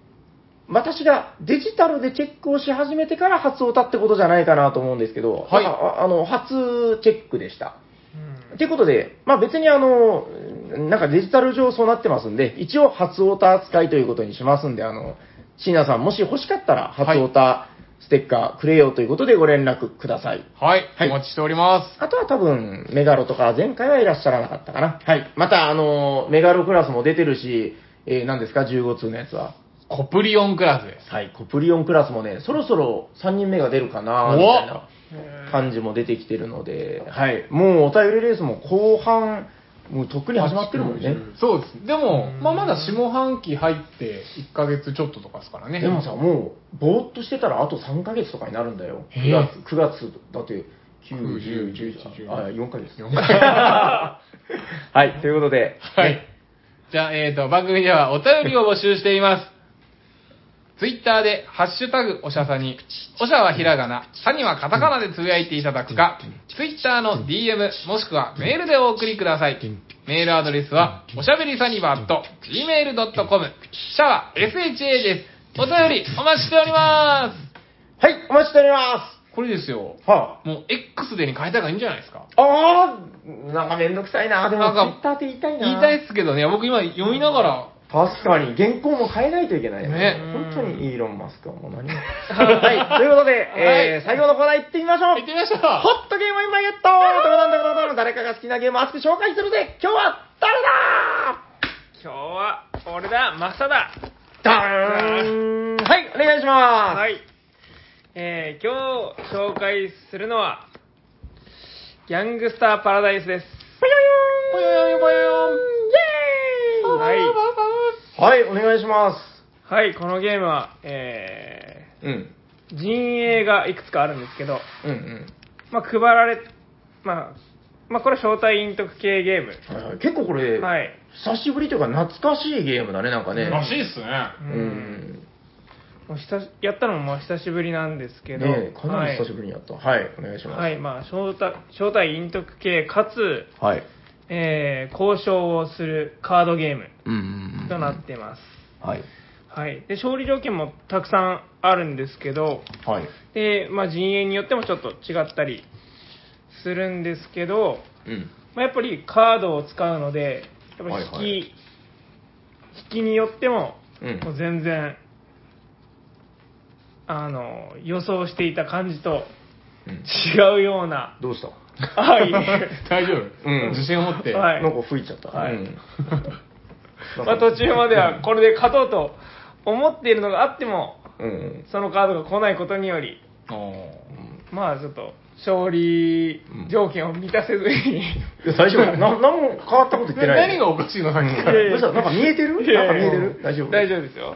[SPEAKER 2] 私がデジタルでチェックをし始めてから初オタってことじゃないかなと思うんですけど、
[SPEAKER 1] はい
[SPEAKER 2] なんかああの、初チェックでした。
[SPEAKER 3] うん
[SPEAKER 2] ということで、まあ別にあの、なんかデジタル上そうなってますんで、一応初オタ扱いということにしますんで、あの、椎名さんもし欲しかったら初オタステッカーくれよということでご連絡ください。
[SPEAKER 1] はい。
[SPEAKER 2] はい
[SPEAKER 1] お待ちしております。
[SPEAKER 2] あとは多分、メガロとか前回はいらっしゃらなかったかな。はい。また、あの、メガロクラスも出てるし、えー、何ですか、15通のやつは。
[SPEAKER 1] コプリオンクラスです。
[SPEAKER 2] はい、コプリオンクラスもね、そろそろ3人目が出るかな、
[SPEAKER 1] お
[SPEAKER 2] みたいな
[SPEAKER 3] へー
[SPEAKER 2] 感じも出てきてるので、はい、もうお便りレースも後半、もうとっくに始まってるもんね。
[SPEAKER 1] そうです。でも、
[SPEAKER 3] うん
[SPEAKER 1] まあ、まだ下半期入って1ヶ月ちょっととかですからね。
[SPEAKER 2] でもさ、もう、ぼーっとしてたらあと3ヶ月とかになるんだよ。
[SPEAKER 1] へ
[SPEAKER 2] 9
[SPEAKER 1] え
[SPEAKER 2] 月、9月だって、9、10、
[SPEAKER 1] 10
[SPEAKER 2] 11、あ、4ヶ月。
[SPEAKER 1] 4ヶ月
[SPEAKER 2] はい、ということで、
[SPEAKER 1] はい。じゃあ、えっ、と、番組ではお便りを募集しています。ツイッターで、ハッシュタグ、おしゃさに、おしゃはひらがな、さにはカタカナでつぶやいていただくか、ツイッターの DM、もしくはメールでお送りください。メールアドレスは、おしゃべりサニバーと gmail.com、シャワー SHA です。お便りお待ちしております。
[SPEAKER 2] はい、お待ちしております。
[SPEAKER 1] これですよ。
[SPEAKER 2] は
[SPEAKER 1] もう X でに変えた方がいいんじゃないですか。
[SPEAKER 2] あ。ああなんかめんどくさいな。でも、
[SPEAKER 1] なんか
[SPEAKER 2] Twitter って言いたいな。
[SPEAKER 1] 言いたいですけどね、僕今読みながら、
[SPEAKER 2] 確かに、原稿も変えないといけない
[SPEAKER 1] ね
[SPEAKER 2] 本当にイーロン・マスクはもう何も。 はい、ということで、えー最後のコーナー行ってみましょう。
[SPEAKER 1] 行ってみましょう
[SPEAKER 2] ホットゲームインマイゲットどろどろどろどろ誰かが好きなゲームを熱く紹介するぜ今日は誰だ
[SPEAKER 3] 今日は俺だマサだ
[SPEAKER 2] ダーンはい、お願いします。
[SPEAKER 3] はい。えー、今日紹介するのは、ギャングスターパラダイスです。
[SPEAKER 2] ぽよよんぽよよんイェーイ
[SPEAKER 3] はい。
[SPEAKER 2] はい、お願いしま
[SPEAKER 3] はい、このゲームは、え
[SPEAKER 2] す。うん。
[SPEAKER 3] ー、陣営がいくつかあるんですけど、
[SPEAKER 2] うんうん。
[SPEAKER 3] まあ、配られ、まあ、まあ、これ招待隠匿系ゲーム。
[SPEAKER 2] はいはい結構これ、
[SPEAKER 3] はい。
[SPEAKER 2] 久しぶりというか懐かしいゲームだね、なんかね。
[SPEAKER 1] らしいっすね。
[SPEAKER 3] う。
[SPEAKER 2] うんん。
[SPEAKER 3] もう久しやったのもまあ久しぶりなんですけど、
[SPEAKER 2] ねえかなり久しぶりにやった。はい、お願いします。
[SPEAKER 3] はい、はい、まあ、招待、招待隠匿系かつ、
[SPEAKER 2] はい。
[SPEAKER 3] えー、交渉をするカードゲーム
[SPEAKER 2] うんうんうん
[SPEAKER 3] となってます。
[SPEAKER 2] はい。
[SPEAKER 3] はい、で勝利条件もたくさんあるんですけど
[SPEAKER 2] はい。
[SPEAKER 3] で、まあ、陣営によってもちょっと違ったりするんですけど、
[SPEAKER 2] うん。
[SPEAKER 3] まあ、やっぱりカードを使うのでやっぱ引き、
[SPEAKER 2] はいはい
[SPEAKER 3] 引きによっても,、
[SPEAKER 2] うん
[SPEAKER 3] もう全然あの予想していた感じと
[SPEAKER 2] うん
[SPEAKER 3] 違うよ うな
[SPEAKER 2] どうした
[SPEAKER 3] はい
[SPEAKER 1] 大丈夫、
[SPEAKER 2] うん
[SPEAKER 1] 自信を持って。
[SPEAKER 3] はい
[SPEAKER 2] なんか吹いちゃった。
[SPEAKER 3] はい
[SPEAKER 2] うん
[SPEAKER 3] まあ、途中まではこれで勝とうと思っているのがあっても
[SPEAKER 2] うん。
[SPEAKER 3] そのカードが来ないことにより
[SPEAKER 1] おー
[SPEAKER 3] まあちょっと勝利条件を満たせ ずに、
[SPEAKER 2] いや大丈夫な 何も変わったこと言ってない。
[SPEAKER 1] 何がおかしいのさっきか
[SPEAKER 3] いやい
[SPEAKER 1] ら。
[SPEAKER 3] や
[SPEAKER 2] どうしたなんか見えてる
[SPEAKER 3] いや
[SPEAKER 2] ないんか見
[SPEAKER 3] や
[SPEAKER 2] えてる大丈夫
[SPEAKER 3] 大丈夫ですよ、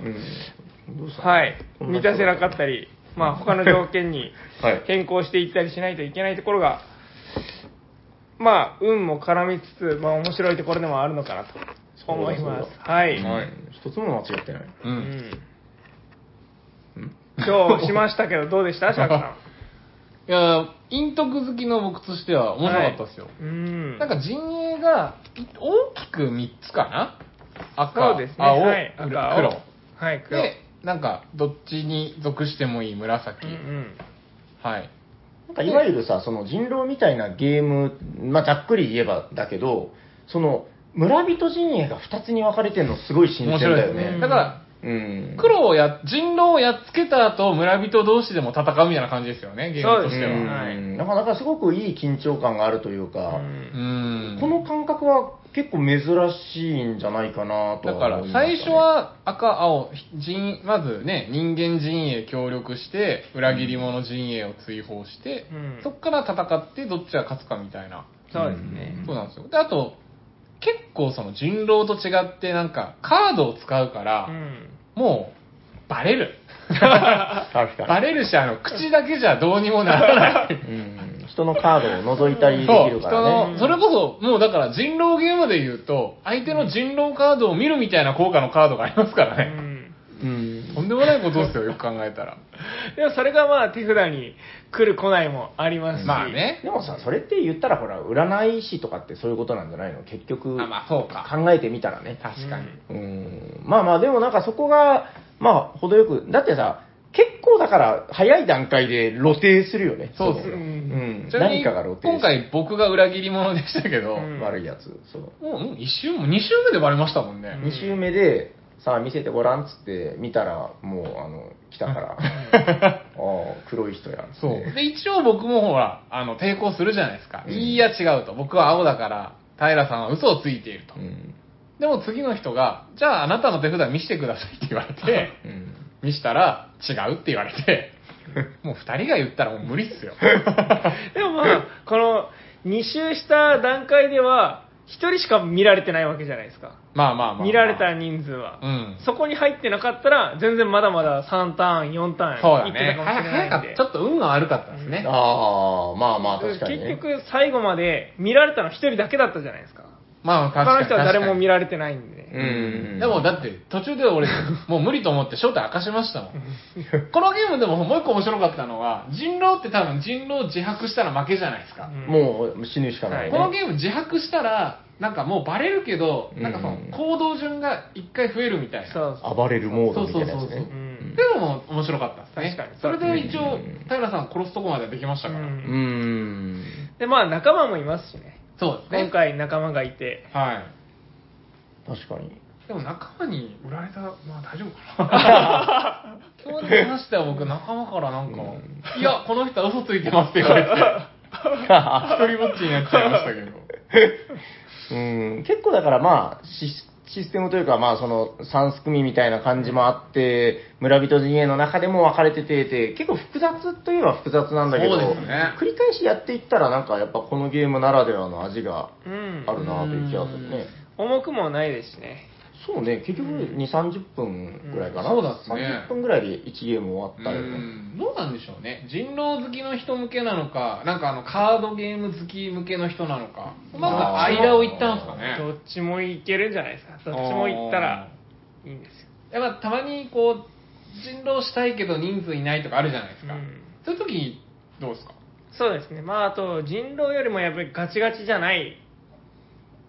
[SPEAKER 2] うん。どうした
[SPEAKER 3] はい
[SPEAKER 2] こんな
[SPEAKER 3] 満
[SPEAKER 2] 人
[SPEAKER 3] たせなかったりまあ他の条 件に
[SPEAKER 2] はい
[SPEAKER 3] 変更していったりしないといけないところがまあ運も絡みつつまあ面白いところでもあるのかなと思います
[SPEAKER 2] そうだそうだ
[SPEAKER 3] はい、
[SPEAKER 2] はい。一つも間違ってない。
[SPEAKER 1] う。
[SPEAKER 3] うんん、
[SPEAKER 2] うん
[SPEAKER 3] 今日しましたけどどうでしたシャークさ
[SPEAKER 1] いや、陰徳好きの僕としては面白かったですよ。
[SPEAKER 3] んうん
[SPEAKER 1] なんか陣営がい大きく3つかな赤、
[SPEAKER 3] そうですね
[SPEAKER 1] 青、
[SPEAKER 3] はい
[SPEAKER 1] 黒
[SPEAKER 3] 赤青はい黒
[SPEAKER 1] で、なんか、どっちに属してもいい紫。
[SPEAKER 3] うんうん
[SPEAKER 1] はい。
[SPEAKER 2] なんかいわゆるさ、その人狼みたいなゲーム、まあ、ざっくり言えばだけど、その、村人陣営が2つに分かれてるのすごい新
[SPEAKER 1] 面
[SPEAKER 2] 鮮
[SPEAKER 1] 白い
[SPEAKER 2] だ
[SPEAKER 1] で
[SPEAKER 2] よ
[SPEAKER 1] す
[SPEAKER 2] ね。
[SPEAKER 1] ね。だから、
[SPEAKER 2] うん。
[SPEAKER 1] 黒をや、人狼をやっつけた後、村人同士でも戦うみたいな感じですよね、ゲームとしては。
[SPEAKER 3] そうです
[SPEAKER 2] ん
[SPEAKER 3] ねはい
[SPEAKER 2] なかなかすごくいい緊張感があるというか、
[SPEAKER 3] うん
[SPEAKER 1] うん
[SPEAKER 2] この感覚は結構珍しいんじゃないかなと
[SPEAKER 1] だ
[SPEAKER 2] は
[SPEAKER 1] から
[SPEAKER 2] 思いましたね
[SPEAKER 1] 最初は赤青陣まずね人間陣営協力して裏切り者陣営を追放して、
[SPEAKER 3] うん
[SPEAKER 1] そっから戦ってどっちが勝つかみたいな、
[SPEAKER 3] そうですね
[SPEAKER 1] そうなんですよであと結構その人狼と違ってなんかカードを使うか
[SPEAKER 3] う
[SPEAKER 1] ら、
[SPEAKER 3] ん
[SPEAKER 1] もうバレる
[SPEAKER 2] 確か
[SPEAKER 1] バレるしあの口だけじゃどうにもならない
[SPEAKER 2] に、うん、人のカードを覗いたりでき
[SPEAKER 1] そう、
[SPEAKER 2] る
[SPEAKER 1] 人
[SPEAKER 2] からね
[SPEAKER 1] の、それこそ、もうだから人狼ゲームで言うと、相手の人狼カードを見るみたいな効果のカードがありますから
[SPEAKER 3] う
[SPEAKER 1] ね。
[SPEAKER 3] ん
[SPEAKER 2] うん
[SPEAKER 1] とんでもないことですよ、よく考えたら。
[SPEAKER 3] でもそれがまあ手札に来る来ないもありますし。
[SPEAKER 1] まあ。ね。
[SPEAKER 2] でもさそれって言ったらほら占い師とかってそういうことなんじゃないの結局、
[SPEAKER 1] あ、まあそうか。
[SPEAKER 2] 考えてみたらね
[SPEAKER 1] 確かに。
[SPEAKER 2] うんまあまあでもなんかそこがまあ程よくだってさ結構だから早い段階で露呈するよね
[SPEAKER 1] そうっす
[SPEAKER 2] の
[SPEAKER 1] よ
[SPEAKER 2] うん、
[SPEAKER 1] ちなみ
[SPEAKER 2] 何
[SPEAKER 1] に、
[SPEAKER 2] かが露呈
[SPEAKER 1] 今回僕が裏切り者でしたけど、
[SPEAKER 3] うん
[SPEAKER 2] 悪いやつそう
[SPEAKER 1] もうもう一周も、二周目でバレましたもんね。
[SPEAKER 3] うん
[SPEAKER 2] 2周目で、さあ見せてごらんっつって見たらもうあの来たから ああ黒い人やっつって
[SPEAKER 1] そう。で、一応僕もほら、あの、抵抗するじゃないですか。
[SPEAKER 2] うん
[SPEAKER 1] いいや違うと。僕は青だから、平さんは嘘をついていると
[SPEAKER 2] う。ん、
[SPEAKER 1] でも次の人が、じゃああなたの手札見せてくださいって言われ て、
[SPEAKER 2] うん、
[SPEAKER 1] 見したら違うって言われ て、もう2人が言ったらもう無理っすよ。
[SPEAKER 3] でもまあ、この2周した段階では、1人しか見られてないわけじゃないですか。
[SPEAKER 1] まあまあまあまあ。
[SPEAKER 3] 見られた人数は。
[SPEAKER 1] うん。
[SPEAKER 3] そこに入ってなかったら、全然まだまだ3ターン、4ターン
[SPEAKER 1] そうだ
[SPEAKER 3] いって
[SPEAKER 1] ね。
[SPEAKER 3] たかもしれ
[SPEAKER 1] 早
[SPEAKER 3] な
[SPEAKER 1] か
[SPEAKER 3] いん
[SPEAKER 1] っ
[SPEAKER 3] で
[SPEAKER 1] た。ちょ。っと運が悪かったですね。
[SPEAKER 2] ああまあまあ確かに、ね、
[SPEAKER 3] 結局、最後まで見られたの1人だけだったじゃないですか。
[SPEAKER 1] まあ確
[SPEAKER 3] 他
[SPEAKER 1] か
[SPEAKER 3] の
[SPEAKER 1] に。
[SPEAKER 3] 人は誰も見
[SPEAKER 1] ら
[SPEAKER 3] られてないんで。
[SPEAKER 2] うんうん
[SPEAKER 1] でもだって途中で 俺、もう無理と思って正体明かしましたもん。このゲームでももう一個面白かったのは、人狼って多分人狼自白したら負けじゃないですか。
[SPEAKER 3] うん
[SPEAKER 2] もう死ぬしかない、ね
[SPEAKER 1] このゲーム自白したら、なんかもうバレるけど、なんかその行動順が一回増えるみたいな。
[SPEAKER 3] そうそう。
[SPEAKER 2] 暴れるモードみたいなやつ
[SPEAKER 1] そうそうそう
[SPEAKER 2] ね
[SPEAKER 1] そう
[SPEAKER 3] うん
[SPEAKER 1] でも面白かったですね。
[SPEAKER 3] 確かに
[SPEAKER 1] それで一応
[SPEAKER 2] うん、
[SPEAKER 1] 平さんを殺すとこまではできましたから。
[SPEAKER 3] うん
[SPEAKER 2] うーん。
[SPEAKER 3] で、まあ仲間もいますしね。
[SPEAKER 1] そうですね。
[SPEAKER 3] 今回仲間がいて。
[SPEAKER 1] はい。
[SPEAKER 2] 確かに。
[SPEAKER 1] でも仲間に売られた、まあ大丈夫か な。今日の話しては僕仲間からなんか、いや、この人は嘘ついてますって言われ て、一人ぼっちになっちゃいましたけど。
[SPEAKER 2] うん、結構だからまあシス、システムというか、まあ、その、三すくみみたいな感じもあって、村人陣営の中でも分かれててて、結構複雑といえば複雑なんだけど、
[SPEAKER 1] そうですね
[SPEAKER 2] 繰り返しやっていったら、なんかやっぱこのゲームならではの味が
[SPEAKER 3] うん。
[SPEAKER 2] あるなという気がするね。
[SPEAKER 3] 重くもないですしね。
[SPEAKER 2] そうね、結局2、30分ぐらいかな。
[SPEAKER 1] うんそうだっすね
[SPEAKER 2] 30分ぐらいで1ゲーム終わったよ
[SPEAKER 1] う
[SPEAKER 2] ね。
[SPEAKER 1] んどうなんでしょうね人狼好きの人向けなのかなんかあのカードゲーム好き向けの人なのかなんか間を行ったんですかね
[SPEAKER 3] どっちもいけるんじゃないですか。どっちもいったらいいんですよ。
[SPEAKER 1] やっぱたまにこう人狼したいけど人数いないとかあるじゃないですか、
[SPEAKER 3] うん
[SPEAKER 1] そういう時どうですか
[SPEAKER 3] そうですね。まああと人狼よりもやっぱりガチガチじゃない。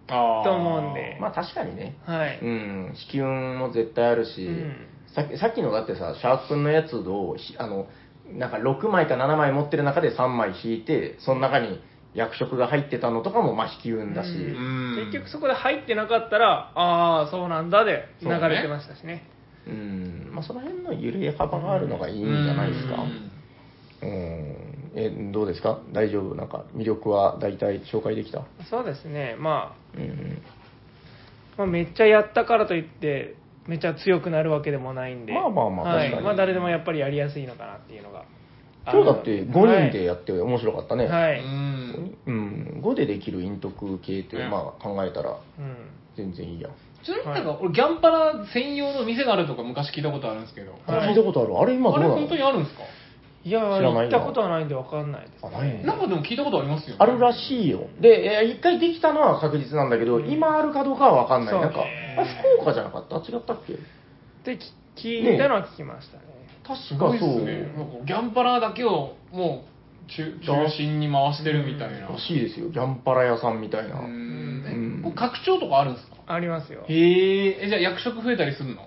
[SPEAKER 1] あ
[SPEAKER 3] ーと思うんで
[SPEAKER 2] まあ確かにね。
[SPEAKER 3] はい。
[SPEAKER 2] うん、引き運も絶対あるし、
[SPEAKER 3] うん
[SPEAKER 2] さっきさっきのだってさ、シャーク君のやつをひ、あの、なんか6枚か7枚持ってる中で3枚引いて、その中に役職が入ってたのとかも、まあ引き運だし、うん
[SPEAKER 1] ん
[SPEAKER 3] 結局そこで入ってなかったら、ああ、そうなんだで流れてましたしね。
[SPEAKER 2] まあその辺の揺れ幅があるのがいいんじゃないですか。
[SPEAKER 1] うん
[SPEAKER 2] うん、え、どうですか大丈夫なんか魅力は大体紹介できた
[SPEAKER 3] そうですね。まあ、
[SPEAKER 2] うん。
[SPEAKER 3] まあ、めっちゃやったからといって、めっちゃ強くなるわけでもないんで、
[SPEAKER 2] まあまあまあ
[SPEAKER 3] はい、
[SPEAKER 2] 確かに
[SPEAKER 3] まあ、誰でもやっぱりやりやすいのかなっていうのが、
[SPEAKER 2] 今日だって5人でや
[SPEAKER 3] や
[SPEAKER 2] って面白かったね。
[SPEAKER 3] はい、はい
[SPEAKER 1] うん
[SPEAKER 2] うん、5でできる陰徳系って、
[SPEAKER 1] ね
[SPEAKER 2] まあ考えたら
[SPEAKER 3] うん
[SPEAKER 2] 全然いいやん。
[SPEAKER 1] ちなみになんか、俺ギャンパラ専用の店があるとか昔聞いたことあるんですけど、
[SPEAKER 3] はい
[SPEAKER 2] 聞いたことある。あれ今どう
[SPEAKER 1] あれ
[SPEAKER 2] なの
[SPEAKER 1] 本当にあるんですか
[SPEAKER 3] いや
[SPEAKER 2] 知らないな
[SPEAKER 3] ー、行ったことはないんで分かんないです。
[SPEAKER 2] あない
[SPEAKER 1] なんかでも聞いたことありますよね
[SPEAKER 2] あるらしいよ。で、えー一回できたのは確実なんだけど、今あるかどうかはわかんない。
[SPEAKER 3] そう
[SPEAKER 2] なんか、あ福岡じゃなかった違ったっけ
[SPEAKER 3] で、き聞いたのは聞きましたね。
[SPEAKER 2] 確
[SPEAKER 1] すご
[SPEAKER 2] か
[SPEAKER 1] いっ
[SPEAKER 2] そう。
[SPEAKER 1] すねなんかギャンパラだけをもう中中心に回してるみたいな
[SPEAKER 2] らしいですよ。ギャンパラ屋さんみたいな。
[SPEAKER 1] うん
[SPEAKER 2] ん
[SPEAKER 1] これ拡張とかあるんですか
[SPEAKER 3] ありますよ。
[SPEAKER 1] へええじゃあ役職増えたりするの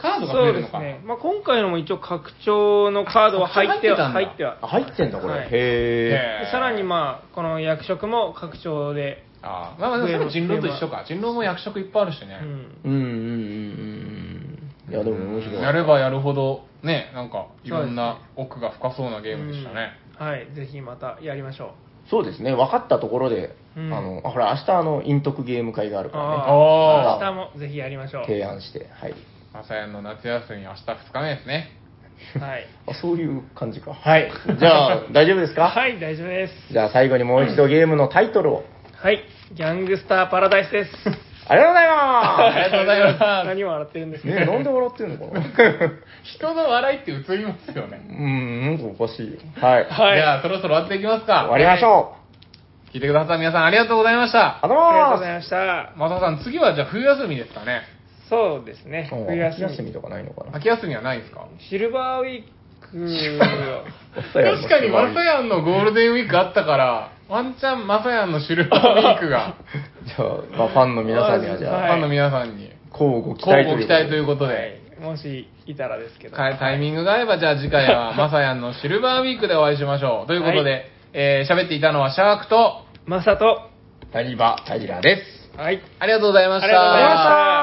[SPEAKER 1] カードが増
[SPEAKER 3] そ
[SPEAKER 1] え
[SPEAKER 3] う
[SPEAKER 1] る
[SPEAKER 3] で
[SPEAKER 1] の
[SPEAKER 3] す
[SPEAKER 1] かな
[SPEAKER 3] ね。まあ、今回のも一応拡張のカードは入って
[SPEAKER 1] あ
[SPEAKER 3] は、入
[SPEAKER 1] 入っ
[SPEAKER 3] っ
[SPEAKER 1] てて
[SPEAKER 3] は。
[SPEAKER 2] あ、入ってんだ、これ。
[SPEAKER 3] は
[SPEAKER 1] へ
[SPEAKER 2] へ
[SPEAKER 3] いで
[SPEAKER 1] ー
[SPEAKER 3] さらにまあ、この役職も拡張で、
[SPEAKER 1] あーまあまあでも人狼と一緒か人狼も役職いっぱいあるしね
[SPEAKER 3] う、ん。
[SPEAKER 2] ぇうんうんうんうんうん。いや、でも面白い。
[SPEAKER 1] やればやるほどねなんかいろんな奥が深そうなゲームでしたね、
[SPEAKER 3] うんはい、ぜひまたやりましょ
[SPEAKER 2] そうですね、分かったところで、
[SPEAKER 3] うん
[SPEAKER 2] あの、あほら、明日、あの、陰徳ゲーム会がある
[SPEAKER 3] う。
[SPEAKER 2] からね。
[SPEAKER 3] あ
[SPEAKER 1] あ
[SPEAKER 3] ー明日もぜひやりましょう。
[SPEAKER 2] 提案して、はい。
[SPEAKER 1] まさやんの夏休み明日2日目ですね
[SPEAKER 3] はい。
[SPEAKER 2] あ、そういう感じか。はい。じゃあ、大丈夫ですか
[SPEAKER 3] はい、大丈夫です。
[SPEAKER 2] じゃあ最後にもう一度ゲームのタイトルを。
[SPEAKER 3] はい、ギャングスターパラダイスです。
[SPEAKER 2] ありがとうございます
[SPEAKER 1] ありがとうございます
[SPEAKER 3] 何を笑ってるんですか、
[SPEAKER 2] ねなんで笑ってんのかな
[SPEAKER 1] 人の笑いって映りますよね、
[SPEAKER 2] うん、なんかおかしいよ。はい。
[SPEAKER 3] はい
[SPEAKER 1] じゃあそろそろ終わっていきますか
[SPEAKER 2] 終わりましょう。
[SPEAKER 1] 聞いてくださった皆さんありがとうございました
[SPEAKER 2] あり
[SPEAKER 3] ありがとう
[SPEAKER 2] がとう
[SPEAKER 3] ご
[SPEAKER 2] ご
[SPEAKER 3] ざ
[SPEAKER 2] ざい
[SPEAKER 3] いました。
[SPEAKER 1] 松田さん次はじゃあ冬休みですかね
[SPEAKER 3] そうですね、
[SPEAKER 2] ます。
[SPEAKER 3] 冬休み。
[SPEAKER 2] 休みとかないのかな
[SPEAKER 1] 秋休みはないですか
[SPEAKER 3] シルバーウィーク
[SPEAKER 1] 確かにマサ
[SPEAKER 2] じ
[SPEAKER 1] ヤンのゴールデンウィークあったからワンチャンマサヤンのシルバーウィークが
[SPEAKER 2] ゃあ、まあ、ファンの 皆さんにはじ
[SPEAKER 1] フ
[SPEAKER 2] ゃあ、
[SPEAKER 1] ァンの皆さんに
[SPEAKER 2] 交互期
[SPEAKER 1] 交
[SPEAKER 2] 待と
[SPEAKER 1] 互
[SPEAKER 2] い
[SPEAKER 1] 期待
[SPEAKER 2] うことで
[SPEAKER 1] ということ
[SPEAKER 3] は
[SPEAKER 1] で
[SPEAKER 3] い、もしいたらですけど。
[SPEAKER 1] かタイミングが合えばじゃあ次回 はマサヤンのシルバーウィークでお会いしましょうということで、
[SPEAKER 3] はい
[SPEAKER 1] えー喋っていたのはシャークと
[SPEAKER 3] マサト。
[SPEAKER 2] タリバ、タリラです。
[SPEAKER 3] はい。
[SPEAKER 1] ありがとうございました
[SPEAKER 3] ありがとうございました